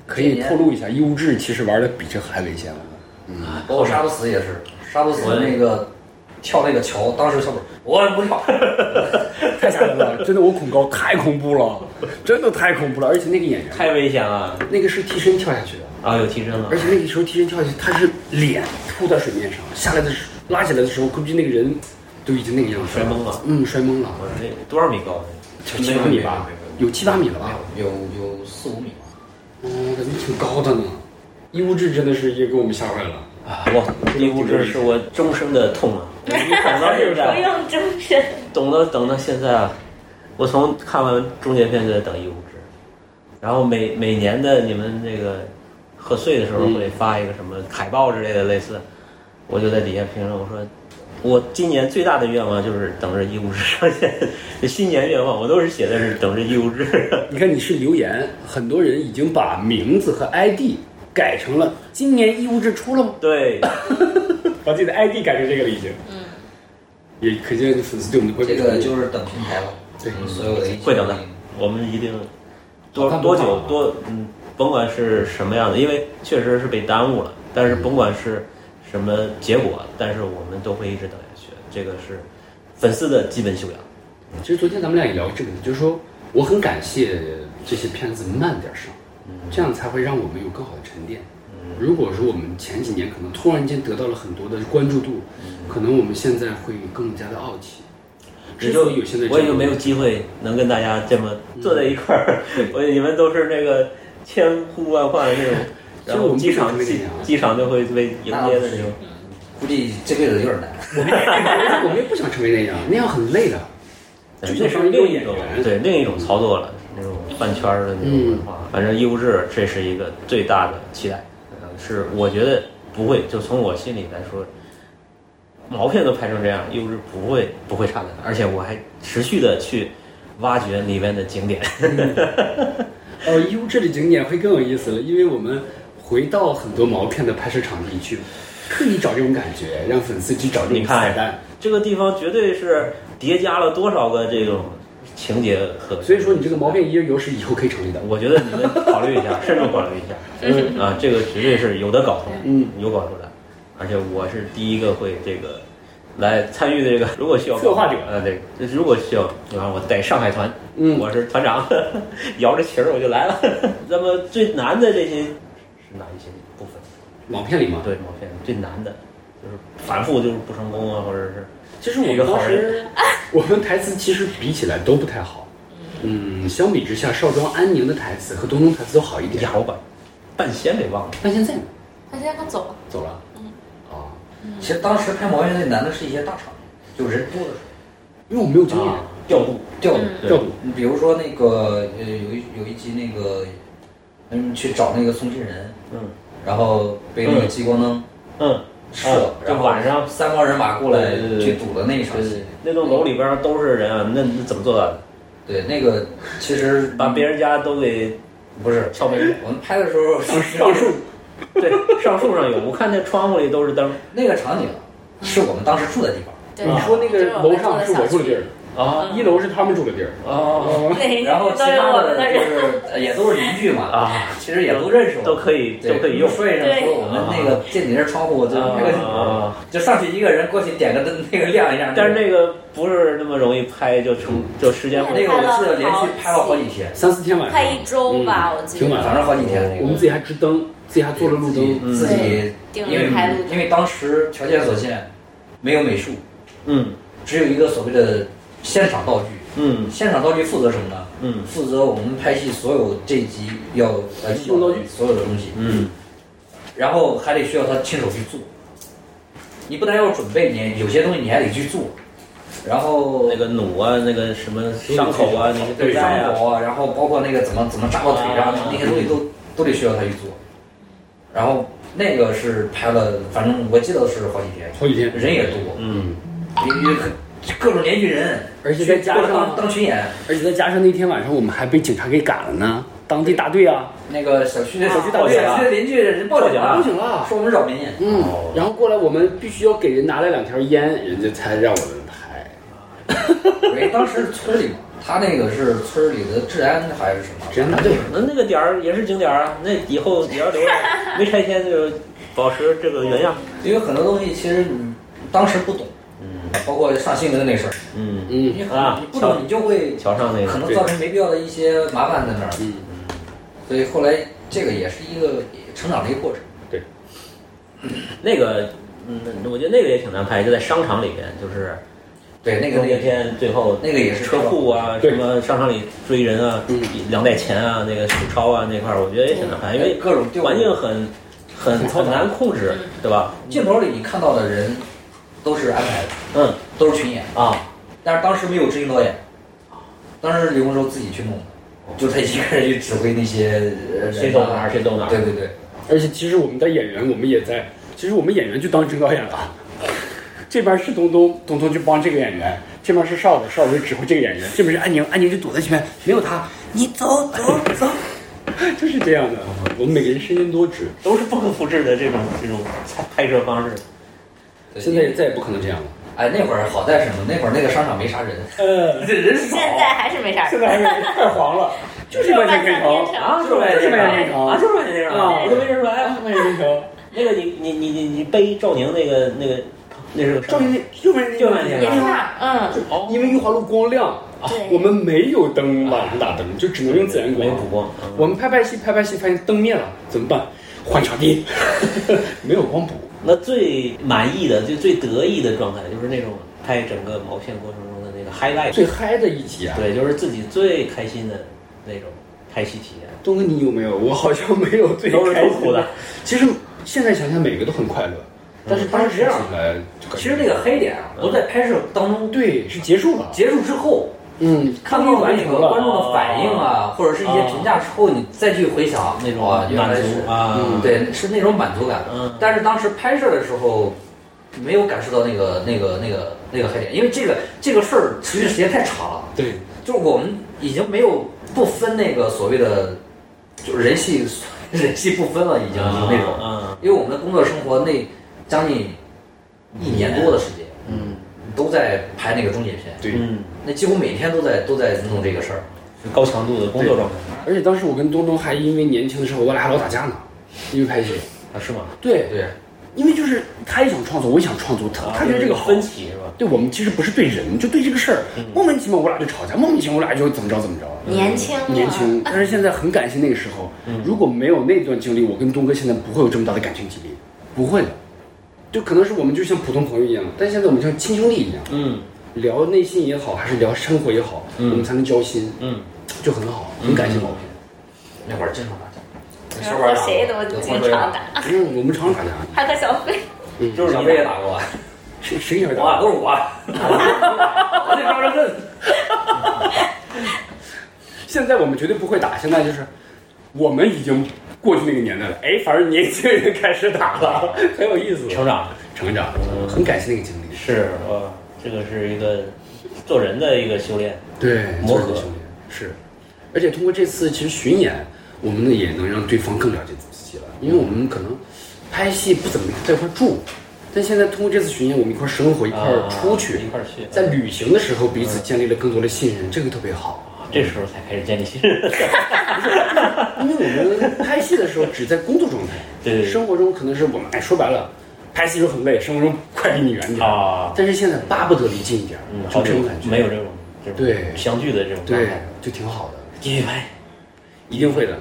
E: 可以透露一下，《义务制》其实玩的比这还危 险了。
A: 包括杀不死也是，杀不死那个跳那个桥，当时小本我不跳，
E: 太吓人了，真的我恐高，太恐怖了，真的太恐怖了。而且那个演员，
C: 太危险了
E: 那个是替身跳下去的，
C: 啊！有提升了
E: 而，且那个时候替身跳下去，他是脸扑在水面上，下来的时候拉起来的时候，估计那个人都已经那个样子
C: 摔懵了。
E: 嗯，摔懵了，
C: 我这多少米高？
E: 有七八米吧，有七八米了吧？
A: 啊有有四五米吧。
E: 嗯，感觉挺高的呢。义务制真的是也给我们吓坏了。
C: 我义务制是我终生的痛啊！我一等到现
E: 啊
F: 不
C: 在，
F: 用终身。
C: 等到等到现在啊，我从看完终结篇就在等义务制，然后每每年的你们那个贺岁的时候会发一个什么海报之类的类似，我就在底下评论我说。我今年最大的愿望就是等着义务制上线，新年愿望我都是写的是等着义务制。
E: 你看，你是留言，很多人已经把名字和 ID 改成了今年义务制出了吗？
C: 对，
E: 把自己的 ID 改成这个了，已经。嗯。也可见粉丝对我们的关注
A: 这个就是等平台了，嗯
E: 对
A: 所有的一切
C: 会等的，我们一定多
E: 嗯好看不
C: 多
E: 好
C: 久
E: 啊
C: 多嗯，甭管是什么样的，因为确实是被耽误了，但是甭管是什么结果，但是我们都会一直等下去，这个是粉丝的基本修养。
E: 其实昨天咱们俩也聊这个，就是说我很感谢这些片子慢点上，
C: 嗯
E: 这样才会让我们有更好的沉淀。如果说我们前几年可能突然间得到了很多的关注度，
C: 嗯
E: 可能我们现在会更加的傲气。之
C: 也
E: 所以嗯有现在这样的
C: 我也就没有机会能跟大家这么坐在一块儿，
E: 嗯
C: 我你们都是那个千呼万唤的那种，
E: 其实
C: 然
E: 我
C: 后
E: 们
C: 机场
E: 不是那
C: 机
E: 个样
C: 机场就会被迎接的那种。
A: 估计这辈子有点难。
E: 我们也不想成为那样，那样很累的。
C: 对
E: 剧
C: 那
E: 作
C: 是
E: 上
C: 另
E: 有
C: 一
E: 演
C: 种
E: 员
C: 对另一种操作了，那种饭圈儿的那种文化。
E: 嗯
C: 反正优质这是一个最大的期待，呃是我觉得不会，就从我心里来说，毛片都拍成这样，优质不会不会差的，而且我还持续的去挖掘里面的景点。
E: 呃，义乌这里景点会更有意思了，因为我们回到很多毛片的拍摄场地去，刻意找这种感觉，让粉丝去找这
C: 你
E: 种彩
C: 看
E: 蛋。，
C: 这个地方绝对是叠加了多少个这种情节和，
E: 所以说，你这个毛片一日游是以后可以成立的。
C: 我觉得你们考虑一 下，慎重考虑一下。啊，这个绝对是有的搞头，
E: 嗯，
C: 有搞头的。而且我是第一个会这个来参与的这个， 如果需要
E: 策划者
C: 呃，对，如果需要，然后我带上海团，
E: 嗯
C: 我是团长， 摇着旗儿我就来了。 那么最难的这些是哪一些部分？
E: 毛片里嘛，
C: 对，毛片最难的就是反复就是不成功啊，或者是
E: 其实我
C: 一
E: 们
C: 个好
E: 当
C: 人
E: 时， 我们台词其实比起来都不太好。嗯，相比之下，少庄安宁的台词和东东台词都好一点
C: 呀，。我把半仙给忘了。
E: 但现在呢
F: 他现在刚走了，
E: 走了。啊，
A: 其实当时拍毛片最难的是一些大场面，就人多的时候
E: 因为我没有经验，
C: 啊
A: 调度调度。
F: 嗯
C: 对
E: 调度
A: 你比如说那个呃，有一有一集那个，嗯，去找那个送信人，
C: 嗯
A: 然后被那个激光灯
C: 嗯，
A: 射了，
C: 就
A: 然后
C: 晚上
A: 三帮人马过来
C: 对对对
A: 去堵的那一场戏。
C: 那栋楼里边儿都是人啊，那那怎么做到的？
A: 对，那个其实
C: 把别人家都给
A: 不是
C: 敲门。
A: 我们拍的时 候是
C: 上树，对，上树上有，我看那窗户里都是灯。
A: 那个场景，是我们当时住的地方。
F: 对，
E: 哎你说那个
F: 啊
E: 楼上是我住的地儿，
R: 哦
C: 啊
E: 一楼是他们住的地儿。
C: 哦
F: 嗯对，
A: 然后其
F: 都哎是
A: 他
F: 我们
A: 的
F: 的
A: 就
F: 人，
A: 是呃也都是邻居嘛，
C: 啊，
A: 其实也都认识我们，
C: 都可以
A: 对
C: 都可以用
A: 说一声
F: 对
A: 说我们那个借你这窗户，我就拍个
R: 哦
C: 啊
A: 就上去一个人过去点个灯，那个亮一下。
C: 但是那个不是那么容易拍，就成
R: 嗯
C: 就时间不
A: 那个我记得连续拍了好几天，
E: 三四天晚上，嗯
F: 快一周吧，我记
E: 挺晚
F: 得。
E: 了
A: 反正好几天。那
E: 我
A: 个
E: 们自己还支灯，自己还做了路灯。
C: 嗯
A: 自己自己，
F: 对
A: 因为
F: 定了拍路
E: 嗯
F: 灯
A: 因为当时条件所限，没有美术，
C: 嗯
A: 只有一个所谓的现场道具。
C: 嗯
A: 现场道具负责什么呢？
C: 嗯
A: 负责我们拍戏所有这一集要呃
E: 用道具
A: 所有的东西，
C: 嗯，
A: 然后还得需要他亲手去做。你不但要准备，你有些东西你还得去做，然后
C: 那个弩啊，那个什么伤口啊，那个
A: 对
C: 对
A: 伤
C: 待啊，
A: 口啊，然后包括那个怎么怎么扎到腿上，
C: 啊
A: 那些东西都都得需要他去做。然后那个是拍了，反正我记得是好几天，
E: 好几天，
A: 人也多，
C: 嗯，
A: 也也各种联系人，
E: 而且再加
A: 去当
E: 上，
A: 当群演，
E: 而且再加上那天晚上我们还被警察给赶了呢，当地大队啊，
A: 那个小区小区
C: 报警了
A: 小区的邻居人报警了
E: 报，警啊嗯了。
A: 说我们扰民。
E: 哦嗯，然后过来我们必须要给人拿了两条烟，人家才让我们拍。
A: 因为当时是村里嘛，他那个是村里的治安还是什么？
R: 真的，那那个点儿也是景点儿啊，那以后也要留着，没拆迁就保持这个原样。
A: 因为很多东西其实你当时不懂，
C: 嗯
A: 包括上新闻那事儿，
C: 嗯，
E: 嗯
A: 你很
R: 啊
A: 你不懂你就会
C: 桥上那
A: 可
C: 个
A: 能造成没必要的一些麻烦在那儿，
E: 嗯，
A: 所以后来这个也是一个成长的一个过程。
C: 那个，嗯，我觉得那个也挺难拍，就在商场里边，就是
A: 对，那个
C: 中
A: 那
C: 间
A: 个
C: 片最后
A: 那个也是
C: 车库啊，
E: 对
C: 什么商场里追人啊，两代钱啊，那个数钞啊那块儿，我觉得也挺难拍，因为
A: 各种丢
C: 环境很很嗯很难控制，对吧？
A: 镜头里你看到的人都是安排的，
C: 嗯
A: 都是群演，
C: 啊，
A: 但是当时没有执行导演，当时刘洪洲自己去弄的，就他一个人去指挥那些呃
C: 谁走哪儿
A: 人
C: 谁走哪
A: 啊
C: 儿，
A: 对对对，
E: 而且其实我们的演员，我们也在，其实我们演员就当指导演了。 这边是东东，东东就帮这个演员；这边是少子，少子就指挥这个演员；这边是安宁，安宁就躲在前面，没有他，你走走走， 就是这样的。我们每个人身兼多职，
C: 都是不可复制的这种这种拍摄方式。
A: 对
E: 现在也再也不可能这样了。
A: 哎那会儿好在什么？那会儿那个商场没啥 人，
E: 呃，
A: 人少
F: 现在还是没啥人。
E: 现在还 是太黄了，就是万象天成
C: 啊，就是
E: 就是
C: 那
E: 万象天
C: 个
E: 成
C: 啊，就是那个啊，
E: 啊
C: 我都没认出来啊。
E: 万象天成，
C: 那个你你你你你背赵宁那个那个那是个
E: 赵云又是
C: 就万天
F: 也是
C: 成，
F: 那儿，嗯，
E: 因为玉华路光亮，
F: 对
E: 我们没有灯，晚上打灯，就只能用自然光
C: 没。补光，嗯
E: 我们拍拍戏，拍拍戏，发现灯灭了，怎么办？换场地，没有光补。
C: 那最满意的、就最得意的状态，就是那种拍整个毛片过程中的那个 highlight，
E: 最嗨的一集啊！
C: 对，就是自己最开心的那种拍戏体验。
E: 东哥，你有没有？我好像没有最
C: 都是
E: 开
C: 痛
E: 心
C: 苦的。
E: 其实现在想想，每个都很快乐，但是当时想起来就感觉，
A: 其实那个黑点啊，都在拍摄当中
E: 对是结束了。
A: 结束之后，
E: 嗯，
A: 看到那个观众的反应啊，或者是一些评价之后，你再去回想那种啊，原
C: 满
A: 来是
C: 足啊，
E: 嗯
A: 对，是那种满足感。
C: 嗯
A: 但是当时拍摄的时候，没有感受到那个那个那个那个黑点，因为这个这个事儿持续时间太长了，
E: 对，
A: 就是我们已经没有不分那个所谓的，就是人戏 人戏不分了，已经就是那种，
C: 嗯
A: 因为我们的工作生活那将近一年多的时间，
C: 嗯
A: 都在拍那个终结篇，
C: 嗯，
A: 那几乎每天都在都在弄这个事儿。
C: 就高强度的工作状态
E: 而且当时我跟东东还因为年轻的时候，我俩还老打架呢，因为拍戏。
C: 啊，是吗？
E: 对，
A: 哎对，
E: 因为就是他也想创作，我也想创作，他
C: 啊
E: 他觉得这个好
C: 分。歧是嗯吧？
E: 对我们其实不是对人，就对这个事儿，莫名其妙我俩就吵架，莫名其妙我俩就怎么着怎么着。
F: 年轻啊，
E: 年轻，但是现在很感谢那个时候。
C: 嗯
E: 如果没有那段经历，我跟东哥现在不会有这么大的感情激励，不会的。就可能是我们就像普通朋友一样，但现在我们像亲兄弟一样，
C: 嗯
E: 聊内心也好，还是聊生活也好，
C: 嗯
E: 我们才能交心，
C: 嗯，
E: 就很好，很感谢毛片。
A: 那会儿经常打架，
F: 然
E: 啊
F: 后和啊谁都经常打，
E: 嗯，我们常常打架，
F: 还和小飞。
E: 嗯，
C: 就是
A: 小
C: 你
A: 飞也打过啊 我，
E: 谁谁也会打
A: 我
E: 架
A: 都。是我，啊 我这招人认。
E: 现在我们绝对不会打，现在就是我们已经过去那个年代了，哎，反而年轻人开始打了， 很有意思，
C: 成长
E: 成长
C: 嗯，
E: 很感谢那个经历。
C: 是哇，这个是一个做人的一个修炼。
E: 对，
C: 磨
E: 做人
C: 合
E: 的兄弟是，而且通过这次其实巡演，我们呢也能让对方更了解自己了，因为我们可能拍戏不怎么在一块儿住，但现在通过这次巡演，我们一块儿生活，一块儿
C: 啊
E: 出去，
C: 一块儿去啊
E: 在旅行的时候彼此建立了更多的信任，这个特别好。
C: 这时候才开始建立信任。
E: 因为我们拍戏的时候只在工作状态，
C: 对对对
E: 生活中可能是我们哎说白了，拍戏时候很累，生活中快离你远点儿
C: 啊
E: 但是现在巴不得离近一点儿，
C: 嗯，
E: 就
C: 好
E: 这
C: 久
E: 种感觉，
C: 没有这种这种
E: 对
C: 相聚的这种状
E: 对
C: 态，，
E: 就挺好的，
C: 继续拍。
E: 一定会的。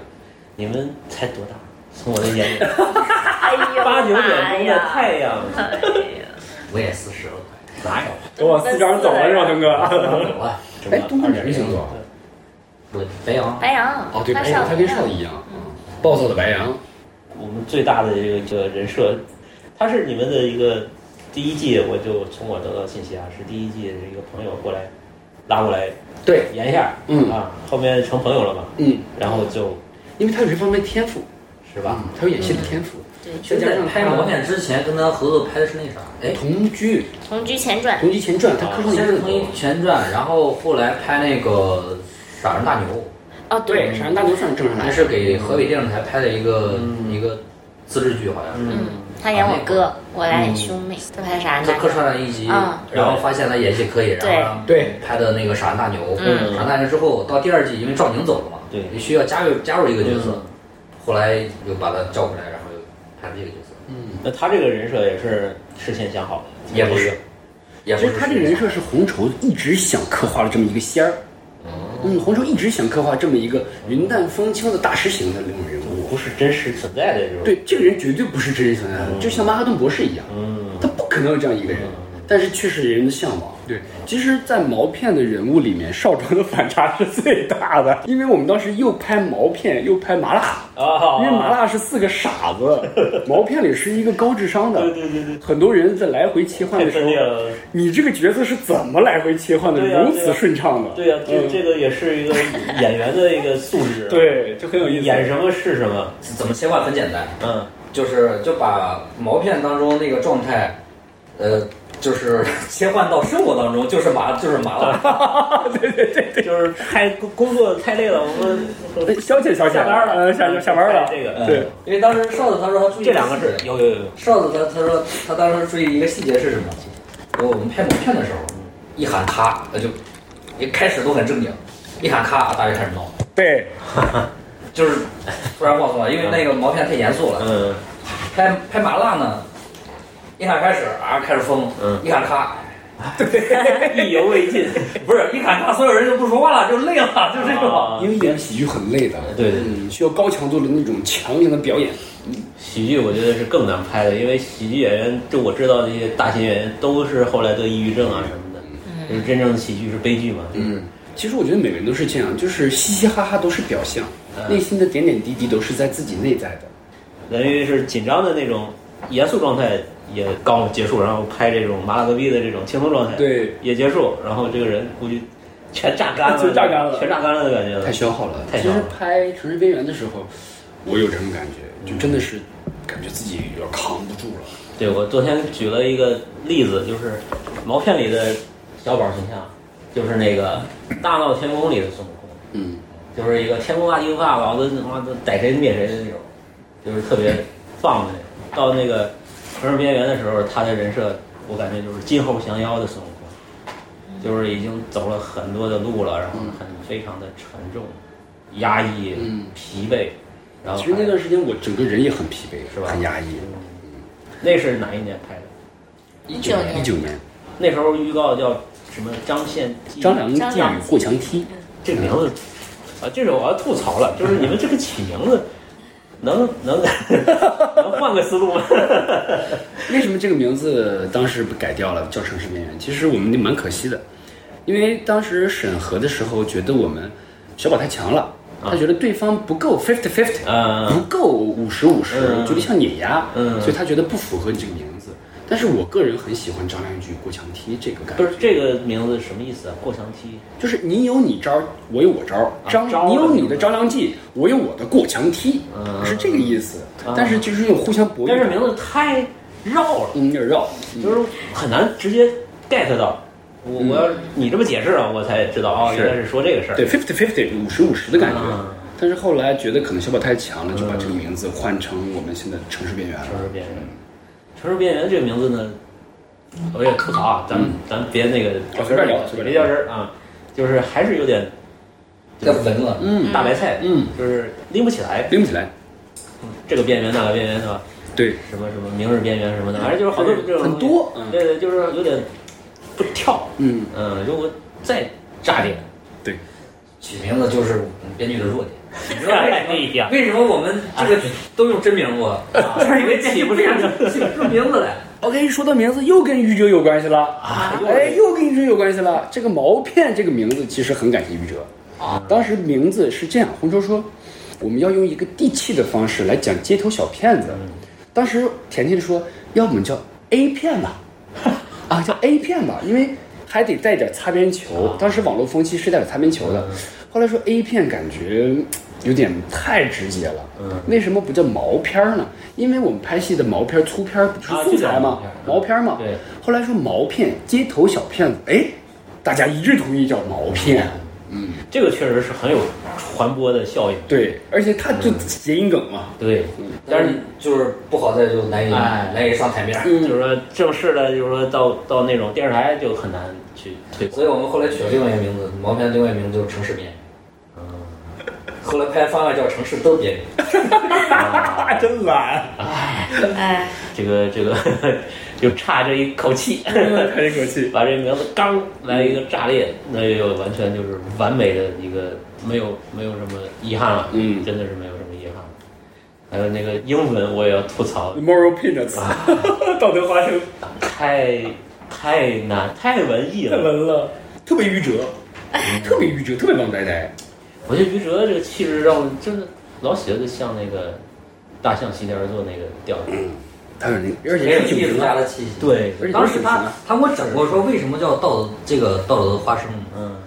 C: 你们才多大？从我的眼里，
F: 哎 呦，
C: 八九点钟的
F: 太
C: 太阳，
A: 我也四十了，
C: 哪有？
E: 等我司长走了是吧，东哥？
A: 有了，
C: 整个
E: 哎东哥哪个
C: 2.0
E: 星座啊
A: 我白羊，
F: 白羊
E: 哦，对，白
F: 少
E: 羊，他跟少一样，嗯暴躁的白羊，
C: 我们最大的这个这个人设，他是你们的一个第一季，我就从我得到信息啊，是第一季的一个朋友过来拉过来
E: 对，
C: 演一下，
E: 嗯
C: 啊，后面成朋友了嘛，
E: 嗯，
C: 然后就
E: 因为他有这方面天赋，
C: 是吧
E: 啊，，他有演戏的天赋，
A: 其实在拍毛片之前跟他合作拍的是那啥，
C: 嗯
A: 哎，
E: 同居，
F: 同居前传，
E: 《同居前传》，他客串
C: 啊
A: 先
E: 演
A: 是《
E: 很
A: 同
E: 多
A: 一，前传》，然后后来拍那个《傻人大牛》，
F: 哦，
E: 对，闪大牛算是正常
A: 那
E: 来，
A: 嗯是给河北电视台拍的一个一个自制剧，好像是。
F: 嗯嗯，他演我哥，
A: 啊
F: 活来很兄妹，他拍啥
A: 客
F: 呢？
A: 客串了一集
F: 嗯，
A: 然后发现他演戏可以，然后让
S: 对
A: 拍的那个《傻大牛》，
F: 嗯
A: 傻大牛》之后到第二季，因为赵宁走了嘛，
C: 对
A: 也需要加入加入一个角色，后来又把他叫过来，然后又拍了这个角色，
C: 那他这个人设也是事先想好的，
A: 也不是，也不
E: 所以
A: 是
E: 他这个人设是红绸一直想刻画的这么一个仙儿。
C: 哦
E: 嗯，红绸一直想刻画这么一个云淡风轻的大师型的那种人物。
C: 不是真实存在的这种。，
E: 对，这个人绝对不是真实存在
C: 哦
E: 的，就像曼哈顿博士一样，
C: 嗯
E: 他不可能有这样一个人，
C: 哦
E: 但是却是人的向往。对，其实，在毛片的人物里面，少庄的反差是最大的，因为我们当时又拍毛片又拍麻辣，
C: 啊，
E: 因为麻辣是四个傻 子，毛片里是一个高智商的，
C: 对对对对，
E: 很多人在来回切换
C: 太
E: 的时
C: 分
E: 候
C: 裂，了。
E: 你这个角色是怎么来回切换的，
C: 对呀啊
E: 如此顺畅的？
C: 对呀、这
E: 嗯
C: 这个也是一个演员的一个素质。，
E: 对，就很有意思。
C: 演什么是什么。
A: 怎么切换很简单，
C: 嗯，
A: 就是就把毛片当中那个状态，呃，就是 切换到生活当中，就是麻就是麻辣，
C: 就是太工工作太累了，我们
E: 哎消遣消遣，
C: 下班了哎
E: 呃下下班了。
C: 这个
A: 嗯
E: 对，
A: 因为当时哨子他说他注意
C: 这两个
A: 是
C: 是有有有，
A: 哨子他他说他当时注意一个细节是什么？我们拍毛片的时候，一喊咔，他就一开始都很正经，一喊咔，大家开始闹，
E: 对，
A: 就是突然放松了，因为那个毛片太严肃了。
C: 嗯
A: 拍拍麻辣呢，一喊开始啊，开始疯，
C: 嗯
A: 一喊咔，
C: 意犹未 尽。
A: 不是一喊咔，所有人就不说话了，就累了， 就这种。
C: 啊
E: 因为演喜剧很累的，
C: 对对对
E: 嗯，需要高强度的那种强硬的表演。
C: 喜剧我觉得是更难拍的，因为喜剧演员，就我知道那些大型演员都是后来得抑郁症啊什么的，就是真正的喜剧是悲剧嘛。
E: 嗯，其实我觉得每个人都是这样，就是嘻嘻哈哈都是表象，
C: 嗯
E: 内心的点点滴滴都是在自己内在的。
C: 等于是紧张的那种严肃状态也刚结束，然后拍这种麻辣隔壁的这种轻松状态，，
E: 对，
C: 也结束，然后这个人估计 全榨干了，
E: 全榨干了
C: 全榨干了的感觉了
E: 太。消耗了。
C: 太
E: 其
C: 消耗
E: 实
C: 了
E: 拍《城市边缘》的时候，我有这种感觉，就真的是感觉自己有点扛不住了。
C: 对我昨天举了一个例子，就是毛片里的小宝形象，就是那个《大闹天宫》里的孙悟空。
E: 嗯，
C: 就是一个天不怕地不怕，老子他妈都逮谁灭谁的那种，就是特别放的那种。到那个城市边缘的时候，他的人设我感觉就是今后降妖的孙悟空，就是已经走了很多的路了，然后很非常的沉重、压抑、
E: 嗯
C: 疲惫，然后
E: 其实那
C: 还
E: 段时间我整个人也很疲惫，
C: 是吧嗯
E: 很压抑。
C: 那是哪一年拍的？
F: 一九
E: 一
F: 年，
E: 九年，
C: 那时候预告叫什么？张宪记
E: 张良
F: 张良
E: 剑与过墙梯，
C: 这名字啊，这是我要吐槽了，就是你们这个起名字能能能换个思路吗？
E: 为什么这个名字当时不改掉了，叫《城市边缘》？其实我们蛮可惜的，因为当时审核的时候觉得我们小宝太强了，
C: 啊
E: 他觉得对方不够 fifty fifty，
C: 嗯
E: 不够五十五十
C: 嗯，
E: 觉得像碾压，
C: 嗯
E: 所以他觉得不符合你这个名字。但是我个人很喜欢张良句过墙梯这个感
C: 不
E: 觉，
C: 是这个名字什么意思啊？过墙梯
E: 就是你有你招儿，我有我招儿，张、
C: 啊招儿
E: 你有
C: 的
E: 你
C: 名
E: 的
C: 字
E: 张良计，我有我的过墙梯，
C: 嗯
E: 是这个意思。
C: 嗯
E: 但是就是那种互相博弈
C: 但
E: 感，
C: 是名字太绕了，
E: 嗯有点绕，
C: 就是很难直接 get 到。我我要你这么解释了，我才知道哦，
E: 嗯是
C: 原来是说这个事儿。
E: 对 fifty fifty 五十五十的感觉。
C: 嗯
E: 但是后来觉得可能小宝太强了，就把这个名字换成我们现在城市边缘
C: 城
E: 了。
C: 市边缘，城市边缘这个名字呢，我也吐槽啊，咱们咱别那个
E: 啊嗯随便聊随便聊
C: 别较真儿啊，就是还是有点
A: 太文了，
E: 嗯
C: 大白菜，
E: 嗯，
C: 就是拎不起来，
E: 拎不起来。
C: 这个边缘那个边缘是吧？
E: 对，
C: 什么什么明日边缘什么的，反正就是好多这种
E: 很
C: 东西
E: 多嗯
C: 对对，就是有点不跳，
E: 嗯，
C: 嗯，如果再炸点，
E: 对，
A: 起名字就是我们编剧的弱 点。你知道为什
C: 哎
A: 么
C: 呀，
A: 为什么我们这
C: 啊
A: 个都用真名不？就是因为起 不上起不出名字来。
E: OK，说到名字又跟于哲有关系了啊！哎，又跟于哲有关系了。这个毛片这个名字其实很感谢于哲啊。当时名字是这样，红州说我们要用一个地气的方式来讲街头小骗子。当时甜甜说，要不我们叫 A 片吧，啊，叫 A 片吧，因为还得带点擦边球。当时网络风气是带点擦边球的，后来说 A 片感觉嗯有点太直接了。
C: 嗯
E: 为什么不叫毛片儿呢？因为我们拍戏的毛片儿、粗片儿不
C: 啊
E: 是素材吗？
C: 就叫毛片
E: 毛片
C: 儿
E: 儿嘛。
C: 对。
E: 后来说毛片、街头小骗子，哎，大家一致同意叫毛片。
C: 这个确实是很有传播的效应。
E: 对，而且它就谐音梗 嘛，
C: 对，
A: 但
E: 嗯
A: 是就是不好在就难以
C: 哎
A: 难以上台面儿。
C: 就是说正式的，就是说到到那种电视台就很难去推广。
A: 所以我们后来取了另外一个名字，毛片的另外一个名字就是城市编。嗯后来拍方案叫《城市都编》，
E: 真懒，
F: 哎，
C: 啊这个这个 就差这一口气，
E: 叹一口气。
C: 把这名字刚来一个炸裂，
E: 嗯
C: 那就完全就是完美的一个，没有没有什么遗憾了。
E: 嗯
C: 真的是没有什么遗憾了。还有那个英文我也要吐槽，
E: Moral peanuts，道啊 德花生，
C: 太太难，太文艺
E: 太
C: 了。
E: 文了，特别愚拙，
C: 嗯
E: 特别愚拙，特别王呆呆。
C: 我觉得于哲这个气质让我真的老觉得像那个大象席地而坐那个调子。
E: 嗯他有那个，而
A: 没
E: 且
A: 有
E: 挺
A: 艺
E: 平
A: 术家
E: 的，
A: 的气息。
C: 对，
E: 而且
A: 当
E: 挺
A: 时
E: 平
A: 他
E: 的。
A: 他给我讲过说为什么叫道德这个道德花生，
C: 嗯，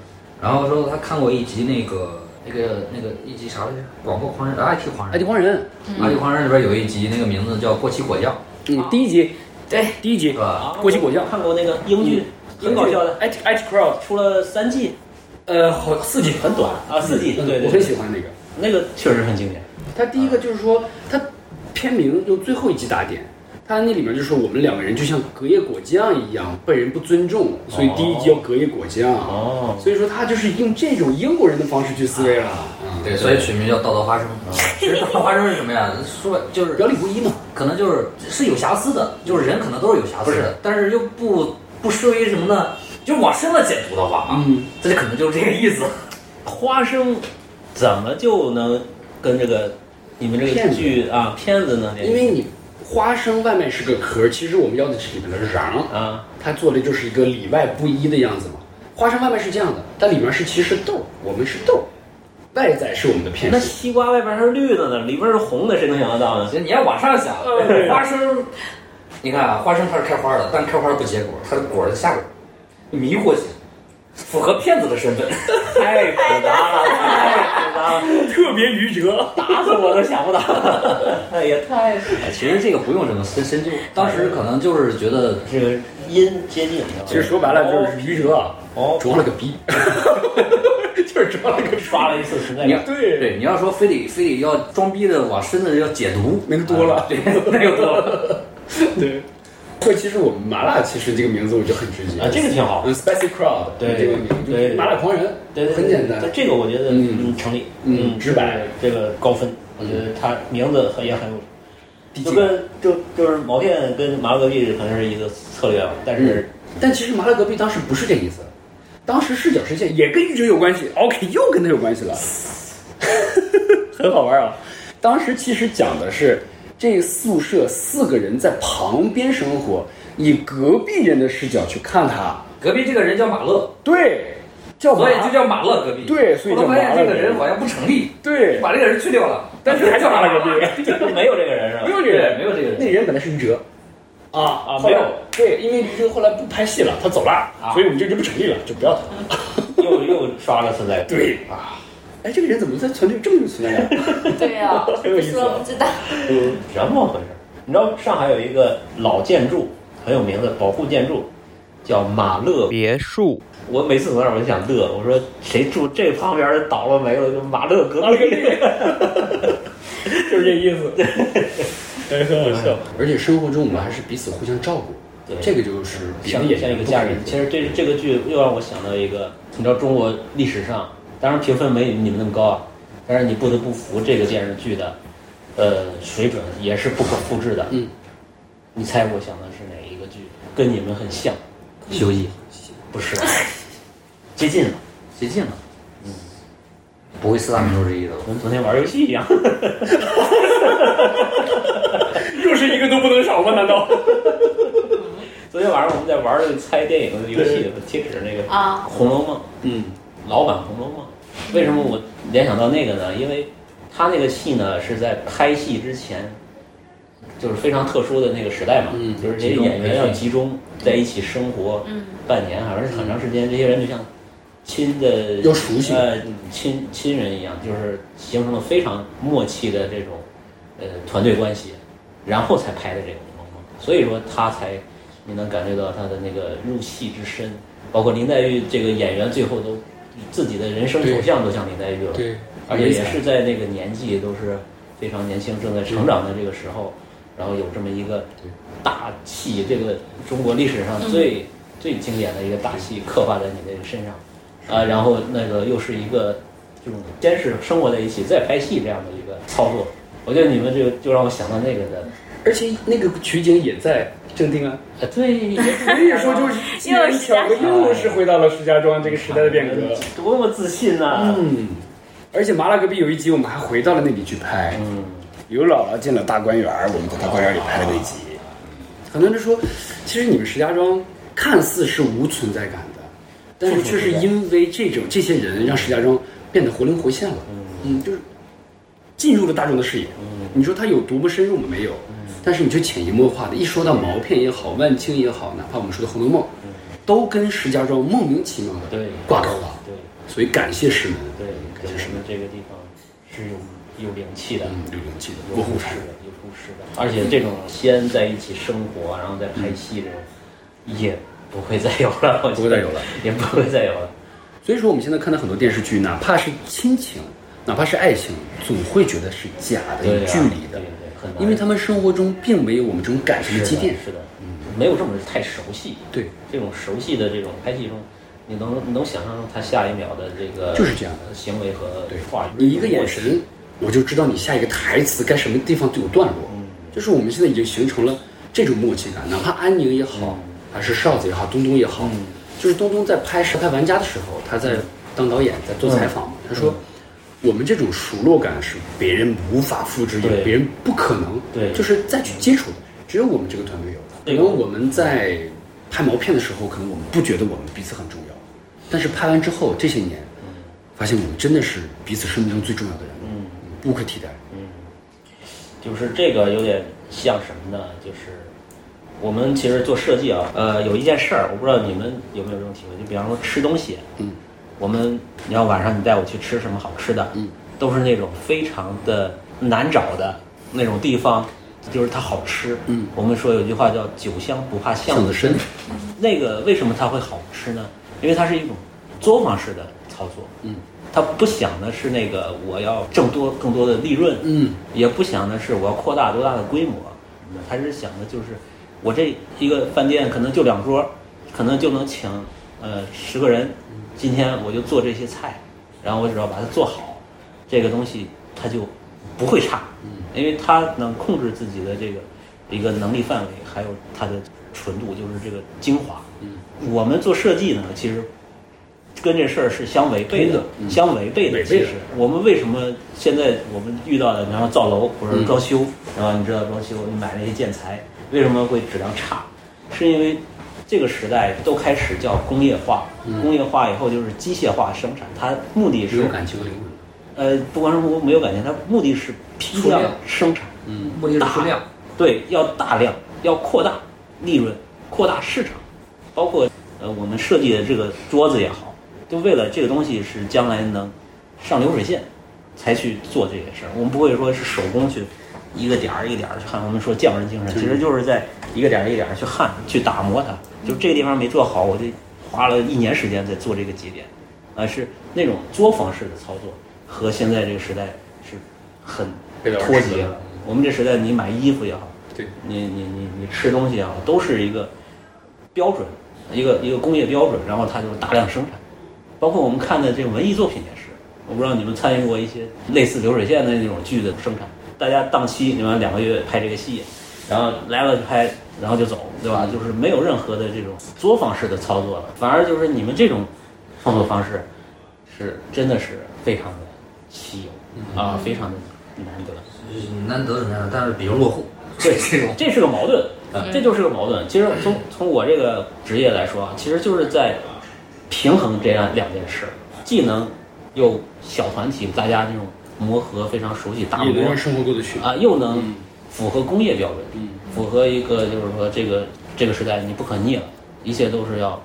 A: 然后说他看过一集那个那个那个一集啥来着？广告狂人啊，IT 狂
E: 爱
A: 人
E: 迪。黄哎人，
A: 阿里狂人里边有一集，那个名字叫《过期果酱
E: 嗯，第一集，
F: 对，
E: 第一集
A: 是，吧？
E: 过期果酱
C: 看过那个英剧，
E: 嗯
C: 很搞笑的，
E: ，IT IT Crowd，
C: 出了三季，
E: 呃，好四集，
C: 很短啊，四季。
E: 嗯
C: 对
E: 我
C: 对
E: 很
C: 对，
E: 喜欢那个。
C: 那个确实很经典。
E: 他第一个就是说，他片名用最后一集打点。他那里面就说我们两个人就像隔夜果酱一样被人不尊重，所以第一集要隔夜果酱。
C: 哦，
E: 所以说他就是用这种英国人的方式去思维了，啊
A: 对，所以取名叫道德花 生。其实道德花生是什么呀？说白就是
E: 表里不一嘛。
A: 可能就是是有瑕疵的，就是人可能都是有瑕疵的，但是又不不失于什么呢？就往深了解读的话，啊，
E: 嗯，
A: 这就可能就是这个意思。
C: 花生怎么就能跟这个你们这
E: 骗
C: 个
E: 子
C: 剧啊片子呢？
E: 因为你花生外面是个壳，其实我们要的是里面的瓤，
C: 啊，
E: 它做的就是一个里外不一的样子嘛。花生外面是这样的，但里面是其实是豆，我们是豆，外在是我们的骗
C: 那
E: 术。
C: 西瓜外边还是绿的呢，里边是红的，谁能想得到呢？
A: 所以你要往上想，
E: 嗯
A: 花生，你看啊，花生它是开花的，但开花不结果，它的果是下果，迷惑性，符合骗子的身 份。
C: 太
E: 哎
C: 复杂了，太复杂了，哎特别愚拙，打死我都想不到。哎呀，太
A: 其实这个不用什么深深究，
E: 哎
A: 当时可能就是觉得
C: 这个音接近，
E: 其实说白了就是余哲啊，
C: 哦
E: 装了个 逼，就是装了个逼
C: 刷了一次实在
A: 你要
C: 感。
E: 对
A: 对你要说非得非得要装逼的往深的要解读，啊
E: 那个多了，
A: 对，那个多了。
E: 对。所以其实我们麻辣其实这个名字我就很直接
C: 啊，这个挺好。
E: 嗯，Spicy Crowd，
C: 对
E: 这个名字
C: 对
E: 麻辣狂人，
C: 对对，对
E: 很简单
C: 对，这个我觉得
E: 嗯
C: 嗯成立，
E: 嗯直白，嗯
C: 这个高分，我觉得他名字很也很有，
E: 毕
C: 就
E: 竟
C: 跟就就是毛片跟麻辣隔壁可能是一个策略吧，但 是
E: 嗯但其实麻辣隔壁当时不是这意思，当时视角视线也跟玉哲有关系，OK，又跟他有关系 了，很好玩啊。当时其实讲的是这宿舍四个人在旁边生活，以隔壁人的视角去看他，
A: 隔壁这个人叫马乐，
E: 对，叫麻
A: 所以就叫马乐隔壁。
E: 哦对所以
A: 后
E: 叫
A: 来
E: 马
A: 发
E: 乐
A: 现这个人好像不成立，
E: 对，
A: 把这个人去掉了，
E: 但是还叫麻辣隔壁。
C: 没有这个人是吧？
E: 没有这个人，
A: 没有这个人
E: 那人本来是于哲。啊啊
C: 没有
E: 对，因为于哲后来不拍戏了，他走了，所以我们这就不成立了，就不要他了。
C: 又又刷了存在感。
E: 对啊，哎，这个人怎么在团队这么有存在感？
F: 对 呀、
E: 很有
F: 不
E: 意思
F: 说
E: 啊
F: 不知道，
C: 什么回事？你知道上海有一个老建筑很有名的保护建筑，叫马勒别墅。我每次走那儿我就想乐，我说谁住这旁边的倒了霉了，就马勒隔壁。
E: 就是这意思， 哎，很好笑。 而且生活中我们还是彼此互相照顾，
C: 对
E: 这个就是别
C: 像
E: 的演
C: 像
E: 员
C: 一个家人。
E: 不可
C: 其实这这个剧又让我想到一个，你知道中国历史上，当然评分没你们那么高啊，但是你不得不服这个电视剧的，呃，水准也是不可复制的。
E: 嗯，
C: 你猜我想的是哪一个剧？跟你们很像，
A: 《西游记
C: 不是？啊 接近了，》
A: 谁进了？嗯，不会四大名著之一的吧？
C: 跟昨天玩游戏一样。
E: 以 又是一个都不能少吗？难道？
C: 昨天晚上我们在玩那个猜电影的游戏，贴纸那个
F: 啊
C: 《红楼梦》。
E: 嗯，
C: 老版《红楼梦》。为什么我联想到那个呢？因为他那个戏呢是在拍戏之前，就是非常特殊的那个时代嘛，
E: 嗯
C: 就是这些演员要集中在一起生活
F: 嗯
C: 半年，好像是很长时间，这些人就像亲的
E: 要熟悉
C: 呃亲亲人一样，就是形成了非常默契的这种呃团队关系，然后才拍的这个《红楼梦》，所以说他才你能感觉到他的那个入戏之深，包括林黛玉这个演员最后都自己的人生走向都向你在预了。
E: 对，
C: 而且也是在那个年纪都是非常年轻、正在成长的这个时候，然后有这么一个大戏，这个中国历史上最、最经典的一个大戏刻画在你的身上，啊，然后那个又是一个这种先是生活在一起再拍戏这样的一个操作，我觉得你们这个就让我想到那个的，
E: 而且那个取景也在正定啊。
C: 啊，对，
E: 所以说就是机缘巧合，又是回到了石家庄这个时代的变革。
C: 多么自信呐、
E: 嗯，而且麻辣隔壁有一集，我们还回到了那里去拍。
C: 嗯，
E: 刘姥姥进了大观园，我们在大观园里拍了那集。很多人说，其实你们石家庄看似是无存在感的，但是却是因为这种这些人让石家庄变得活灵活现了。嗯，就是进入了大众的视野。
C: 嗯
E: 你说它有多么深入吗？没有。但是你就潜移默化的，一说到毛片也好，万青也好，哪怕我们说的《红楼梦》，都跟石家庄莫名其妙的
C: 嗯对
E: 挂钩了。
C: 对
E: 所以感谢石门，
C: 对，
E: 感谢
C: 什
E: 石
C: 么
E: 门，
C: 这个地方是有有灵气的。
E: 嗯，有勇气的，
C: 有
E: 卧
C: 故
E: 虎
C: 事
E: 山。
C: 的，有故事的，而且这种先在一起生活，然后再拍戏这种，也不会再有了，我觉 得
E: 不会再有了，
C: 也不会再有了。
E: 所以说我们现在看到很多电视剧，哪怕是亲情，哪怕是爱情，总会觉得是假的、有
C: 对呀
E: 距离的
C: 对，对，很难，
E: 因为他们生活中并没有我们这种感情
C: 是
E: 的
C: 的
E: 积淀。
C: 是的，没有这么太熟悉。
E: 对，
C: 这种熟悉的这种拍戏中，你能你能想象出他下一秒的这个
E: 就是这样
C: 的行为和
E: 对
C: 话语，
E: 你一个眼神，我就知道你下一个台词该什么地方有段落。
C: 嗯
E: 就是我们现在已经形成了这种默契感，哪怕安宁也好，
C: 嗯
E: 还是哨子也好，东东也好，就是东东在拍《实拍玩家》的时候，他
C: 嗯
E: 在当导演，在做采访嘛，他说。我们这种熟络感是别人无法复制，也
C: 对
E: 别人不可能，
C: 对
E: 就是再去接触的，只有我们这个团队有的。
C: 对
E: 可能我们在拍毛片的时候，可能我们不觉得我们彼此很重要，但是拍完之后这些年，发现我们真的是彼此生命中最重要的人，嗯，不可替代。
C: 嗯就是这个有点像什么呢？就是我们其实做设计啊，呃，有一件事儿，我不知道你们有没有这种体会，就比方说吃东西，
E: 嗯，
C: 我们你要晚上你带我去吃什么好吃的，
E: 嗯，
C: 都是那种非常的难找的那种地方，就是它好吃，
E: 嗯，
C: 我们说有句话叫“酒香不怕巷
E: 巷子
C: 子
E: 深，
C: 那个为什么它会好吃呢？因为它是一种作坊式的操作，
E: 嗯，
C: 它不想的是那个我要挣多更多的利润，
E: 嗯，
C: 也不想的是我要扩大多大的规模，他是想的就是我这一个饭店可能就两桌，可能就能请呃十个人，今天我就做这些菜，然后我只要把它做好，这个东西它就不会差，因为它能控制自己的这个一个能力范围，还有它的纯度，就是这个精华。
E: 嗯
C: 我们做设计呢，其实跟这事儿是相违背
E: 通
C: 的
E: 的，嗯
C: 相违背的。
E: 违
C: 其
E: 背
C: 实
E: 的
C: 我们为什么现在我们遇到的，比方说造楼或者是装修，然后你知道装修，你买那些建材为什么会质量差，是因为这个时代都开始叫工业化，
E: 嗯
C: 工业化以后就是机械化生产，它目的
E: 没有
C: 是
E: 感情和灵魂，
C: 呃，不光是没有没有感情，它目的是批
A: 出
C: 量
A: 量
C: 生产，
A: 目的是出量，
C: 对，要大量，要扩大利润，扩大市场，包括呃我们设计的这个桌子也好，就为了这个东西是将来能上流水线，才去做这些事儿。我们不会说是手工去一个点儿一个点儿去焊，我们说匠人精神，其实就是在一个点儿一个点儿去焊，去打磨它。就这个地方没做好，我就花了一年时间在做这个节点，啊、是那种作坊式的操作，和现在这个时代是很
E: 背道而
C: 脱
E: 驰
C: 节
E: 了
C: 了。我们这时代，你买衣服也好，
E: 对
C: 你你你你吃东西也好，都是一个标准，一个一个工业标准，然后它就是大量生产。包括我们看的这个文艺作品也是，我不知道你们参与过一些类似流水线的那种剧的生产，大家档期你们两个月拍这个戏，然后来了就拍，然后就走，对吧？就是没有任何的这种作坊式的操作了，反而就是你们这种创作方式是真的是非常的稀有啊，非常的难得。
A: 嗯难得怎么样？但是比较落后，
C: 对
A: 这嗯种
C: 这是个矛盾，这就是个矛盾。其实从从我这个职业来说啊，其实就是在平衡这样两件事，既能有小团体大家这种磨合非常熟悉打
E: 也能嗯
C: 磨
E: 让生活过得去。
C: 啊，又能符合工业标准，
E: 嗯
C: 符合一个就是说这个这个时代你不可逆了，一切都是要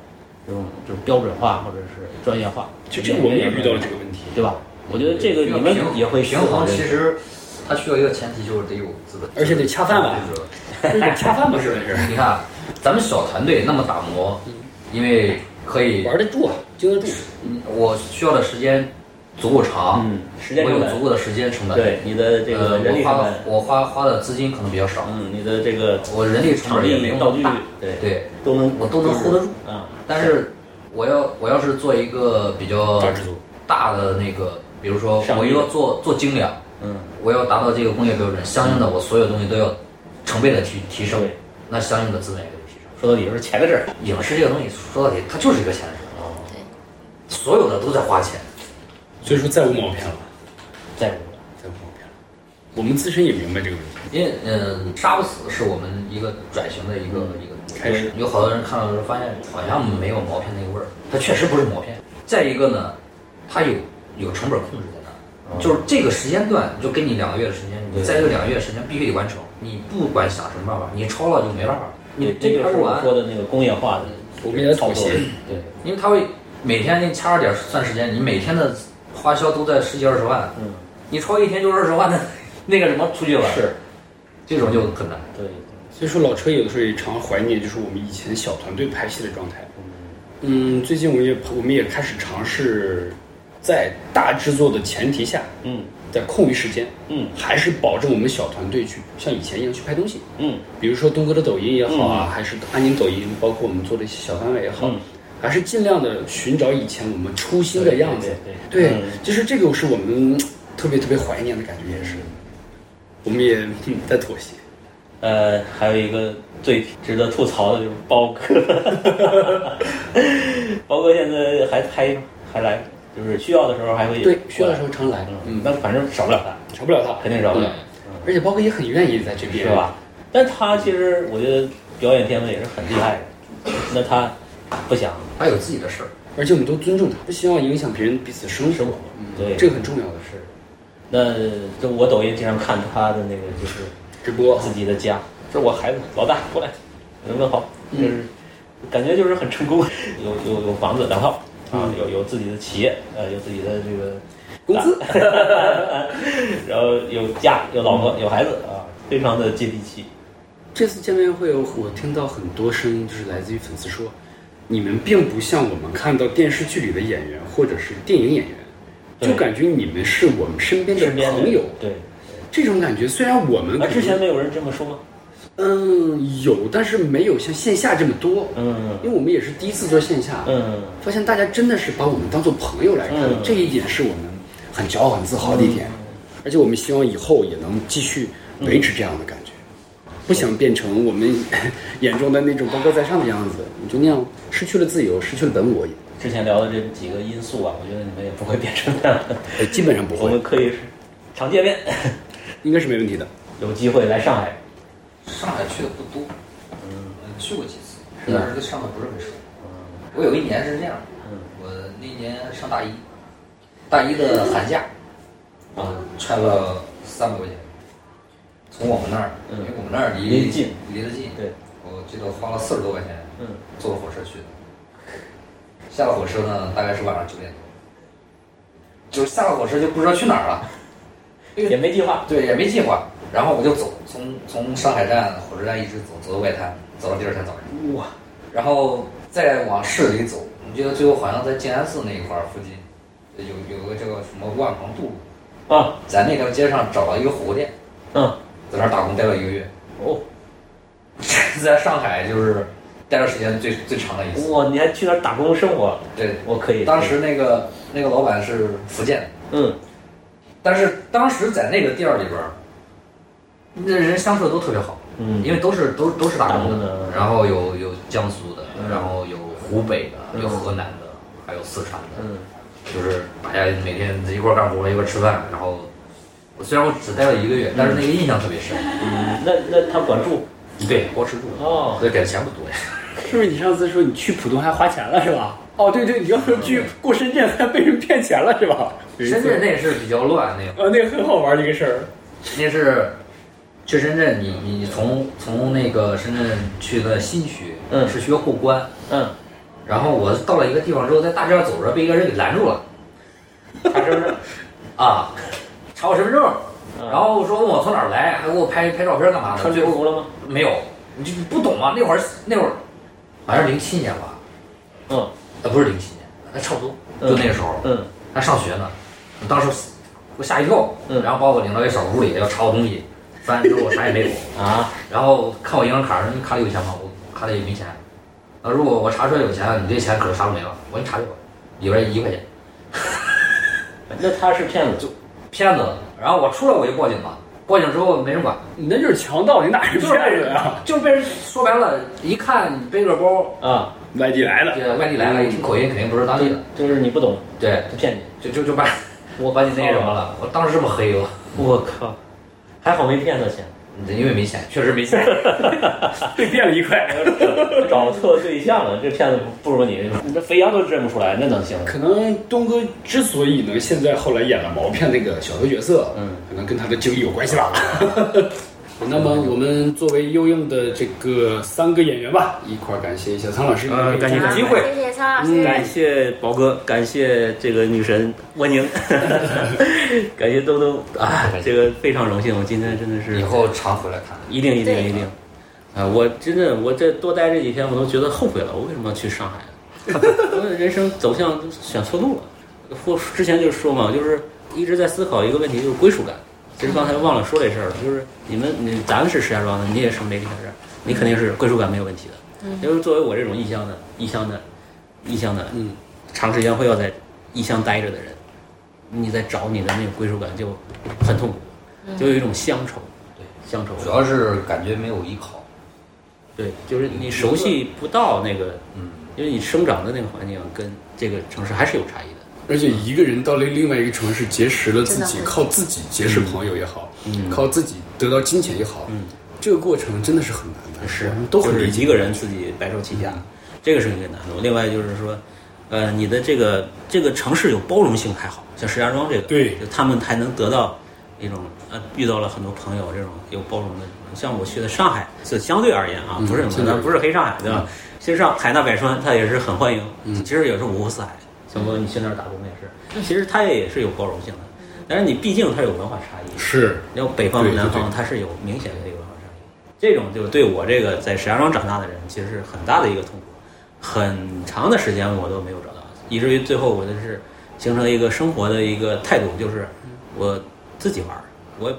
C: 这种就是标准化或者是专业化。
E: 就这个我们也遇到了这个 问题。
C: 对吧？我觉得这个你们也会
A: 平衡，
C: 思考这
A: 其
C: 个
A: 实它需要一个前提，就是得有资本，
E: 而且得恰饭吧
A: 就是
E: 恰饭不是那是，
A: 你看，咱们小团队那么打磨，因为可以，嗯
R: 玩得住啊，经得住。
A: 我需要的时间足够长，
C: 嗯，时间
A: 我
C: 成
A: 有足
C: 本，
A: 够的时间成本。
C: 对你的这
A: 呃，
C: 个人力
A: 我
C: 成
A: 花
C: 本
A: 的，我花花的资金可能比较少，
C: 嗯，你的这个
A: 我人力成
C: 场
A: 本也没
C: 地、
A: 有那
C: 道
A: 么
C: 具
A: 大，，
C: 对，
A: 对，
C: 都能
A: 我都能 hold 得住。
C: 啊。
A: 但是我要我要是做一个比较
R: 大制作
A: 大的那个，比如说
C: 上
A: 我
C: 亿
A: 要做做精良，
C: 嗯，
A: 我要达到这个工业标准，相应的我所有东西都要成倍的提提升
C: 对，
A: 那相应的资本也就提升。
C: 说到底就是钱的事儿，
A: 影视这个东西说到底，它就是一个钱的事儿，所有的都在花钱。
E: 所以说再无毛片了，
C: 在乎
E: 再无毛片了。我们自身也明白这个问题，
A: 因为嗯，杀不死是我们一个转型的一
C: 嗯
A: 个、一个
E: 开始。
A: 有好多人看到的时候发现好像没有毛片那个味儿，它确实不是毛片。再一个呢，它有有成本控制在那儿，
C: 哦
A: 就是这个时间段就给你两个月的时间，你在这个两个月的时间必须得完成，你不管想什么办法，你超了就没办法了。你
C: 对，
A: 片
C: 这就
A: 儿
C: 是
A: 不
C: 我
A: 完，
C: 说的那个工业化的
E: 我们也在妥
C: 操作
E: 协
C: 的，
A: 对，因为它会每天给你掐着点儿算时间，你每天的花销都在十几二十万，
C: 嗯，
A: 你超一天就二十万的 那个什么出去了，
C: 是
A: 这种就很难。
C: 对，
E: 所以说老车有的时候也常怀念，就是我们以前小团队拍戏的状态。嗯，最近我们也我们也开始尝试，在大制作的前提下，
C: 嗯
E: 在空余时间，
C: 嗯
E: 还是保证我们小团队去像以前一样去拍东西。
C: 嗯，
E: 比如说东哥的抖音也好啊，还是安宁抖音，包括我们做的一些小范围也好，
C: 嗯
E: 还是尽量的寻找以前我们初心的样子。
C: 对对对嗯
E: 其实这个是我们特别特别怀念的感觉，也是，我们也、嗯在妥协。
C: 呃，还有一个最值得吐槽的就是包哥， 包哥现在还拍吗？还来吗？就是需要的时候还会
E: 对，需要的时候常来，
C: 嗯
E: 嗯，，
C: 那反正少不了他。
E: 少不了他，
C: 肯定少不了
E: 嗯。而且包哥也很愿意在这边，
C: 是？吧？但他其实我觉得表演天分也是很厉害的，那他不想
A: 他有自己的事儿。
E: 而且我们都尊重他，不希望影响别人彼此生活，
C: 生活
E: 嗯
C: 对
E: 这个很重要的
C: 是，那就我抖音经常看他的那个就是
E: 直播
C: 自己的家，这是我孩子老大过来，嗯问好，就是感觉就是很成功，有有有房子打套啊，有有自己的企业，呃，有自己的这个
E: 工资，
C: 然后有家有老婆有孩子啊，非常的接地气，
E: 这次见面会，我听到很多声音，就是来自于粉丝说，你们并不像我们看到电视剧里的演员或者是电影演员，
C: 对
E: 就感觉你们是我们身边的
C: 身边的
E: 朋友。
C: 对。
E: 这种感觉虽然我们
C: 那
E: 可能
C: 之前没有人这么说吗？
E: 嗯有，但是没有像线下这么多，
C: 嗯
E: 因为我们也是第一次做线下，
C: 嗯，
E: 发现大家真的是把我们当做朋友来看，
C: 嗯
E: 这一点是我们很骄傲、很自豪的一点。而且我们希望以后也能继续维持这样的感觉，不想变成我们眼中的那种高高在上的样子，你就那样失去了自由，失去了本我，
C: 之前聊的这几个因素啊，我觉得你们也不会变成那样的。
E: 呃，基本上不
C: 我
E: 会
C: 们，可以常见面，
E: 应该是没问题的。
C: 有机会来上海。
A: 上海去的不多，嗯，去过几次，但是对上海不是很熟。我有一年是这样，
C: 嗯
A: 我那年上大一，大一的寒假，啊，揣了三百块钱，从我们那儿，因
C: 嗯
A: 为我们那儿离
C: 离得近，
A: 离得近，
C: 对，
A: 我记得花了四十多块钱，
C: 嗯，
A: 坐火车去的，下了火车呢，大概是晚上九点多，就是下了火车就不知道去哪儿了。
C: 也没计划。
A: 对，也没计划。然后我就走，从从上海站火车站一直走，走到外滩，走到第二天早上，
C: 哇，
A: 然后再往市里走。我觉得最后好像在静安寺那一块儿附近，有有个叫什么万黄渡，
C: 啊，
A: 在那条街上找了一个火锅店，
C: 嗯，
A: 在那儿打工待了一个月。
C: 哦，
A: 在上海就是待的时间最最长的一次。
C: 哇，你还去那儿打工生活？
A: 对，
C: 我可以。
A: 当时那个那个老板是福建的，
C: 嗯，
A: 但是当时在那个店儿里边儿，那人相处的都特别好。
C: 嗯
A: 因为都是都都是打工
C: 打工的
A: 的，然后有有江苏的，
C: 嗯
A: 然后有湖北的，有河南的，还有四川的，
C: 嗯
A: 就是大家每天一块儿干活一块儿吃饭。然后我虽然我只待了一个月，但是那个印象特别深。
C: 嗯，那那他管住
A: 对，包吃住，
C: 哦，
A: 所以给的钱不多呀。
E: 是不是你上次说你去浦东还花钱了是吧？哦，对对，你刚说去过深圳还被人骗钱了是吧？
A: 深圳那是比较乱，那个
E: 啊，那个很好玩的一个事儿。
A: 那是去深圳，你你从从那个深圳去的新区，
C: 嗯
A: 是需要过关，
C: 嗯，
A: 然后我到了一个地方之后，在大街上走着，被一个人给拦 住了，
C: 查身份证，
A: 啊，查我身份证。
C: 嗯
A: 然后说问我从哪儿来，还给我拍拍照片干嘛的？
C: 穿制
A: 最后
C: 服了吗？
A: 没有，你就不懂啊。那会儿那会儿好像零七年吧，
C: 嗯，
A: 呃，不是零七年，那差不多，就那个时候，
C: 嗯
A: 他上学呢，我当时我吓一跳，
C: 嗯
A: 然后把我领到一小屋里要查我东西，翻之后我啥也没有，
C: 啊，
A: 然后看我银行卡，说你卡里有钱吗？我卡里没钱。啊，如果我查出来有钱，你这钱可啥都没了。我给你查去吧，里边一块钱，
C: 那他是骗子，
A: 骗子。然后我出来我就报警了，报警之后没人管，
E: 你那就是强盗，你哪是
A: 就是被
E: 骗子
A: 人
E: 啊？
A: 就是被人说白了，一看背个包，
C: 啊，
E: 外地来 的，
A: 这外地来了，一听口音肯定不是当地的，
C: 就是你不懂，
A: 对，
C: 他骗你。
A: 就就就把我把你那什么了，我当时这么黑我，
C: 我靠，还好没骗到钱，
A: 因为没钱，确实没钱。
E: 被骗了一块。
C: 找错对象了。这骗子不如你，你这肥羊都认不出来，那能行？
E: 可能东哥之所以能现在后来演了毛片那个小偷角色，
C: 嗯，
E: 可能跟他的经历有关系 吧。那么我们作为优映的这个三个演员吧，一块儿感谢一下苍老师，
C: 嗯感谢
F: 好
C: 机会
F: 啊谢谢苍老师，
C: 嗯感谢宝哥，感谢这个女神 温宁， 感谢东东啊，这个非常荣幸，我今天真的是
A: 以后常回来看。
C: 一定一定
F: 对
C: 一定，啊，我真的我这多待这几天，我都觉得后悔了，我为什么要去上海？啊我的人生走向都选错路了。或之前就说嘛，就是一直在思考一个问题，就是归属感。其实刚才忘了说这事儿了，就是你们你咱们是石家庄的，你也是梅里小镇，你肯定是归属感没有问题的。因为作为我这种异乡的、异乡的、异乡的，
E: 嗯，
C: 长时间会要在异乡待着的人，你在找你的那个归属感就很痛苦，就有一种乡愁，对，乡愁。
A: 主要是感觉没有依靠，
C: 对，就是你熟悉不到那个，嗯，因为你生长的那个环境跟这个城市还是有差异的。
E: 而且一个人到了另外一个城市，结识了自己
F: 真，的
E: 靠自己结识朋友也好，靠自己得到金钱也好，这个过程真的嗯是很难的，我们都
C: 嗯就
E: 很
C: 是
E: 理解。
C: 一个人自己白手起家，这个是一个难度。另外就是说，呃，你的这个这个城市有包容性还好，像石家庄这个，
E: 对
C: 就他们还能得到一种呃遇到了很多朋友这种有包容的。像我去的上海，是相对而言啊，不是
E: 相对而
C: 咱
E: 言
C: 不是黑上海对吧？其实上海纳百川，它也是很欢迎，其实也是五湖四海。小哥，你去那儿打工也是，其实它也是有包容性的，但是你毕竟它有文化差异，
E: 是，
C: 然后北方和
E: 对
C: 南
E: 对
C: 方
E: 对
C: 它是有明显的一个文化差异，这种就对我这个在石家庄长大的人，其实是很大的一个痛苦，很长的时间我都没有找到，以至于最后我就是形成了一个生活的一个态度，就是我自己玩儿，我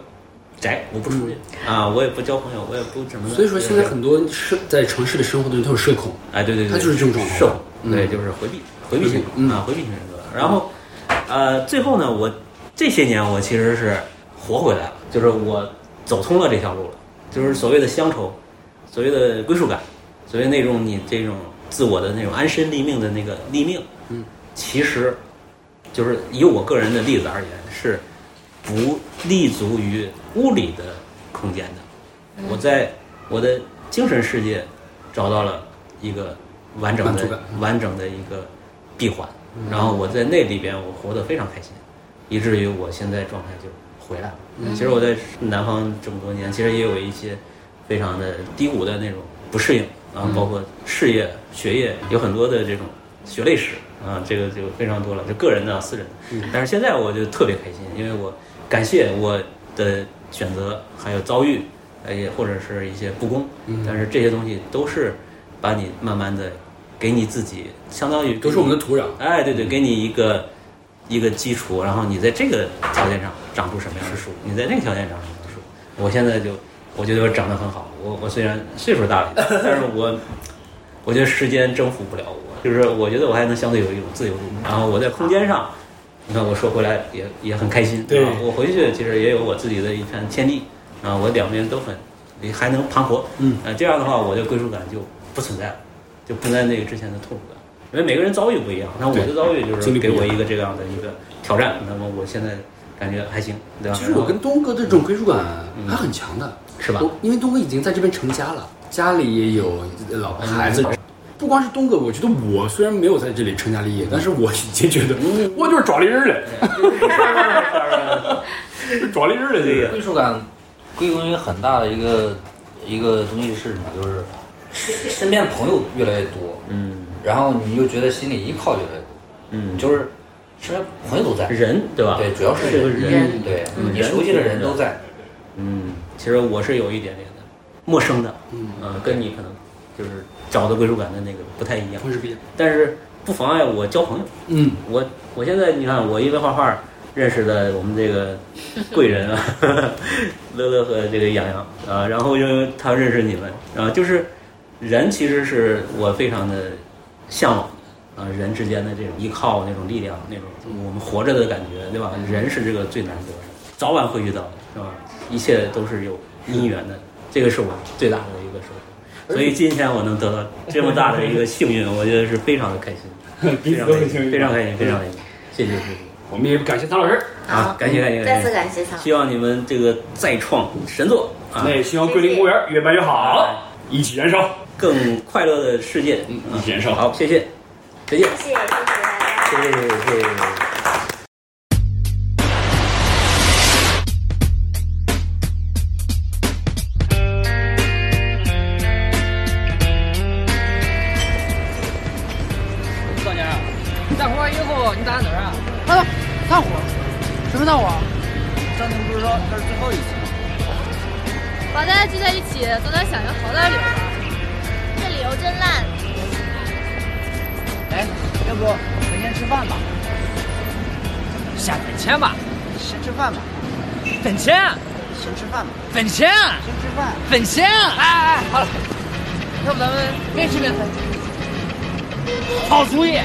C: 宅，我不出去、啊，我也不交朋友，我也不什么的。
E: 嗯所以说现在
C: 就是
E: 很多是在城市里生活的人都有社恐，
C: 哎，对对对，
E: 他就是这种状态
C: 社恐
E: 嗯
C: 对，就是回避回避型
E: 嗯
C: 啊，回避型人格。然后，呃，最后呢，我这些年我其实是活回来了，就是我走通了这条路了，就是所谓的乡愁，所谓的归属感，所谓那种你这种自我的那种安身立命的那个立命，嗯，其实就是以我个人的例子而言，是不立足于物理的空间
E: 嗯
C: 的。我在我的精神世界找到了一个完整
E: 满
C: 的
E: 足感、嗯
C: 完整的一个闭环，然后我在那里边我活得非常开心，以至于我现在状态就回来了。
E: 嗯
C: 其实我在南方这么多年，其实也有一些非常的低谷的那种不适应
E: 嗯
C: 啊，包括事业、学业有很多的这种血泪史啊，这个就非常多了，就个人的、啊私人
E: 嗯
C: 的。但是现在我就特别开心，因为我感谢我的选择，还有遭遇，呃，也或者是一些不公，
E: 嗯
C: 但是这些东西都是把你慢慢的给你自己，相当于
E: 都是我们的土壤。
C: 哎，对对，给你一个一个基础，然后你在这个条件上长出什么样的树，你在那个条件上长出树。我现在就我觉得我长得很好，我我虽然岁数大了一点，但是我我觉得时间征服不了我，就是我觉得我还能相对有一种自由度。然后我在空间上，你看我说回来也也很开心，
E: 对
C: 啊我回去其实也有我自己的一片天地啊，我两边都很也还能盘活，
E: 嗯
C: 啊，这样的话我的归属感就不存在了，就不在那个之前的痛苦感。因为每个人遭遇不一样，那我的
E: 对
C: 遭遇就
E: 经
C: 是
E: 历不
C: 给
E: 一样
C: 我一个这样的一个挑战，那么我现在感觉还行，对吧？
E: 其实我跟东哥的这种归属感还很强的，
C: 啊嗯是吧
E: 我因为东哥已经在这边成家了，家里也有老婆孩子。
C: 嗯
E: 不光是东哥，我觉得我虽然没有在这里成家立
C: 嗯
E: 业，但是我已经觉得我就是找了一人了， 找了一人了这个。
A: 归属感归功于很大的一个一个东西是什么？就是身身边朋友越来越多，
C: 嗯
A: 然后你又觉得心里依靠越来越多，
C: 嗯，
A: 就是身边朋友都在，
C: 人对吧？
A: 对，主要是
C: 这个人，
A: 对
C: 嗯
A: 你熟悉的人都在，
C: 嗯，其实我是有一点点的陌生的，
E: 嗯，
C: 呃，跟你可能就是找的归属感的那个不太一样，
E: 方式不一样，
C: 但是不妨碍我交朋友。
E: 嗯，
C: 我我现在你看，我因为画画认识的我们这个贵人啊， 乐乐和这个洋洋啊，然后又他认识你们，啊，就是人其实是我非常的向往的啊，人之间的这种依靠、那种力量、那种我们活着的感觉，对吧？人是这个最难得的，早晚会遇到的，是吧？一切都是有因缘的，这个是我最大的一个收获。所以今天我能得到这么大的一个幸运，我觉得是非常的开心。
E: 哎彼此都很幸运，啊
C: 非常开心，非常开心，谢谢谢谢
E: 我们也感谢苍老师，
C: 啊！感谢感谢，
F: 嗯再次
C: 谢，
F: 感谢曹。
C: 希望你们这个再创神作啊
E: 那，也希望桂林公园越办越好，一起燃烧，
C: 更快乐的世界。嗯
E: 一起燃烧。
C: 好，谢谢，再见，
F: 谢谢，谢谢大家。
C: 谢谢谢谢谢谢。
T: 赵先生，你大红完以后你打算哪儿啊？啊，大火，什么大火？
R: 张宁不是说这是最后一次吗？
U: 把大家聚在一起，总得想一个好点儿理由吧。
F: 这理由真烂。
T: 哎，要不咱先吃饭吧？下本钱吧，先吃饭吧。本钱，先吃饭吧。本钱，先吃饭。本钱，哎哎哎，好了，要不咱们边吃边喝。好主意。